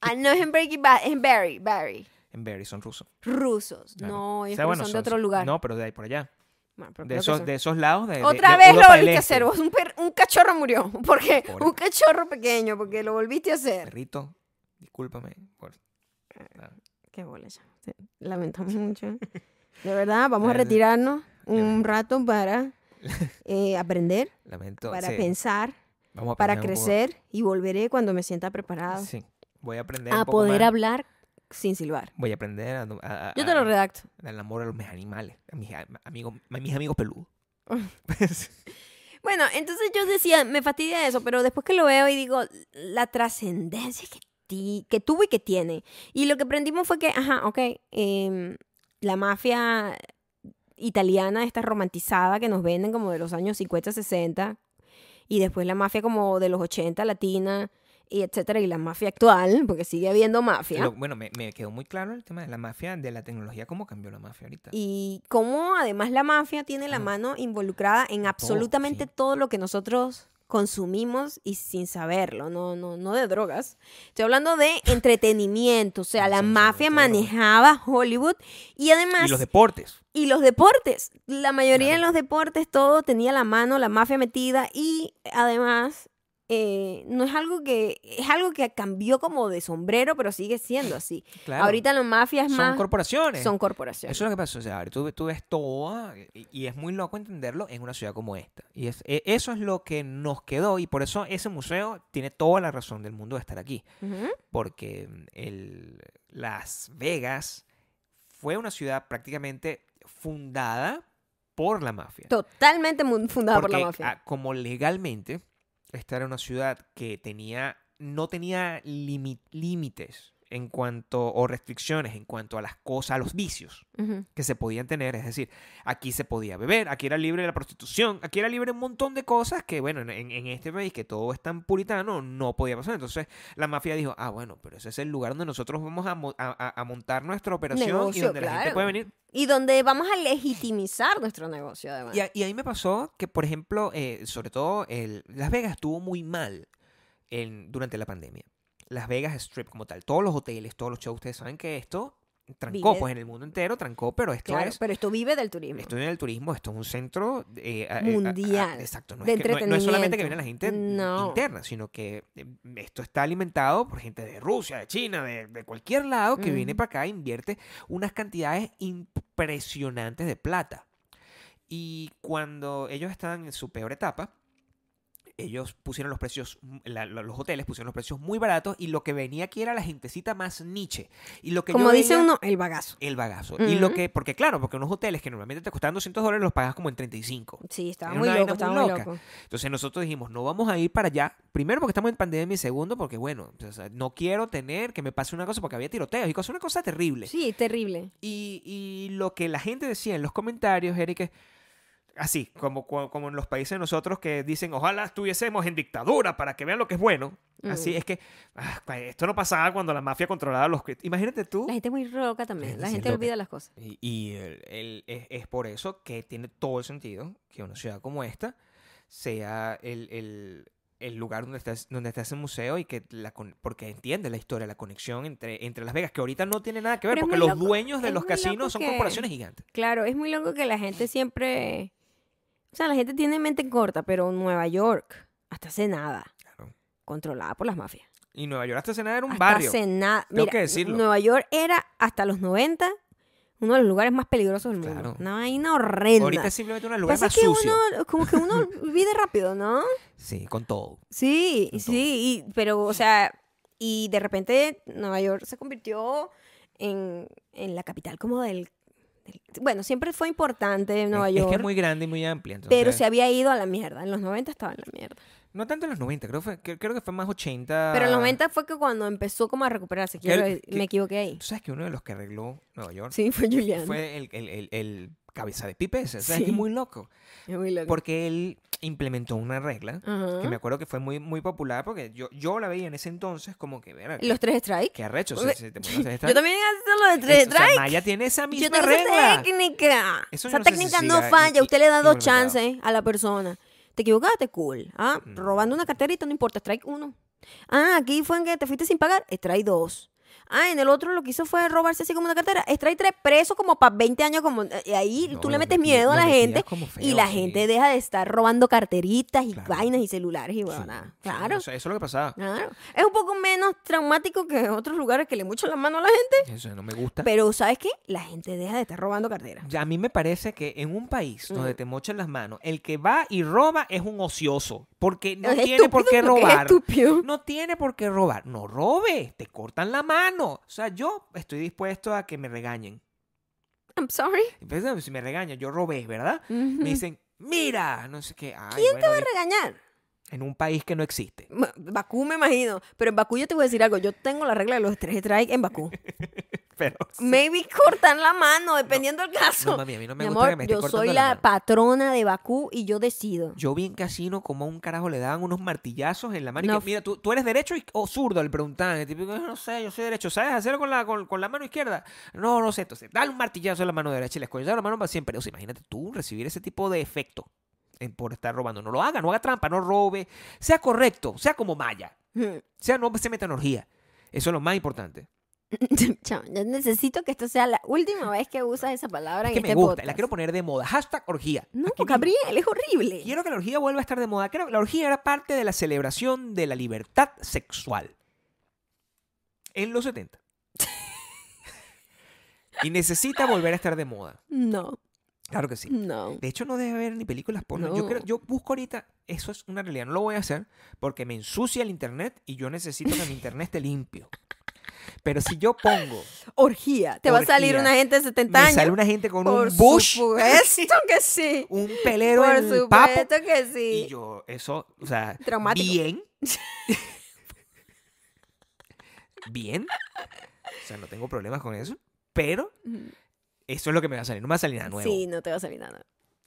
Speaker 1: Ah, no es en Breaking Bad, es en Barry, Barry.
Speaker 2: En Berry son rusos.
Speaker 1: Rusos.
Speaker 2: claro.
Speaker 1: No,
Speaker 2: O
Speaker 1: ellos
Speaker 2: sea,
Speaker 1: creo que
Speaker 2: bueno,
Speaker 1: son de otro lugar.
Speaker 2: No, pero de ahí por allá.
Speaker 1: Bueno, pero creo
Speaker 2: De
Speaker 1: que
Speaker 2: esos,
Speaker 1: son.
Speaker 2: de esos lados. De, de-
Speaker 1: Otra
Speaker 2: de
Speaker 1: vez lo
Speaker 2: Europa del
Speaker 1: volviste a
Speaker 2: Este.
Speaker 1: hacer, vos un, per- un cachorro murió, porque
Speaker 2: Pobre.
Speaker 1: un cachorro pequeño, porque lo volviste a hacer.
Speaker 2: Perrito, discúlpame. por-
Speaker 1: Qué bola ya. Sí, Lamentamos mucho. De verdad, vamos a
Speaker 2: Vale.
Speaker 1: retirarnos un rato para eh, aprender,
Speaker 2: Lamento.
Speaker 1: para
Speaker 2: sí,
Speaker 1: pensar,
Speaker 2: vamos a
Speaker 1: para
Speaker 2: pensar un poco.
Speaker 1: crecer y volveré cuando me sienta preparado
Speaker 2: Sí. Voy a aprender. un
Speaker 1: a
Speaker 2: poco
Speaker 1: poder
Speaker 2: más. Ah.
Speaker 1: hablar sin silbar.
Speaker 2: Voy a aprender a, a- a-
Speaker 1: Yo te lo
Speaker 2: a-
Speaker 1: redacto.
Speaker 2: al amor a los mis animales, a mis a- amigos, a mis amigos peludos.
Speaker 1: Bueno, entonces yo decía, me fastidia eso, pero después que lo veo y digo, la trascendencia que, ti- que tuvo y que tiene. Y lo que aprendimos fue que, ajá, ok, em, la mafia italiana, esta romantizada que nos venden como de los años 50, 60, y después la mafia como de los 80, latina, y etcétera, y la mafia actual, porque sigue habiendo mafia.
Speaker 2: Lo- bueno, me, me quedó muy claro el tema de la mafia, de la tecnología, cómo cambió la mafia ahorita.
Speaker 1: Y cómo además la mafia tiene la
Speaker 2: Claro.
Speaker 1: mano involucrada en absolutamente
Speaker 2: sí.
Speaker 1: todo lo que nosotros consumimos y sin saberlo, no, no, no de drogas. Estoy hablando de entretenimiento, o sea,
Speaker 2: No,
Speaker 1: la
Speaker 2: sí, sí,
Speaker 1: mafia
Speaker 2: todo.
Speaker 1: manejaba Hollywood y además
Speaker 2: y los deportes.
Speaker 1: y los deportes. La mayoría de
Speaker 2: Claro.
Speaker 1: los deportes, todo tenía la mano, la mafia metida y además eh, no es algo que es algo que cambió como de sombrero, pero sigue siendo así.
Speaker 2: Claro.
Speaker 1: Ahorita la mafia es
Speaker 2: son
Speaker 1: más
Speaker 2: corporaciones.
Speaker 1: son corporaciones.
Speaker 2: Eso es lo que pasa. O sea, ahora tú, tú ves todo y, y es muy loco entenderlo en una ciudad como esta. Y es, e- eso es lo que nos quedó y por eso ese museo tiene toda la razón del mundo de estar aquí.
Speaker 1: Ujú.
Speaker 2: porque mm, el, Las Vegas fue una ciudad prácticamente fundada por la mafia.
Speaker 1: Totalmente mun- fundada por
Speaker 2: Porque,
Speaker 1: la mafia.
Speaker 2: ah, como legalmente, esta era una ciudad que tenía, no tenía limi- límites en cuanto, o restricciones en cuanto a las cosas, a los vicios
Speaker 1: Ujú.
Speaker 2: que se podían tener. Es decir, aquí se podía beber, aquí era libre la prostitución, aquí era libre un montón de cosas que, bueno, en, en- en este país que todo es tan puritano, no podía pasar. Entonces la mafia dijo, ah, bueno, pero ese es el lugar donde nosotros vamos a, mo- a- a- a montar nuestra operación y
Speaker 1: Negocio,
Speaker 2: donde la gente
Speaker 1: claro.
Speaker 2: puede venir.
Speaker 1: Y donde vamos a legitimizar nuestro negocio, además.
Speaker 2: Y, a- y ahí me pasó que, por ejemplo, eh, sobre todo el- Las Vegas estuvo muy mal en- durante la pandemia. Las Vegas Strip como tal, todos los hoteles, todos los shows, ustedes saben que esto trancó,
Speaker 1: Vive-
Speaker 2: pues en el mundo entero trancó, pero esto
Speaker 1: claro,
Speaker 2: es
Speaker 1: pero esto vive del turismo.
Speaker 2: Esto en el turismo, esto es un centro eh, a- a- a-
Speaker 1: Mundial
Speaker 2: exacto, no
Speaker 1: de
Speaker 2: es, que- no- no es solamente que
Speaker 1: entretenimiento.
Speaker 2: viene la gente
Speaker 1: No.
Speaker 2: interna, sino que eh, esto está alimentado por gente de Rusia, de China, de, de cualquier lado que viene
Speaker 1: Ujú.
Speaker 2: para acá e invierte unas cantidades impresionantes de plata. Y cuando ellos estaban en su peor etapa, ellos pusieron los precios, mm, la- la- los hoteles pusieron los precios muy baratos y lo que venía aquí era la gentecita más niche. Y lo que yo
Speaker 1: Como dice
Speaker 2: veía-
Speaker 1: uno, el bagazo.
Speaker 2: el bagazo. Y lo
Speaker 1: Ujú.
Speaker 2: que, porque claro, porque unos hoteles que normalmente te costaban 200 dólares los pagas como en 35.
Speaker 1: Sí, estaba
Speaker 2: Era
Speaker 1: muy
Speaker 2: una
Speaker 1: loco,
Speaker 2: vaina
Speaker 1: estaba
Speaker 2: muy
Speaker 1: muy
Speaker 2: loca.
Speaker 1: loco.
Speaker 2: Entonces nosotros dijimos, no vamos a ir para allá. Primero porque estamos en pandemia y segundo porque, bueno, o sea, no quiero tener que me pase una cosa porque había tiroteos y cosas, una cosa terrible.
Speaker 1: Sí, terrible.
Speaker 2: Y, y lo que la gente decía en los comentarios era que, así, como, cu- como en los países de nosotros que dicen, ojalá estuviésemos en dictadura para que vean lo que es bueno. Así
Speaker 1: Mm.
Speaker 2: es que ah, esto no pasaba cuando la mafia controlaba los... que- Imagínate tú.
Speaker 1: La gente es muy loca también.
Speaker 2: gente
Speaker 1: La
Speaker 2: sí es
Speaker 1: gente
Speaker 2: loca.
Speaker 1: olvida las cosas.
Speaker 2: Y, y el- el- es, es por eso que tiene todo el sentido que una ciudad como esta sea el, el- el lugar donde está, es- donde está ese museo y que la con- porque entiende la historia, la conexión entre, entre Las Vegas, que ahorita no tiene nada que ver,
Speaker 1: Pero es
Speaker 2: porque
Speaker 1: muy
Speaker 2: los
Speaker 1: loco,
Speaker 2: dueños de
Speaker 1: es
Speaker 2: los
Speaker 1: muy loco
Speaker 2: casinos son
Speaker 1: que-
Speaker 2: corporaciones gigantes.
Speaker 1: Claro, es muy loco que la gente siempre. O sea, la gente tiene mente corta, pero Nueva York, hasta hace nada,
Speaker 2: Claro.
Speaker 1: controlada por las mafias.
Speaker 2: Y Nueva York hasta hace nada era un
Speaker 1: hasta
Speaker 2: barrio.
Speaker 1: hace nada.
Speaker 2: Tengo
Speaker 1: Mira,
Speaker 2: que decirlo.
Speaker 1: Nueva York era hasta los 90 uno de los lugares más peligrosos del mundo.
Speaker 2: Claro.
Speaker 1: Una vaina horrenda.
Speaker 2: Ahorita es simplemente un lugar
Speaker 1: Pasa
Speaker 2: más
Speaker 1: que
Speaker 2: sucio.
Speaker 1: uno, como que uno vive rápido, ¿no?
Speaker 2: Sí, con todo.
Speaker 1: Sí,
Speaker 2: Entonces.
Speaker 1: sí, y- pero, o sea, y de repente Nueva York se convirtió en, en la capital como del, del- Bueno, siempre fue importante Nueva
Speaker 2: es, es
Speaker 1: York,
Speaker 2: que es muy grande y muy amplia. entonces-
Speaker 1: pero se había ido a la mierda. En los 90 estaba en la mierda.
Speaker 2: No tanto en los 90, creo, fue- que- creo que fue más 80.
Speaker 1: Pero en los 90 fue que cuando empezó como a recuperarse, quiero
Speaker 2: Que el-
Speaker 1: decir,
Speaker 2: Ah. que-
Speaker 1: me equivoqué ahí.
Speaker 2: ¿Tú sabes que uno de los que arregló Nueva York
Speaker 1: Sí, fue Julián.
Speaker 2: fue el, el- el- el cabeza de pipes? O sea,
Speaker 1: Sí.
Speaker 2: es que es muy loco.
Speaker 1: Es muy loco.
Speaker 2: Porque él implementó una regla
Speaker 1: Ajá.
Speaker 2: que me acuerdo que fue muy, muy popular porque yo, yo la veía en ese entonces como que, verga,
Speaker 1: Los tres strikes.
Speaker 2: qué arrecho. o sea, si te pones a hacer esta-
Speaker 1: Yo también hice los de tres
Speaker 2: Eso, o sea,
Speaker 1: strikes.
Speaker 2: Maya tiene esa
Speaker 1: Yo
Speaker 2: misma
Speaker 1: tengo esa
Speaker 2: regla.
Speaker 1: técnica.
Speaker 2: Eso yo
Speaker 1: esa
Speaker 2: no sé si
Speaker 1: técnica no
Speaker 2: siga
Speaker 1: falla.
Speaker 2: y-
Speaker 1: Usted le da
Speaker 2: y
Speaker 1: dos
Speaker 2: involucrado.
Speaker 1: chances a la persona. Te equivocaste, cool. Ah,
Speaker 2: Mm.
Speaker 1: robando una carterita no importa, strike uno. Ah, aquí fue en que te fuiste sin pagar, strike dos. Ah, en el otro lo que hizo fue robarse así como una cartera. Strike tres, preso como para 20 años. como eh, y Ahí
Speaker 2: No,
Speaker 1: tú le
Speaker 2: lo
Speaker 1: metes
Speaker 2: metí-
Speaker 1: miedo a
Speaker 2: lo
Speaker 1: la
Speaker 2: metías
Speaker 1: gente
Speaker 2: como
Speaker 1: y
Speaker 2: feo,
Speaker 1: la
Speaker 2: sí.
Speaker 1: gente deja de estar robando carteritas y
Speaker 2: Claro.
Speaker 1: vainas y celulares y huevonadas.
Speaker 2: Sí,
Speaker 1: Claro,
Speaker 2: Eso, eso es lo que pasaba.
Speaker 1: claro. Es un poco menos traumático que otros lugares que le mucho la mano a la gente.
Speaker 2: Eso no me gusta.
Speaker 1: Pero, ¿sabes qué? La gente deja de estar robando carteras.
Speaker 2: Ya, a mí me parece que en un país donde
Speaker 1: Ujú.
Speaker 2: te mochan las manos, el que va y roba es un ocioso. Porque no
Speaker 1: Es
Speaker 2: tiene por
Speaker 1: estúpido,
Speaker 2: qué
Speaker 1: lo que es
Speaker 2: robar.
Speaker 1: estúpido.
Speaker 2: No tiene por qué robar. No robe, te cortan la mano. O sea, yo estoy dispuesto a que me regañen.
Speaker 1: I'm sorry.
Speaker 2: Entonces, Si me regañan, yo robé, ¿verdad?
Speaker 1: Ujú.
Speaker 2: Me dicen, mira, no sé qué. Ay, bueno,
Speaker 1: Voy a regañar.
Speaker 2: En un país que no existe.
Speaker 1: Ma- Bakú me imagino. Pero en Bakú yo te voy a decir algo. Yo tengo la regla de los tres strikes en Bakú.
Speaker 2: Pero.
Speaker 1: Mm, Maybe cortan la mano, dependiendo del caso.
Speaker 2: No, mami, a mí no me
Speaker 1: Mi
Speaker 2: gusta
Speaker 1: amor,
Speaker 2: que me estén
Speaker 1: yo soy
Speaker 2: cortando
Speaker 1: la,
Speaker 2: la mano.
Speaker 1: patrona de Bakú y yo decido.
Speaker 2: Yo vi en casino como a un carajo le daban unos martillazos en la mano. y
Speaker 1: No.
Speaker 2: que, Mira, ¿tú, tú eres derecho y- o zurdo, le preguntaban. El típico, "Ah, no sé, yo soy derecho. ¿Sabes hacerlo con la, con, con la mano izquierda? No, no sé. Entonces, dale un martillazo a la mano derecha y le escollaron la mano para siempre. O sea, imagínate tú recibir ese tipo de efecto eh, por estar robando. No lo haga, no haga trampa, no robe. Sea correcto, sea como Maya.
Speaker 1: Mm.
Speaker 2: Sea no se meta en orgía. Eso es lo más importante.
Speaker 1: Chao, yo necesito que esto sea la última vez que usas esa palabra
Speaker 2: Es
Speaker 1: en
Speaker 2: que me
Speaker 1: este
Speaker 2: gusta,
Speaker 1: podcast.
Speaker 2: la quiero poner de moda. Hashtag orgía.
Speaker 1: No,
Speaker 2: Aquí mismo.
Speaker 1: Gabriel, es horrible.
Speaker 2: Quiero que la orgía vuelva a estar de moda. Creo que la orgía era parte de la celebración de la libertad sexual. En los 70. y necesita volver a estar de moda.
Speaker 1: No,
Speaker 2: Claro que sí.
Speaker 1: no.
Speaker 2: De hecho, no debe haber ni películas porno. Yo,
Speaker 1: No.
Speaker 2: creo- yo busco ahorita, eso es una realidad. No lo voy a hacer porque me ensucia el internet y yo necesito que mi internet esté limpio. Pero si yo pongo,
Speaker 1: Orgía. Te va a salir
Speaker 2: Orgía.
Speaker 1: una gente de 70
Speaker 2: me
Speaker 1: años.
Speaker 2: sale una gente con
Speaker 1: Por
Speaker 2: un bush,
Speaker 1: supuesto que sí.
Speaker 2: un pelero
Speaker 1: Por
Speaker 2: en el papo,
Speaker 1: supuesto que sí.
Speaker 2: Y yo, eso, o sea,
Speaker 1: Traumático.
Speaker 2: bien. bien. O sea, no tengo problemas con eso, pero
Speaker 1: Ujú.
Speaker 2: eso es lo que me va a salir. No me va a salir nada nuevo.
Speaker 1: Sí, no te va a salir nada.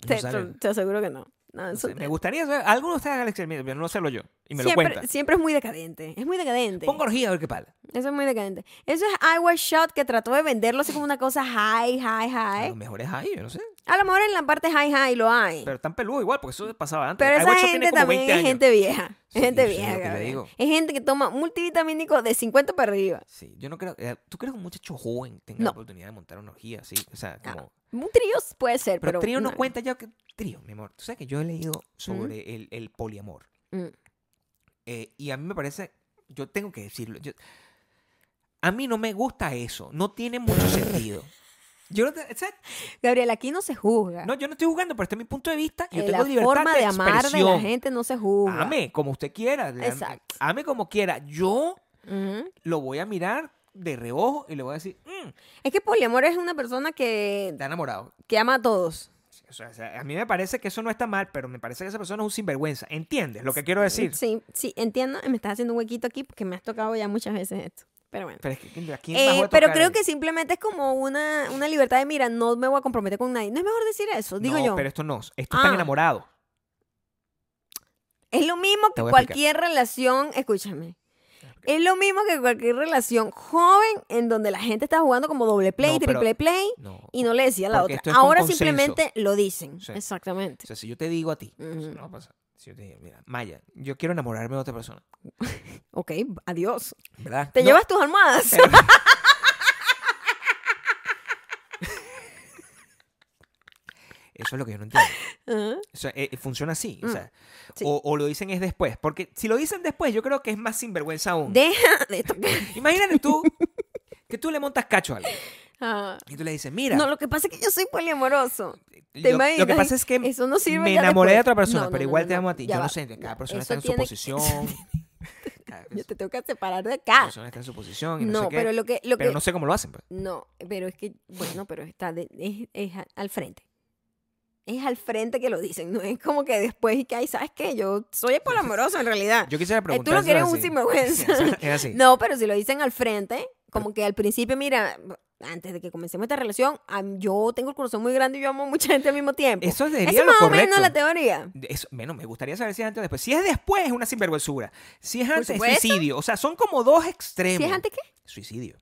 Speaker 2: No
Speaker 1: Te,
Speaker 2: sale-
Speaker 1: te- te aseguro que no. No,
Speaker 2: no
Speaker 1: eso-
Speaker 2: sé, me gustaría saber. Alguno de ustedes haga el experimento, pero no hacerlo yo. Y me
Speaker 1: siempre,
Speaker 2: lo cuenta.
Speaker 1: siempre es muy decadente. Es muy decadente.
Speaker 2: Pongo orgía a ver qué pasa.
Speaker 1: Eso es muy decadente. Eso es Iowa Shot que trató de venderlo así como una cosa high, high,
Speaker 2: A
Speaker 1: high.
Speaker 2: lo mejor es ahí, yo no sé.
Speaker 1: A lo mejor en la parte high, high lo hay. Pero,
Speaker 2: Pero tan peludo igual, porque eso pasaba antes. Ay,
Speaker 1: esa
Speaker 2: guacho, tiene
Speaker 1: gente
Speaker 2: como
Speaker 1: también
Speaker 2: 20
Speaker 1: es
Speaker 2: años.
Speaker 1: gente vieja.
Speaker 2: Sí,
Speaker 1: Es gente
Speaker 2: sí, es lo
Speaker 1: vieja.
Speaker 2: que le
Speaker 1: Gabriel.
Speaker 2: digo.
Speaker 1: Es gente que toma multivitamínico de 50 para arriba.
Speaker 2: Sí, yo no creo. eh, ¿Tú crees que un muchacho joven tenga
Speaker 1: No.
Speaker 2: la oportunidad de montar una orgía así? O sea,
Speaker 1: Ah,
Speaker 2: como.
Speaker 1: Un trío puede ser,
Speaker 2: Pero,
Speaker 1: pero.
Speaker 2: trío no cuenta ya que. Trío, mi amor. Tú sabes que yo he leído sobre el, el poliamor.
Speaker 1: Mm.
Speaker 2: Eh, y a mí me parece. Yo tengo que decirlo. yo- a mí no me gusta eso. No tiene mucho sentido. Yo no, te- ¿sabes?
Speaker 1: Gabriel, aquí no se juzga.
Speaker 2: No, yo no estoy jugando, pero este es mi punto de vista. y Yo
Speaker 1: Eh,
Speaker 2: tengo
Speaker 1: la
Speaker 2: libertad
Speaker 1: forma de,
Speaker 2: de
Speaker 1: amar de la
Speaker 2: expresión.
Speaker 1: gente no se juzga.
Speaker 2: Ame como usted quiera. le am-
Speaker 1: Exacto.
Speaker 2: Ame como quiera. Yo
Speaker 1: Ujú.
Speaker 2: lo voy a mirar de reojo y le voy a decir, "Mm,
Speaker 1: Es que poliamor es una persona que,
Speaker 2: está enamorado.
Speaker 1: que ama a todos.
Speaker 2: O sea, o sea, a mí me parece que eso no está mal, pero me parece que esa persona es un sinvergüenza. ¿Entiendes lo que quiero decir?
Speaker 1: Sí, sí, entiendo. Me estás haciendo un huequito aquí porque me has tocado ya muchas veces esto. Pero bueno.
Speaker 2: Pero, es que, ¿a quién
Speaker 1: Eh,
Speaker 2: más voy a
Speaker 1: pero
Speaker 2: tocar
Speaker 1: creo
Speaker 2: ahí?
Speaker 1: que simplemente es como una, una libertad de, mira, no me voy a comprometer con nadie. No es mejor decir eso, digo
Speaker 2: no,
Speaker 1: yo.
Speaker 2: pero esto no. Esto están
Speaker 1: Ah.
Speaker 2: enamorados.
Speaker 1: Es lo mismo
Speaker 2: Te
Speaker 1: que
Speaker 2: voy a explicar.
Speaker 1: cualquier relación, escúchame. Es lo mismo que cualquier relación joven en donde la gente está jugando como doble play,
Speaker 2: No, pero-
Speaker 1: triple play
Speaker 2: No.
Speaker 1: y no le decía a la otra.
Speaker 2: Porque esto es con
Speaker 1: Ahora
Speaker 2: consenso.
Speaker 1: simplemente lo dicen.
Speaker 2: Sí.
Speaker 1: Exactamente.
Speaker 2: O sea, si yo te digo a ti,
Speaker 1: Ujú.
Speaker 2: eso no va a pasar. Si yo te digo, mira, Maya, yo quiero enamorarme de otra persona.
Speaker 1: Ok, adiós.
Speaker 2: ¿Verdad?
Speaker 1: Te
Speaker 2: No,
Speaker 1: llevas tus almohadas.
Speaker 2: pero- Eso es lo que yo no entiendo.
Speaker 1: Ajá.
Speaker 2: O sea, eh, funciona así. O,
Speaker 1: Mm,
Speaker 2: sea,
Speaker 1: sí.
Speaker 2: o, o lo dicen es después. Porque si lo dicen después, yo creo que es más sinvergüenza aún.
Speaker 1: Deja de tocar.
Speaker 2: Imagínate tú que tú le montas cacho a alguien
Speaker 1: Ah.
Speaker 2: y tú le dices, mira,
Speaker 1: No, lo que pasa es que yo soy poliamoroso.
Speaker 2: yo-
Speaker 1: ¿Te
Speaker 2: lo
Speaker 1: imaginas?
Speaker 2: que pasa es que
Speaker 1: Eso no sirve
Speaker 2: me
Speaker 1: ya
Speaker 2: enamoré de
Speaker 1: después.
Speaker 2: otra persona,
Speaker 1: No, no,
Speaker 2: pero
Speaker 1: no,
Speaker 2: igual
Speaker 1: no,
Speaker 2: te
Speaker 1: no.
Speaker 2: amo a ti.
Speaker 1: Ya
Speaker 2: yo
Speaker 1: va.
Speaker 2: no sé, cada
Speaker 1: Eso
Speaker 2: persona está en su
Speaker 1: tiene que-
Speaker 2: posición. Cada
Speaker 1: Yo
Speaker 2: persona
Speaker 1: te tengo que separar de acá.
Speaker 2: está en su posición. y no,
Speaker 1: No,
Speaker 2: sé qué.
Speaker 1: pero lo que, lo
Speaker 2: Pero
Speaker 1: que
Speaker 2: no sé cómo lo hacen. pues.
Speaker 1: No, pero es que, bueno, pero está de- es, es a- al frente. Es al frente que lo dicen, no es como que después y que, ay, ¿sabes qué? Yo soy poliamoroso en realidad.
Speaker 2: Yo quisiera
Speaker 1: lo
Speaker 2: preguntar.
Speaker 1: Eh, quieres un sinvergüenza.
Speaker 2: Es así.
Speaker 1: No, pero si lo dicen al frente, como que al principio, mira, antes de que comencemos esta relación, a mí- yo tengo el corazón muy grande y yo amo a mucha gente al mismo tiempo.
Speaker 2: Eso
Speaker 1: Esa
Speaker 2: sería
Speaker 1: es
Speaker 2: lo
Speaker 1: más o
Speaker 2: correcto.
Speaker 1: menos la teoría.
Speaker 2: Eso- bueno, me gustaría saber si es antes o después. Si es después, es una sinvergüenzura. Si es antes, es
Speaker 1: supuesto.
Speaker 2: suicidio. O sea, son como dos extremos.
Speaker 1: ¿Si es antes qué?
Speaker 2: Suicidio.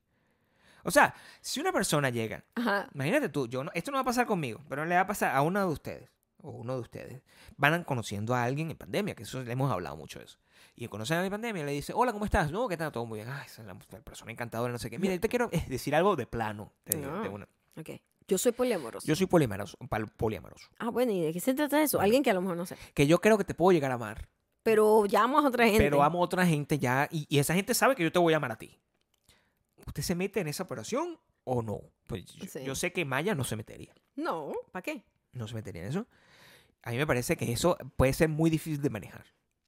Speaker 2: O sea, si una persona llega,
Speaker 1: Ajá.
Speaker 2: imagínate tú, yo no, esto no va a pasar conmigo, pero le va a pasar a uno de ustedes, o uno de ustedes, van conociendo a alguien en pandemia, que eso le hemos hablado mucho de eso. Y conocen a alguien en pandemia y le dice, hola, ¿cómo estás? No, ¿qué tal? Todo muy bien. Ay, esa es la la persona encantadora, no sé qué. Mira, yo te quiero eh, decir algo de plano. te digo,
Speaker 1: No.
Speaker 2: de una.
Speaker 1: Ok. Yo soy poliamoroso.
Speaker 2: Yo soy poliamoroso, pal- poliamoroso.
Speaker 1: Ah, bueno, ¿y de qué se trata eso? Alguien que a lo mejor no sé.
Speaker 2: Que yo creo que te puedo llegar a amar.
Speaker 1: Pero llamo a otra gente.
Speaker 2: Pero amo a otra gente ya y, y esa gente sabe que yo te voy a amar a ti. ¿Usted se mete en esa operación o no? Pues yo,
Speaker 1: Sí.
Speaker 2: yo sé que Maya no se metería.
Speaker 1: No, ¿para qué?
Speaker 2: No se metería en eso. A mí me parece que eso puede ser muy difícil de manejar.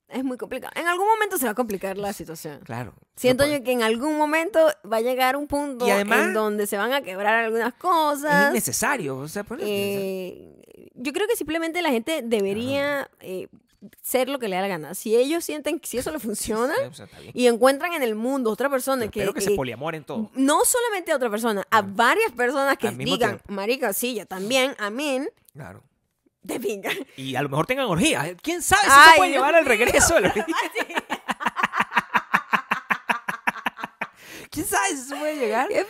Speaker 1: Es muy complicado. En algún momento se va a complicar la situación.
Speaker 2: Claro.
Speaker 1: Siento
Speaker 2: No puede-
Speaker 1: yo que en algún momento va a llegar un punto
Speaker 2: Y además-
Speaker 1: en donde se van a quebrar algunas
Speaker 2: Es
Speaker 1: cosas.
Speaker 2: innecesario. O sea, pues,
Speaker 1: Eh, yo creo que simplemente la gente debería eh, ser lo que le da la gana. Si ellos sienten que si eso le funciona
Speaker 2: o sea, está bien.
Speaker 1: y encuentran en el mundo otra persona
Speaker 2: Yo
Speaker 1: que, eh, mm.
Speaker 2: espero que,
Speaker 1: que-
Speaker 2: se poliamoren todo.
Speaker 1: no solamente a otra persona, a varias personas que
Speaker 2: Al mismo
Speaker 1: digan,
Speaker 2: tiempo.
Speaker 1: marica, sí, yo también, amén,
Speaker 2: Claro.
Speaker 1: de pinga.
Speaker 2: Y a lo mejor tengan orgías. ¿Quién sabe si
Speaker 1: Ay,
Speaker 2: eso puede
Speaker 1: Dios
Speaker 2: llevar al
Speaker 1: mío.
Speaker 2: regreso de la orgía? ¿Quién sabe si eso puede llegar
Speaker 1: ¡Qué
Speaker 2: a que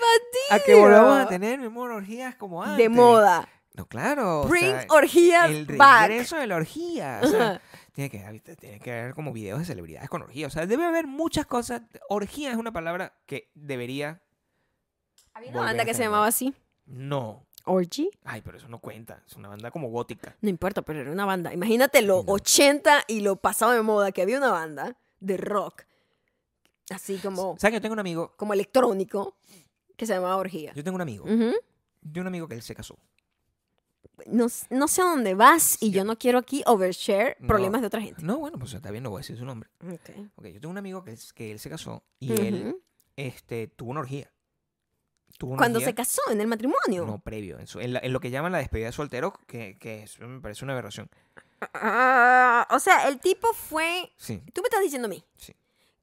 Speaker 1: fastidio!
Speaker 2: volvamos a tener, mi amor, orgías como antes?
Speaker 1: De moda.
Speaker 2: No, claro. o
Speaker 1: Bring
Speaker 2: sea,
Speaker 1: orgías
Speaker 2: el
Speaker 1: back.
Speaker 2: regreso de la orgía. o sea, tiene, que, haber- tiene que haber como videos de celebridades con orgía. O sea, debe haber muchas cosas. Orgía es una palabra que debería.
Speaker 1: Había
Speaker 2: volver
Speaker 1: una banda
Speaker 2: a
Speaker 1: que se
Speaker 2: tener.
Speaker 1: llamaba así.
Speaker 2: No.
Speaker 1: Orgy.
Speaker 2: Ay, pero eso no cuenta. Es una banda como gótica.
Speaker 1: No importa, pero era una banda. Imagínate lo
Speaker 2: No.
Speaker 1: 80 y lo pasado de moda, que había una banda de rock, así como,
Speaker 2: ¿Sabes que yo tengo un amigo?
Speaker 1: como electrónico, que se llamaba Orgía.
Speaker 2: Yo tengo un amigo.
Speaker 1: Ujú.
Speaker 2: De un amigo que él se casó.
Speaker 1: no, s- no sé a dónde vas y
Speaker 2: Sí.
Speaker 1: yo no quiero aquí overshare
Speaker 2: No.
Speaker 1: problemas de otra gente.
Speaker 2: No, bueno, pues está bien, no voy a decir su nombre.
Speaker 1: Ok.
Speaker 2: Ok, yo tengo un amigo que, es- que él se casó y él
Speaker 1: Ujú.
Speaker 2: este, tuvo una orgía. Tuvo una
Speaker 1: Cuando
Speaker 2: orgía.
Speaker 1: se casó en el matrimonio.
Speaker 2: No, previo. En, su- en la- en lo que llaman la despedida de soltero, que, que eso me parece una aberración.
Speaker 1: Ah, o sea, el tipo fue...
Speaker 2: Sí,
Speaker 1: Tú me estás diciendo a mí
Speaker 2: sí.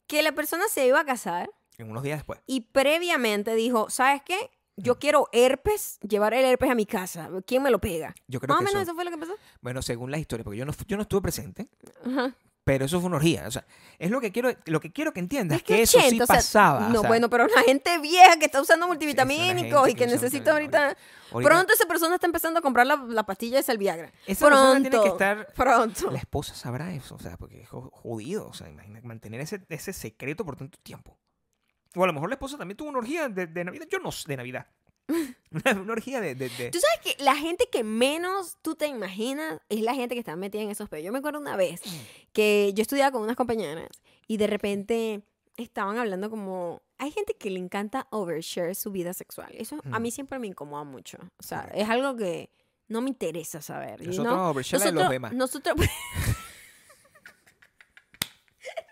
Speaker 1: que la persona se iba a casar
Speaker 2: En unos días después.
Speaker 1: y previamente dijo, ¿sabes qué? Yo quiero herpes, llevar el herpes a mi casa. ¿Quién me lo pega?
Speaker 2: Yo creo
Speaker 1: Más o
Speaker 2: que
Speaker 1: menos
Speaker 2: eso-
Speaker 1: eso fue lo que pasó.
Speaker 2: Bueno, según las historias, porque yo no, fu- yo no estuve presente,
Speaker 1: Ajá.
Speaker 2: pero eso fue una orgía. O sea, es lo que quiero, lo que, quiero que entiendas,
Speaker 1: Es
Speaker 2: es que, eso
Speaker 1: 80,
Speaker 2: sí
Speaker 1: o sea,
Speaker 2: pasaba. o
Speaker 1: no,
Speaker 2: sea,
Speaker 1: bueno, pero una gente vieja que está usando
Speaker 2: sí, es una
Speaker 1: multivitamínicos
Speaker 2: gente
Speaker 1: y que,
Speaker 2: usa
Speaker 1: necesita
Speaker 2: multivitamínico.
Speaker 1: ahorita.
Speaker 2: Ahorita,
Speaker 1: Pronto esa persona está empezando a comprar la, la pastilla de Viagra.
Speaker 2: Esa
Speaker 1: pronto.
Speaker 2: persona tiene que estar-
Speaker 1: Pronto.
Speaker 2: La esposa sabrá eso, o sea, porque es jo- jodido. O sea, imagina mantener ese, ese secreto por tanto tiempo. O a lo mejor la esposa también tuvo una orgía de, de Navidad. Yo no sé, de Navidad. Una, una orgía de. de- de-
Speaker 1: Tú sabes que la gente que menos tú te imaginas es la gente que está metida en esos peos. Yo me acuerdo una vez
Speaker 2: Mm.
Speaker 1: que yo estudiaba con unas compañeras y de repente estaban hablando como... Hay gente que le encanta overshare su vida sexual. Eso a
Speaker 2: Mm.
Speaker 1: mí siempre me incomoda mucho. O sea,
Speaker 2: Correcto.
Speaker 1: es algo que no me interesa saber. you
Speaker 2: Nosotros
Speaker 1: know?
Speaker 2: no, overshare la de los demás.
Speaker 1: Nosotros,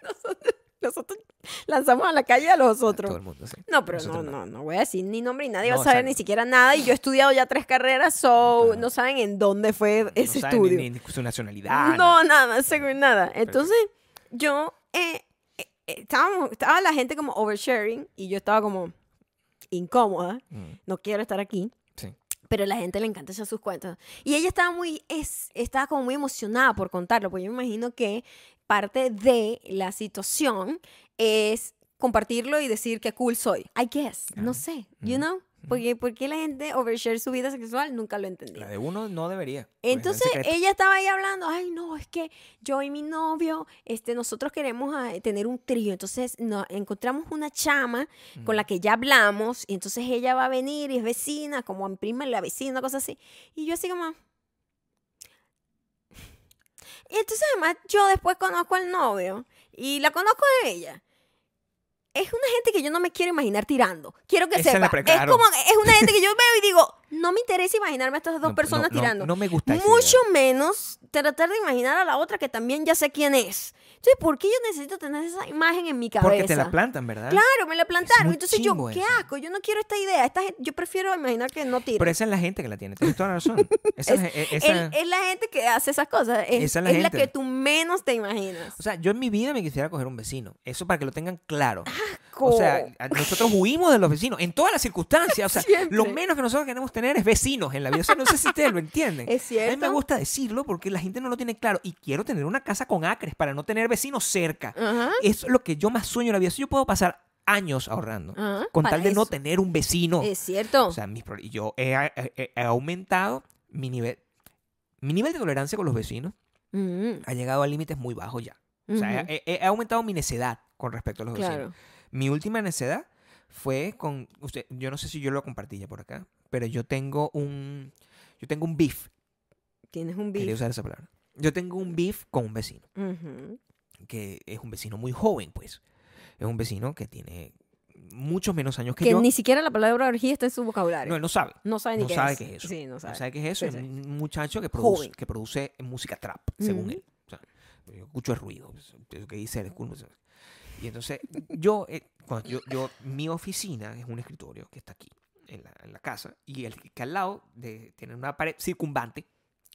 Speaker 1: nosotros, nosotros lanzamos a la calle a los otros.
Speaker 2: Todo el mundo, sí.
Speaker 1: No, pero no,
Speaker 2: Nosotros
Speaker 1: no, no voy a decir ni nombre y nadie
Speaker 2: No,
Speaker 1: va a saber
Speaker 2: exacto.
Speaker 1: ni siquiera nada. Y yo he estudiado ya tres carreras, so
Speaker 2: Claro.
Speaker 1: no saben en dónde fue ese
Speaker 2: saben ni-
Speaker 1: estudio.
Speaker 2: Ni, ni su nacionalidad.
Speaker 1: no, nada, más seguro nada. Entonces, yo eh, eh, eh, estábamos- estaba la gente como oversharing y yo estaba como incómoda,
Speaker 2: Mm,
Speaker 1: no quiero estar aquí.
Speaker 2: sí.
Speaker 1: Pero a la gente le encanta echar sus cuentas. Y ella estaba muy, es, estaba como muy emocionada por contarlo, porque yo me imagino que parte de la situación es compartirlo y decir que cool soy. I guess, no
Speaker 2: Claro.
Speaker 1: sé, you
Speaker 2: Mm.
Speaker 1: know? Porque, ¿por qué la gente overshare su vida sexual? Nunca lo entendí.
Speaker 2: La de uno no debería. pues, en
Speaker 1: Entonces eh,
Speaker 2: secreto.
Speaker 1: ella estaba ahí hablando, ay no, es que yo y mi novio, este, nosotros queremos ah, tener un trío, entonces no, encontramos una chama
Speaker 2: Mm.
Speaker 1: con la que ya hablamos, y entonces ella va a venir y es vecina, como en prima la vecina, cosas así, y yo así como... Y entonces además yo después conozco al novio y la conozco de ella. Es una gente que yo no me quiero imaginar tirando. Quiero que
Speaker 2: Esa es la
Speaker 1: sepa.
Speaker 2: pre-
Speaker 1: Es,
Speaker 2: claro.
Speaker 1: como es una gente que yo veo y digo, no me interesa imaginarme a estas dos
Speaker 2: No,
Speaker 1: personas
Speaker 2: no, no,
Speaker 1: tirando.
Speaker 2: no me gusta esa
Speaker 1: Mucho menos tratar de imaginar a la otra que también ya sé quién es. Entonces, ¿por qué yo necesito tener esa imagen en mi cabeza?
Speaker 2: Porque te la plantan, ¿verdad?
Speaker 1: Claro, me la plantaron.
Speaker 2: muy
Speaker 1: Entonces yo,
Speaker 2: chimbo
Speaker 1: qué
Speaker 2: eso.
Speaker 1: asco, yo no quiero esta idea. Esta gente- yo prefiero imaginar que no tira.
Speaker 2: Pero esa es la gente que la tiene. Tienes toda la razón. Esa, es, e-
Speaker 1: es,
Speaker 2: esa-
Speaker 1: es la gente que hace esas cosas. Es,
Speaker 2: Esa es la
Speaker 1: es la
Speaker 2: gente.
Speaker 1: que tú menos te imaginas.
Speaker 2: O sea, yo en mi vida me quisiera coger un vecino. Eso para que lo tengan claro.
Speaker 1: Asco.
Speaker 2: O sea, eh, a- nosotros huimos de los vecinos en todas las circunstancias. O sea,
Speaker 1: Siempre.
Speaker 2: lo menos que nosotros queremos tener es vecinos en la vida. O sea, no sé si ustedes lo entienden.
Speaker 1: Es
Speaker 2: A mí me
Speaker 1: cierto.
Speaker 2: gusta decirlo porque la gente no lo tiene claro. Y quiero tener una casa con acres para no tener vecinos cerca.
Speaker 1: Ajá.
Speaker 2: Eso es lo que yo más sueño en la vida. Eso yo puedo pasar años ahorrando.
Speaker 1: Ajá,
Speaker 2: con
Speaker 1: para
Speaker 2: tal de no
Speaker 1: eso.
Speaker 2: tener un vecino.
Speaker 1: Es cierto.
Speaker 2: O sea, mis pro- yo he, he- he aumentado mi nivel. Mi nivel de tolerancia con los vecinos
Speaker 1: Mm,
Speaker 2: ha llegado a límites muy bajos ya. O sea,
Speaker 1: ujú,
Speaker 2: he, he- he aumentado mi necedad con respecto a los vecinos.
Speaker 1: claro.
Speaker 2: Mi última necedad fue con usted, yo no sé si yo lo compartí ya por acá, pero yo tengo un yo tengo un beef,
Speaker 1: Tienes un
Speaker 2: quería
Speaker 1: beef.
Speaker 2: usar esa palabra. Yo tengo un beef con un vecino,
Speaker 1: Ujú,
Speaker 2: que es un vecino muy joven, pues. Es un vecino que tiene muchos menos años que,
Speaker 1: Que
Speaker 2: yo.
Speaker 1: ni siquiera la palabra orgía está en su vocabulario.
Speaker 2: No, él no sabe.
Speaker 1: No sabe ni
Speaker 2: no
Speaker 1: qué
Speaker 2: sabe
Speaker 1: es.
Speaker 2: qué es eso.
Speaker 1: Sí, no sabe.
Speaker 2: No sabe qué es eso.
Speaker 1: Sí,
Speaker 2: Es
Speaker 1: sí.
Speaker 2: un muchacho que produce,
Speaker 1: Joven.
Speaker 2: que produce música trap, según
Speaker 1: Ujú.
Speaker 2: él. O sea, yo escucho el ruido, pues, lo que dice el escudo, ¿sabes? Y entonces, yo, eh, cuando yo, yo- mi oficina es un escritorio que está aquí, en la, en la casa, y el que al lado de, tiene una pared circunvante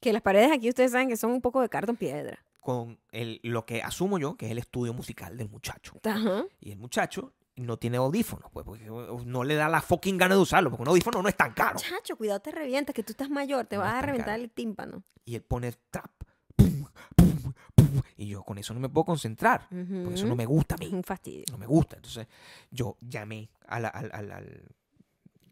Speaker 1: Que las paredes aquí ustedes saben que son un poco de cartón piedra.
Speaker 2: con el, lo que asumo yo que es el estudio musical del muchacho.
Speaker 1: Ajá.
Speaker 2: Y el muchacho no tiene audífonos, pues, porque no le da la fucking gana de usarlo, porque un audífono no es tan caro.
Speaker 1: Chacho, cuidado, te revientas, que tú estás mayor, te
Speaker 2: No
Speaker 1: vas
Speaker 2: es
Speaker 1: a
Speaker 2: tan
Speaker 1: reventar
Speaker 2: caro.
Speaker 1: el tímpano.
Speaker 2: y él pone trap. pum, pum, pum, y yo con eso no me puedo concentrar, porque eso no
Speaker 1: Ujú.
Speaker 2: me gusta a
Speaker 1: Es
Speaker 2: mí.
Speaker 1: un fastidio.
Speaker 2: No me gusta. Entonces yo llamé a la, al- al- al-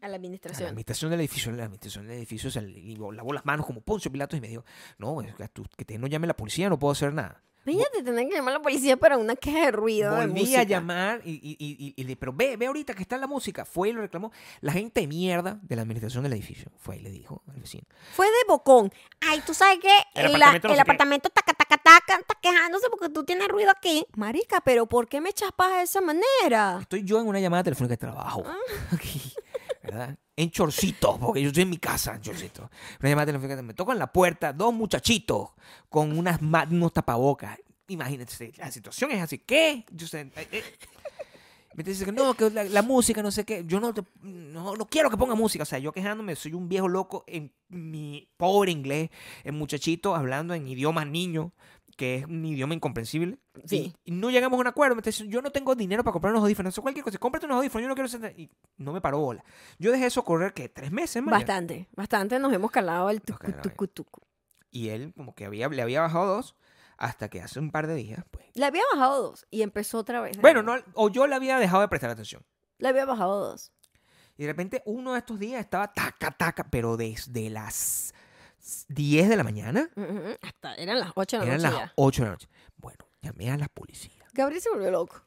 Speaker 1: A la
Speaker 2: a la
Speaker 1: administración.
Speaker 2: administración del edificio. La administración del edificio se li- lavó las manos como Poncio Pilatos y me dijo, no, es que, tú- que te no llame la policía, no puedo hacer nada.
Speaker 1: Imagínate tener que llamar a la policía para una queja de ruido. de
Speaker 2: Volví a
Speaker 1: música.
Speaker 2: llamar y, y- y- y le pero ve, ve ahorita que está la música. Fue y lo reclamó. La gente de mierda de la administración del edificio fue y le dijo al vecino.
Speaker 1: Fue de bocón. Ay, tú sabes que
Speaker 2: El
Speaker 1: el,
Speaker 2: apartamento no
Speaker 1: el
Speaker 2: sé qué.
Speaker 1: apartamento taca, taca, taca, está quejándose porque tú tienes ruido aquí. Marica, pero ¿por qué me chapas de esa manera?
Speaker 2: Estoy yo en una llamada telefónica de trabajo.
Speaker 1: Ah.
Speaker 2: Aquí, ¿Verdad? En chorcitos, porque yo estoy en mi casa en chorcitos. Una llamada telefónica, me tocan la puerta dos muchachitos con unas ma- unos tapabocas. Imagínense, la situación es así. ¿Qué? Yo sé, eh, eh. Me dice que no, que la, la música, no sé qué. Yo no, te- no, no quiero que ponga música. O sea, yo quejándome, soy un viejo loco en mi pobre inglés, en muchachito hablando en idioma niño, que es un idioma incomprensible.
Speaker 1: Sí.
Speaker 2: Y, y no llegamos a un acuerdo. Me dice, yo no tengo dinero para comprar unos audífonos. Eso cualquier cosa. Cómprate unos audífonos. Yo no quiero sentar. Y no me paró bola. Yo dejé eso correr, que tres meses, más.
Speaker 1: Bastante, bastante nos hemos calado el tucu,
Speaker 2: calamos.
Speaker 1: tucu, tucu.
Speaker 2: Y él, como que había, le había bajado dos, hasta que hace un par de días, pues.
Speaker 1: Le había bajado dos y empezó otra vez.
Speaker 2: Bueno, no, o yo le había dejado de prestar atención.
Speaker 1: Le había bajado dos.
Speaker 2: Y de repente uno de estos días estaba taca, taca, pero desde las 10 de la mañana,
Speaker 1: Ujú, Hasta eran las ocho de la
Speaker 2: eran
Speaker 1: noche
Speaker 2: las
Speaker 1: ya.
Speaker 2: 8 de la noche. Bueno, llamé a la policía.
Speaker 1: Gabriel se volvió loco.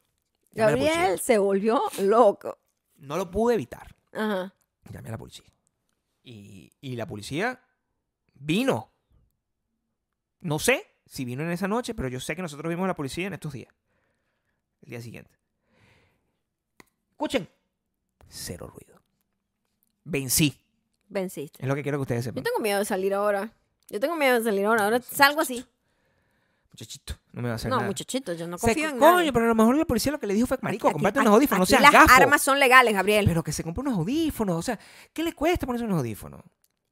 Speaker 2: Llamé a la policía.
Speaker 1: Gabriel se volvió loco.
Speaker 2: No lo pude evitar.
Speaker 1: Ajá.
Speaker 2: Llamé a la policía. Y, y la policía vino. No sé si vino en esa noche, pero yo sé que nosotros vimos a la policía en estos días. El día siguiente. Escuchen. Cero ruido. Vencí.
Speaker 1: Venciste.
Speaker 2: Es lo que quiero que ustedes
Speaker 1: Yo
Speaker 2: sepan.
Speaker 1: tengo miedo de salir ahora. Yo tengo miedo de salir ahora. Ahora salgo así.
Speaker 2: Muchachito, no me va a hacer
Speaker 1: No,
Speaker 2: nada.
Speaker 1: muchachito, yo no
Speaker 2: O sea,
Speaker 1: confío en
Speaker 2: coño,
Speaker 1: nadie.
Speaker 2: pero a lo mejor la policía lo que le dijo fue, marico,
Speaker 1: Aquí-
Speaker 2: comparte
Speaker 1: aquí-
Speaker 2: unos audífonos, no
Speaker 1: aquí
Speaker 2: seas
Speaker 1: las
Speaker 2: gafo.
Speaker 1: armas son legales, Gabriel.
Speaker 2: Pero que se compre unos audífonos, o sea, ¿qué le cuesta ponerse unos audífonos?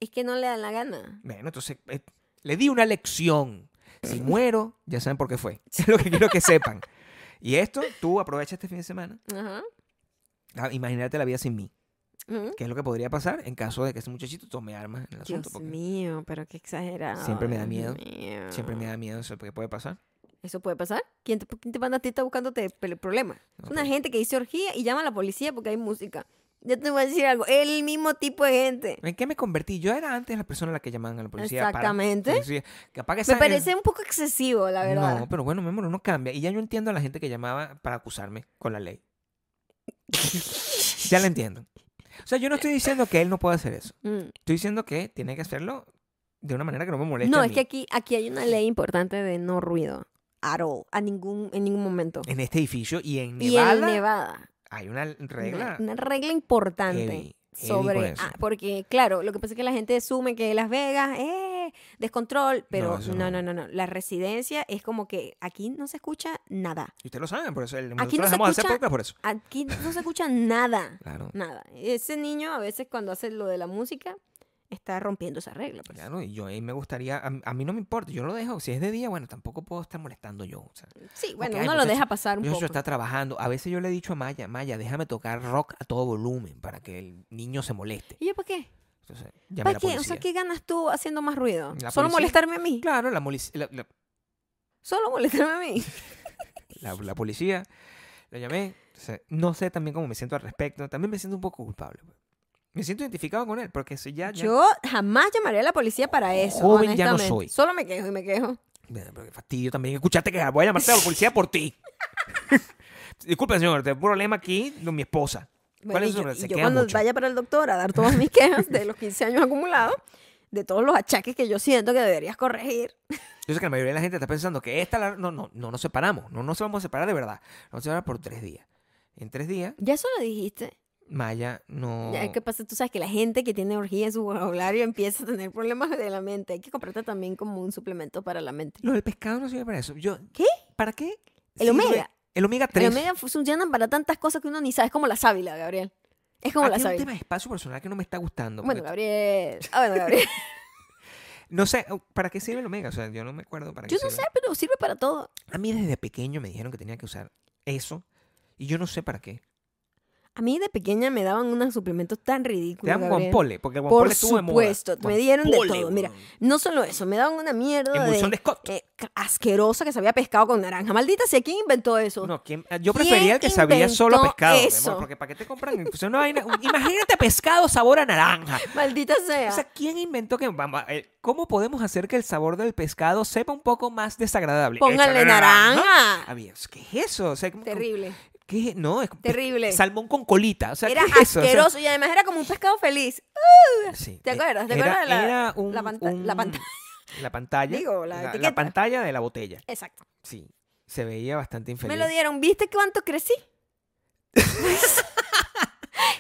Speaker 1: Es que no le dan la gana.
Speaker 2: Bueno, entonces, eh, le di una lección. Si muero, ya saben por qué fue. Es lo que quiero que sepan. Y esto, tú aprovecha este fin de semana.
Speaker 1: Ajá.
Speaker 2: a imaginarte la vida sin mí.
Speaker 1: Ujú.
Speaker 2: ¿Qué es lo que podría pasar en caso de que ese muchachito tome armas en el asunto?
Speaker 1: Dios
Speaker 2: porque
Speaker 1: mío, pero qué exagerado.
Speaker 2: Siempre me da
Speaker 1: Dios
Speaker 2: miedo.
Speaker 1: mío.
Speaker 2: Siempre me da miedo eso, porque puede pasar.
Speaker 1: ¿Eso puede pasar? ¿Quién te, quién te manda a ti está buscándote el problema?
Speaker 2: No,
Speaker 1: Una
Speaker 2: pero-
Speaker 1: gente que dice orgía y llama a la policía porque hay música. Yo te voy a decir algo. El mismo tipo de gente.
Speaker 2: ¿En qué me convertí? Yo era antes la persona a la que llamaban a la policía. para-
Speaker 1: Exactamente.
Speaker 2: policía. Capaz que
Speaker 1: Me
Speaker 2: esa-
Speaker 1: parece un poco excesivo, la verdad.
Speaker 2: No, pero bueno, mi amor, uno cambia. Y ya yo entiendo a la gente que llamaba para acusarme con la ley. ya la entiendo. O sea, yo no estoy diciendo que él no pueda hacer eso.
Speaker 1: Mm.
Speaker 2: Estoy diciendo que tiene que hacerlo de una manera que no me moleste.
Speaker 1: No,
Speaker 2: a
Speaker 1: es
Speaker 2: mí.
Speaker 1: que aquí, aquí hay una ley importante de no ruido. At all, a ningún, en ningún momento.
Speaker 2: En este edificio y en
Speaker 1: Y en
Speaker 2: Nevada
Speaker 1: Nevada.
Speaker 2: hay una regla.
Speaker 1: Una, una regla importante.
Speaker 2: heavy, heavy con
Speaker 1: sobre
Speaker 2: eso.
Speaker 1: ah, porque claro lo que pasa es que la gente asume que Las Vegas eh descontrol pero
Speaker 2: eso
Speaker 1: no,
Speaker 2: no.
Speaker 1: no no no la residencia es como que aquí no se escucha nada
Speaker 2: Y ustedes lo saben, por eso el,
Speaker 1: Aquí
Speaker 2: nosotros
Speaker 1: no se
Speaker 2: dejamos de hacer
Speaker 1: escucha-
Speaker 2: podcast por eso.
Speaker 1: aquí no se escucha nada
Speaker 2: Claro.
Speaker 1: nada ese niño a veces cuando hace lo de la música está rompiendo esa regla pues.
Speaker 2: Claro, y yo ahí me gustaría, a, a mí no me importa, yo lo dejo. Si es de día, bueno, tampoco puedo estar molestando yo. O sea,
Speaker 1: sí bueno
Speaker 2: ay,
Speaker 1: uno lo
Speaker 2: muchacho,
Speaker 1: deja pasar un
Speaker 2: Yo
Speaker 1: poco
Speaker 2: está trabajando. A veces yo le he dicho a Maya, Maya, déjame tocar rock a todo volumen para que el niño se moleste.
Speaker 1: y yo para qué
Speaker 2: Entonces, llamé a
Speaker 1: para
Speaker 2: la
Speaker 1: qué o sea
Speaker 2: policía.
Speaker 1: qué ganas tú haciendo más ruido
Speaker 2: La
Speaker 1: solo
Speaker 2: policía.
Speaker 1: molestarme a mí
Speaker 2: Claro, la, molici- la- la-
Speaker 1: solo molestarme a mí
Speaker 2: la- la policía, la llamé. Entonces, no sé también cómo me siento al respecto. También me siento un poco culpable. pues. Me siento identificado con él, porque si ya... ya-
Speaker 1: yo jamás llamaré a la policía para eso
Speaker 2: Joven ya no
Speaker 1: honestamente.
Speaker 2: soy.
Speaker 1: solo me quejo y me quejo
Speaker 2: Bueno, pero qué fastidio también. Escuchaste que voy a llamarte a la policía por ti. Disculpe, señor, tengo un problema aquí con mi esposa.
Speaker 1: Bueno,
Speaker 2: ¿Cuál es
Speaker 1: y
Speaker 2: su
Speaker 1: yo,
Speaker 2: problema?
Speaker 1: y
Speaker 2: Se
Speaker 1: yo
Speaker 2: queja
Speaker 1: cuando
Speaker 2: mucho.
Speaker 1: vaya para el doctor a dar todas mis quejas de los 15 años acumulados, de todos los achaques que yo siento que deberías corregir.
Speaker 2: Yo sé que la mayoría de la gente está pensando que esta... la- No, no, no nos separamos. No nos vamos a separar de verdad. Nos vamos a separar por tres días. En tres días,
Speaker 1: Ya eso lo dijiste.
Speaker 2: Maya no...
Speaker 1: Ya, ¿Qué pasa? Tú sabes que la gente que tiene orgía en su vocabulario empieza a tener problemas de la mente. Hay que comprarte también como un suplemento para la mente.
Speaker 2: Lo del pescado no sirve para eso. Yo,
Speaker 1: ¿Qué?
Speaker 2: ¿Para qué?
Speaker 1: El
Speaker 2: sirve
Speaker 1: omega.
Speaker 2: El omega 3.
Speaker 1: El omega funciona para tantas cosas que uno ni sabe. Es como la sábila, Gabriel. Es como
Speaker 2: Aquí
Speaker 1: la
Speaker 2: hay un
Speaker 1: sábila.
Speaker 2: tema de espacio personal que no me está gustando. pues.
Speaker 1: Bueno,
Speaker 2: porque-
Speaker 1: Gabriel. Ah, bueno, Gabriel.
Speaker 2: no sé, oh, ¿para qué sirve el omega? O sea, yo no me acuerdo para
Speaker 1: Yo
Speaker 2: qué
Speaker 1: no sé,
Speaker 2: sirve.
Speaker 1: pero sirve para todo.
Speaker 2: A mí desde pequeño me dijeron que tenía que usar eso y yo no sé para qué.
Speaker 1: A mí de pequeña me daban unos suplementos tan ridículos.
Speaker 2: Te dan
Speaker 1: Gabriel.
Speaker 2: guampole, porque el guampole
Speaker 1: Por
Speaker 2: estuvo de moda.
Speaker 1: supuesto, me dieron de
Speaker 2: Guampole,
Speaker 1: todo. Mira,
Speaker 2: weón.
Speaker 1: no solo eso, me daban una mierda
Speaker 2: Emulsión de
Speaker 1: de,
Speaker 2: Scott.
Speaker 1: eh, ca- asquerosa que sabía pescado con naranja. Maldita sea, ¿quién inventó eso?
Speaker 2: No, ¿quién- Ah, yo
Speaker 1: ¿Quién
Speaker 2: prefería el que sabía solo a
Speaker 1: inventó
Speaker 2: pescado, mi amor,
Speaker 1: eso?
Speaker 2: porque ¿para qué te compran? O sea, una vaina- un- imagínate pescado sabor a naranja.
Speaker 1: Maldita sea.
Speaker 2: O sea, ¿quién inventó que vamos a- eh, cómo podemos hacer que el sabor del pescado sepa un poco más desagradable?
Speaker 1: Pónganle
Speaker 2: Échale
Speaker 1: naranja.
Speaker 2: Había- ¿Qué es eso? O sea, ¿cómo-
Speaker 1: Terrible,
Speaker 2: ¿qué? No, es
Speaker 1: terrible.
Speaker 2: salmón con colita. O sea,
Speaker 1: Era
Speaker 2: ¿qué es eso? O sea,
Speaker 1: asqueroso y además era como un pescado feliz.
Speaker 2: sí,
Speaker 1: ¿Te
Speaker 2: eh,
Speaker 1: acuerdas? ¿Te
Speaker 2: era-
Speaker 1: acuerdas de la-
Speaker 2: era un-
Speaker 1: la panta-
Speaker 2: un-
Speaker 1: la pantalla?
Speaker 2: la pantalla.
Speaker 1: Digo, la etiqueta.
Speaker 2: pantalla de la botella.
Speaker 1: Exacto.
Speaker 2: Sí. Se veía bastante infeliz.
Speaker 1: Me lo dieron. ¿Viste cuánto crecí?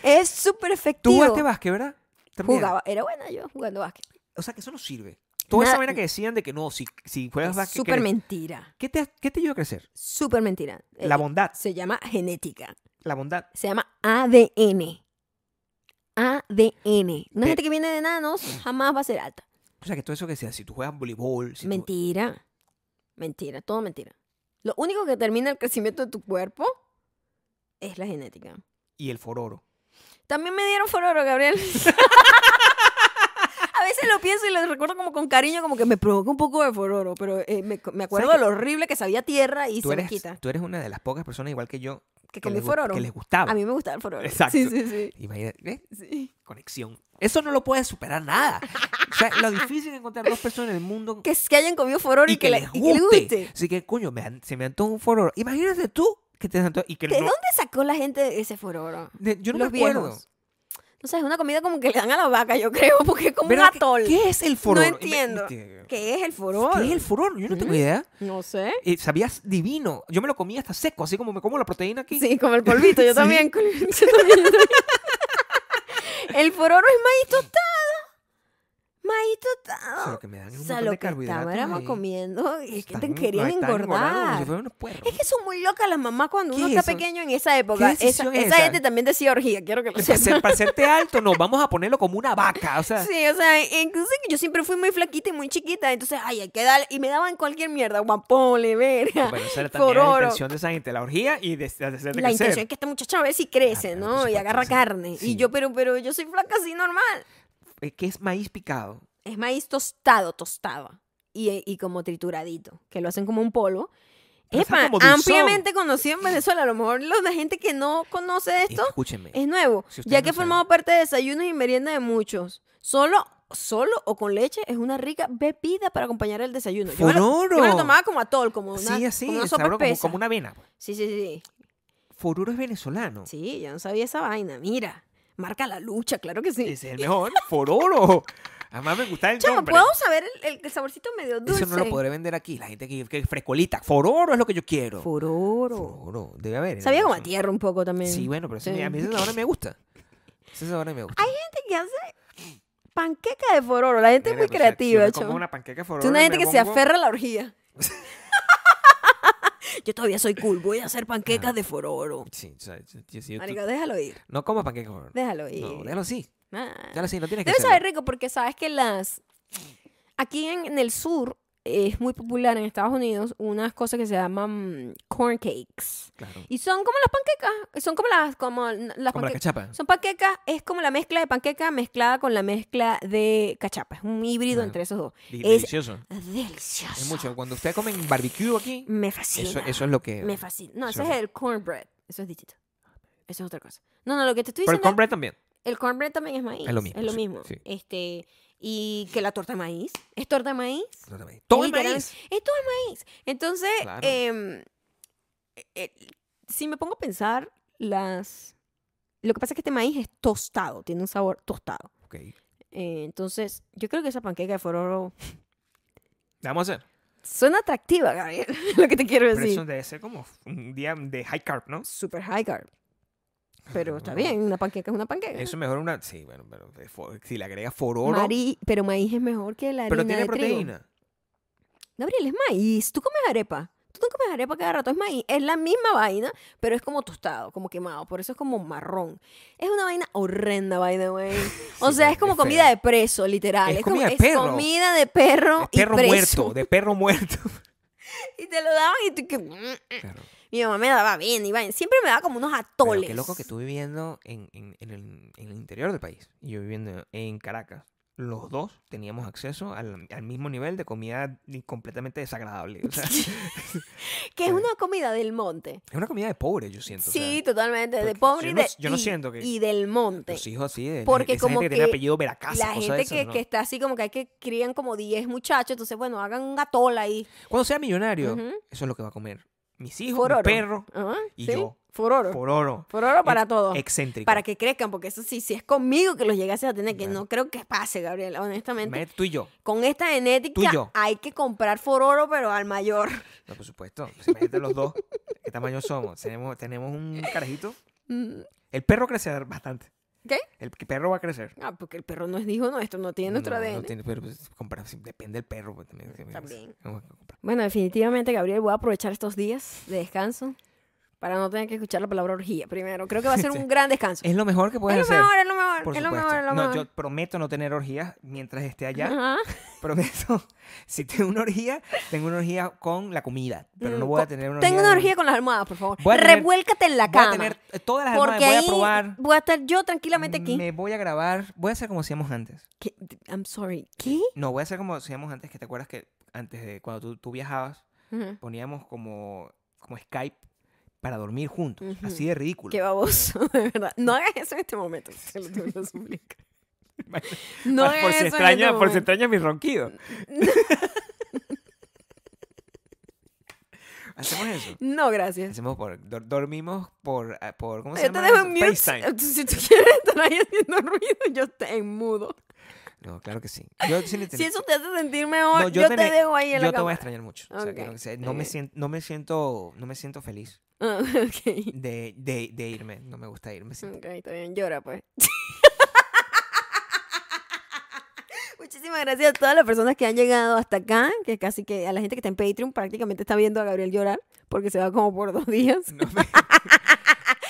Speaker 1: es súper
Speaker 2: Tú
Speaker 1: efectivo.
Speaker 2: jugaste básquet, ¿verdad? También.
Speaker 1: Jugaba, era buena yo jugando básquet.
Speaker 2: O sea, que eso no sirve. Toda esa
Speaker 1: Nada-
Speaker 2: vaina que decían de que no, si, si
Speaker 1: Es
Speaker 2: juegas básquet...
Speaker 1: Súper
Speaker 2: que-
Speaker 1: mentira.
Speaker 2: ¿qué te, ¿Qué te ayuda a crecer?
Speaker 1: Súper mentira. Eh,
Speaker 2: La bondad.
Speaker 1: se llama genética.
Speaker 2: La bondad.
Speaker 1: Se llama ADN. ADN. Una
Speaker 2: Pe- Mm.
Speaker 1: gente que viene de nanos jamás va a ser alta.
Speaker 2: O sea, que todo eso que sea, si tú juegas voleibol... Si tú-
Speaker 1: mentira. Mentira. Todo mentira. Lo único que termina el crecimiento de tu cuerpo es la genética.
Speaker 2: Y el fororo.
Speaker 1: También me dieron fororo, Gabriel. A veces lo pienso y lo recuerdo como con cariño, como que me provoca un poco de fororo, pero eh, me, me acuerdo de
Speaker 2: ¿Sabes
Speaker 1: lo horrible que sabía tierra y
Speaker 2: Tú
Speaker 1: se me
Speaker 2: eres,
Speaker 1: quita.
Speaker 2: tú eres una de las pocas personas igual que yo
Speaker 1: Que
Speaker 2: que,
Speaker 1: comí
Speaker 2: les, gu-
Speaker 1: fororo.
Speaker 2: que les gustaba.
Speaker 1: A mí me gustaba el fororo.
Speaker 2: Exacto.
Speaker 1: Sí, sí, sí.
Speaker 2: Imagínate, ¿ves?
Speaker 1: Sí.
Speaker 2: Conexión. Eso no lo puede superar nada. O sea, lo difícil es encontrar dos personas en el mundo
Speaker 1: Que, que hayan comido fororo y,
Speaker 2: y que,
Speaker 1: la-
Speaker 2: les
Speaker 1: y que les
Speaker 2: guste. Así que, coño, me an- se me antoja un fororo. Imagínate tú que te antoja y que
Speaker 1: ¿De
Speaker 2: no-
Speaker 1: dónde sacó la gente ese fororo?
Speaker 2: de- yo no
Speaker 1: Los
Speaker 2: me acuerdo.
Speaker 1: viejos. No sé, es una comida como que le dan a la vaca, yo creo, porque es como un
Speaker 2: ¿Verdad? ¿Qué-
Speaker 1: atol.
Speaker 2: ¿Qué, es el fororo?
Speaker 1: No entiendo.
Speaker 2: ¿Qué,
Speaker 1: ¿Qué es el fororo?
Speaker 2: es el fororo? Yo no tengo
Speaker 1: Mm.
Speaker 2: idea.
Speaker 1: No sé.
Speaker 2: Eh, sabías divino. Yo me lo comía hasta seco, así como me como la proteína aquí.
Speaker 1: Sí, como el polvito, yo
Speaker 2: Sí.
Speaker 1: también. con- yo también, yo también. el fororo es maíz tostado. Maíz
Speaker 2: O sea,
Speaker 1: tostado.
Speaker 2: lo que me dan es un
Speaker 1: O sea,
Speaker 2: montón
Speaker 1: lo
Speaker 2: de
Speaker 1: que
Speaker 2: carbohidratos.
Speaker 1: estábamos
Speaker 2: ahí.
Speaker 1: comiendo y es que te
Speaker 2: Están-
Speaker 1: querían
Speaker 2: nos están engordando como
Speaker 1: engordar.
Speaker 2: si fueran unos puerros.
Speaker 1: Es que son muy locas las mamás cuando uno
Speaker 2: ¿Qué
Speaker 1: está
Speaker 2: es eso?
Speaker 1: pequeño en esa época.
Speaker 2: ¿Qué
Speaker 1: Esa,
Speaker 2: decisión es
Speaker 1: esa
Speaker 2: esa?
Speaker 1: gente también decía orgía, quiero que lo
Speaker 2: Para, ser-
Speaker 1: sepan.
Speaker 2: para hacerte alto, no, vamos a ponerlo como una vaca. O sea,
Speaker 1: Sí, o sea, incluso que yo siempre fui muy flaquita y muy chiquita, entonces, ay, hay que darle, y me daban cualquier mierda, guapole, verga,
Speaker 2: bueno, esa era también la
Speaker 1: fororo.
Speaker 2: intención de esa gente, la orgía y de, de hacerte
Speaker 1: La
Speaker 2: crecer.
Speaker 1: intención es que esta muchacha a ver si crece,
Speaker 2: Ah, Claro,
Speaker 1: ¿no?
Speaker 2: por
Speaker 1: Y agarra
Speaker 2: supuesto, sí.
Speaker 1: carne.
Speaker 2: Sí.
Speaker 1: Y yo, pero, pero yo soy flaca así normal.
Speaker 2: Eh, ¿Qué es maíz picado?
Speaker 1: Es eh, maíz tostado, tostado. Y, y como trituradito, que lo hacen como un polvo.
Speaker 2: pero sabe
Speaker 1: Epa,
Speaker 2: como dulzón.
Speaker 1: ampliamente conocido en Venezuela. A lo mejor lo- la gente que no conoce de esto
Speaker 2: Escúchenme.
Speaker 1: es nuevo.
Speaker 2: Si ustedes
Speaker 1: ya
Speaker 2: no
Speaker 1: que he
Speaker 2: saben.
Speaker 1: formado parte de desayunos y merienda de muchos. Solo, solo o con leche es una rica bebida para acompañar el desayuno. Yo me, lo, yo me lo
Speaker 2: Furoro.
Speaker 1: tomaba como atol, como una,
Speaker 2: Sí, así,
Speaker 1: como una sopa
Speaker 2: sabroso, como,
Speaker 1: espesa.
Speaker 2: como una avena. pues.
Speaker 1: Sí, sí, sí.
Speaker 2: Foruro es venezolano.
Speaker 1: Sí, yo no sabía esa vaina. Mira, marca la lucha, claro que sí.
Speaker 2: Ese es el mejor. Fororo. Además me gusta el
Speaker 1: Chamo,
Speaker 2: nombre.
Speaker 1: ¿puedo saber el, el- el saborcito medio dulce?
Speaker 2: Eso no lo podré vender aquí. La gente que, que frescolita. Fororo es lo que yo quiero.
Speaker 1: Furoro.
Speaker 2: Fororo. Debe haber. en
Speaker 1: Sabía como a
Speaker 2: Amazon.
Speaker 1: tierra un poco también.
Speaker 2: Sí, bueno, pero ese-
Speaker 1: Sí.
Speaker 2: a mí ese sabor no me gusta. Ese sabor no me gusta.
Speaker 1: gente que hace panqueca de fororo. La gente es muy
Speaker 2: Mira, pues, si yo
Speaker 1: creativa,
Speaker 2: me como
Speaker 1: chamo.
Speaker 2: una panqueca fororo.
Speaker 1: Es una
Speaker 2: y
Speaker 1: gente
Speaker 2: me
Speaker 1: que se
Speaker 2: pongo-
Speaker 1: aferra a la orgía. Yo todavía soy cool, voy a hacer panquecas de fororo.
Speaker 2: Sí, o sea, yo- yo- yo- tú-
Speaker 1: Marico, déjalo ir,
Speaker 2: No comas panqueca fororo.
Speaker 1: déjalo ir.
Speaker 2: No, déjalo así.
Speaker 1: Ah.
Speaker 2: Déjalo así, no tienes que
Speaker 1: Debe
Speaker 2: hacerlo.
Speaker 1: saber rico porque sabes que las... Aquí en, en el sur eh, es muy popular en Estados Unidos unas cosas que se llaman mm, corn cakes.
Speaker 2: Claro.
Speaker 1: Y son como las panquecas, son como las, como n- las
Speaker 2: Como la
Speaker 1: panque-
Speaker 2: cachapa.
Speaker 1: Son panquecas, es como la mezcla de panqueca mezclada con la mezcla de cachapa. Es un híbrido
Speaker 2: Claro.
Speaker 1: entre esos dos.
Speaker 2: Di-
Speaker 1: es-
Speaker 2: Delicioso.
Speaker 1: Delicioso.
Speaker 2: Es mucho. Cuando ustedes comen barbecue aquí,
Speaker 1: Me fascina.
Speaker 2: eso, eso es lo que...
Speaker 1: Me fascina. No,
Speaker 2: eso
Speaker 1: ese es
Speaker 2: es-
Speaker 1: el cornbread. Eso es distinto. Eso es otra cosa. No, no, lo que te estoy
Speaker 2: Pero el
Speaker 1: diciendo.
Speaker 2: cornbread también.
Speaker 1: El cornbread también es maíz.
Speaker 2: Es lo mismo, sí,
Speaker 1: mismo.
Speaker 2: sí.
Speaker 1: Este, y que la torta de maíz. ¿Es torta de maíz?
Speaker 2: No, también. Todo el
Speaker 1: Literal,
Speaker 2: maíz.
Speaker 1: Es todo el maíz. Entonces,
Speaker 2: Claro.
Speaker 1: em, eh, si me pongo a pensar, las. Lo que pasa es que este maíz es tostado, tiene un sabor tostado.
Speaker 2: Ok.
Speaker 1: Eh, entonces, yo creo que esa panqueca de fororo
Speaker 2: La Vamos a hacer.
Speaker 1: suena atractiva, Gabriel. lo que te quiero
Speaker 2: Pero eso
Speaker 1: decir.
Speaker 2: debe ser como un día de high carb, ¿no?
Speaker 1: Super high carb. Pero está
Speaker 2: No.
Speaker 1: bien, una panqueca es una panqueca.
Speaker 2: Eso es mejor una... Sí, bueno, pero de fo- si le agrega fororo...
Speaker 1: Mari- pero maíz es mejor que la harina
Speaker 2: pero tiene
Speaker 1: de trigo.
Speaker 2: proteína.
Speaker 1: Gabriel, es maíz. Tú comes arepa. Tú no comes arepa cada rato. Es maíz. Es la misma vaina, pero es como tostado, como quemado. Por eso es como marrón. Es una vaina horrenda, by the way. O
Speaker 2: Sí,
Speaker 1: sea,
Speaker 2: vale,
Speaker 1: es como
Speaker 2: es feo.
Speaker 1: comida de preso, literal.
Speaker 2: Es
Speaker 1: como-
Speaker 2: comida de perro.
Speaker 1: Es comida de perro
Speaker 2: De
Speaker 1: y
Speaker 2: perro
Speaker 1: preso.
Speaker 2: muerto, de perro muerto.
Speaker 1: Y te lo daban y tú que... "Mm".
Speaker 2: Claro.
Speaker 1: Mi mamá me daba bien y vaina. Siempre me daba como unos
Speaker 2: Pero
Speaker 1: atoles.
Speaker 2: qué loco que tú viviendo en, en- en el, en el interior del país y yo viviendo en Caracas. Los dos teníamos acceso al, al mismo nivel de comida y completamente desagradable. O sea, es
Speaker 1: Que es una comida del monte.
Speaker 2: una comida de pobre, yo siento. o sea,
Speaker 1: sí, totalmente. De
Speaker 2: porque
Speaker 1: pobre
Speaker 2: yo
Speaker 1: y,
Speaker 2: no-
Speaker 1: de,
Speaker 2: yo no
Speaker 1: y-
Speaker 2: siento que-
Speaker 1: y del monte.
Speaker 2: los hijos así de.
Speaker 1: Porque
Speaker 2: esa
Speaker 1: como
Speaker 2: gente que, tiene
Speaker 1: que
Speaker 2: apellido Veracasa,
Speaker 1: la
Speaker 2: cosas
Speaker 1: gente
Speaker 2: de
Speaker 1: que,
Speaker 2: esas, ¿no?
Speaker 1: que está así como que hay que crían como 10 muchachos, entonces bueno, hagan un gatola ahí.
Speaker 2: Cuando sea millonario,
Speaker 1: Ujú.
Speaker 2: eso es lo que va a comer. Mis hijos,
Speaker 1: Fororo.
Speaker 2: mi perro,
Speaker 1: Ajá,
Speaker 2: Y
Speaker 1: ¿sí?
Speaker 2: yo.
Speaker 1: Fororo.
Speaker 2: fororo.
Speaker 1: Fororo para todos.
Speaker 2: Excéntrico.
Speaker 1: Para que crezcan, porque eso sí, si es conmigo que los llegases a tener, que
Speaker 2: Claro.
Speaker 1: no creo que pase, Gabriela, honestamente.
Speaker 2: Imagínate tú y yo.
Speaker 1: Con esta
Speaker 2: Tú y yo.
Speaker 1: genética hay que comprar fororo, pero al mayor.
Speaker 2: No, por supuesto. Pues imagínate los dos. ¿Qué tamaño somos? Tenemos, tenemos un carajito.
Speaker 1: Mm,
Speaker 2: El perro crece bastante.
Speaker 1: ¿Qué?
Speaker 2: El que- perro va a crecer.
Speaker 1: Ah, porque el perro no es hijo nuestro, no tiene nuestro
Speaker 2: No, no
Speaker 1: ADN.
Speaker 2: tiene, pero pues, compara- si depende del perro. pues, también. también,
Speaker 1: También.
Speaker 2: vamos a comprar.
Speaker 1: Bueno, definitivamente, Gabriel, voy a aprovechar estos días de descanso para no tener que escuchar la palabra orgía primero. Creo que va a ser un gran descanso.
Speaker 2: Es lo mejor que
Speaker 1: Es
Speaker 2: puedes
Speaker 1: lo
Speaker 2: hacer.
Speaker 1: mejor, es lo mejor,
Speaker 2: Por
Speaker 1: es lo
Speaker 2: supuesto.
Speaker 1: mejor, es lo
Speaker 2: No,
Speaker 1: mejor.
Speaker 2: yo prometo no tener orgías mientras esté allá.
Speaker 1: Ajá.
Speaker 2: prometo. Si tengo una orgía, tengo una orgía con la comida. Pero no
Speaker 1: Mm,
Speaker 2: voy a
Speaker 1: con-
Speaker 2: tener una
Speaker 1: Tengo
Speaker 2: orgía
Speaker 1: una
Speaker 2: de-
Speaker 1: orgía con las almohadas, por favor.
Speaker 2: Voy a tener-
Speaker 1: Revuélcate en la
Speaker 2: Voy a
Speaker 1: cama.
Speaker 2: tener todas las
Speaker 1: porque
Speaker 2: almohadas. Voy
Speaker 1: ahí
Speaker 2: a probar.
Speaker 1: voy a estar yo tranquilamente aquí.
Speaker 2: Me voy a grabar. Voy a hacer como hacíamos antes.
Speaker 1: ¿Qué? I'm sorry. ¿Qué?
Speaker 2: No, voy a hacer como hacíamos antes, que te acuerdas que antes de cuando tú, tú viajabas,
Speaker 1: Ujú.
Speaker 2: poníamos como, como Skype para dormir juntos.
Speaker 1: Ujú.
Speaker 2: Así de ridículo.
Speaker 1: Qué baboso, de verdad. No hagas eso en este momento. Se lo, te lo suplico.
Speaker 2: Imagínate.
Speaker 1: No
Speaker 2: Por-
Speaker 1: hagas
Speaker 2: por
Speaker 1: eso
Speaker 2: si
Speaker 1: en
Speaker 2: extraña,
Speaker 1: este
Speaker 2: por si
Speaker 1: momento.
Speaker 2: extraña mi ronquido. Hacemos eso.
Speaker 1: No, gracias.
Speaker 2: Hacemos por dor- dormimos por ah, por ¿cómo se
Speaker 1: Yo te
Speaker 2: llama?
Speaker 1: dejo en mute.
Speaker 2: FaceTime.
Speaker 1: Si tú quieres estar ahí haciendo ruido, yo te en mudo.
Speaker 2: No, claro que sí. Yo sí le
Speaker 1: Si
Speaker 2: tenía-
Speaker 1: eso te hace sentir mejor,
Speaker 2: No,
Speaker 1: yo, te
Speaker 2: tenía-
Speaker 1: dejo ahí en
Speaker 2: yo
Speaker 1: la
Speaker 2: te
Speaker 1: cama.
Speaker 2: voy a extrañar mucho. O sea, que
Speaker 1: Ok,
Speaker 2: no, o sea, no
Speaker 1: ok.
Speaker 2: me siento no me siento no me siento feliz
Speaker 1: Ah, ok.
Speaker 2: de, de, de irme, no me gusta irme. siento-
Speaker 1: Ok, está bien, llora pues. Muchísimas gracias a todas las personas que han llegado hasta acá, que casi que a la gente que está en Patreon prácticamente está viendo a Gabriel llorar, porque se va como por dos días.
Speaker 2: no me- Muchísimas-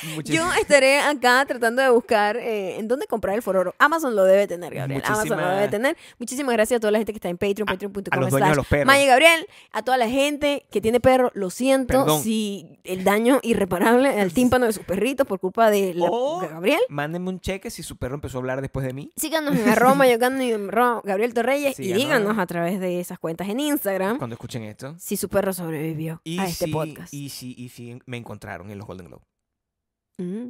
Speaker 1: Mm. Yo estaré acá tratando de buscar eh, en dónde comprar el fororo. Amazon lo debe tener, Gabriel. Amazon lo
Speaker 2: Muchísima-
Speaker 1: debe tener. Muchísimas gracias a toda la gente que está en Patreon,
Speaker 2: a los
Speaker 1: patreon.com.
Speaker 2: dueños de los perros.
Speaker 1: Maya Gabriel, a toda la gente que tiene perro, lo siento
Speaker 2: Perdón.
Speaker 1: si el daño irreparable al tímpano de sus perritos por culpa de la-
Speaker 2: O-
Speaker 1: Gabriel.
Speaker 2: Mándenme un cheque si su perro empezó a hablar después de mí.
Speaker 1: Síganos en arroba mayocando y en arroba Gabriel Torreyes y
Speaker 2: Síganos.
Speaker 1: díganos a través de esas cuentas en Instagram
Speaker 2: Cuando escuchen esto.
Speaker 1: si su perro sobrevivió
Speaker 2: Y
Speaker 1: a este
Speaker 2: si-
Speaker 1: podcast.
Speaker 2: Y si, y si me encontraron en los Golden Globe.
Speaker 1: Mm.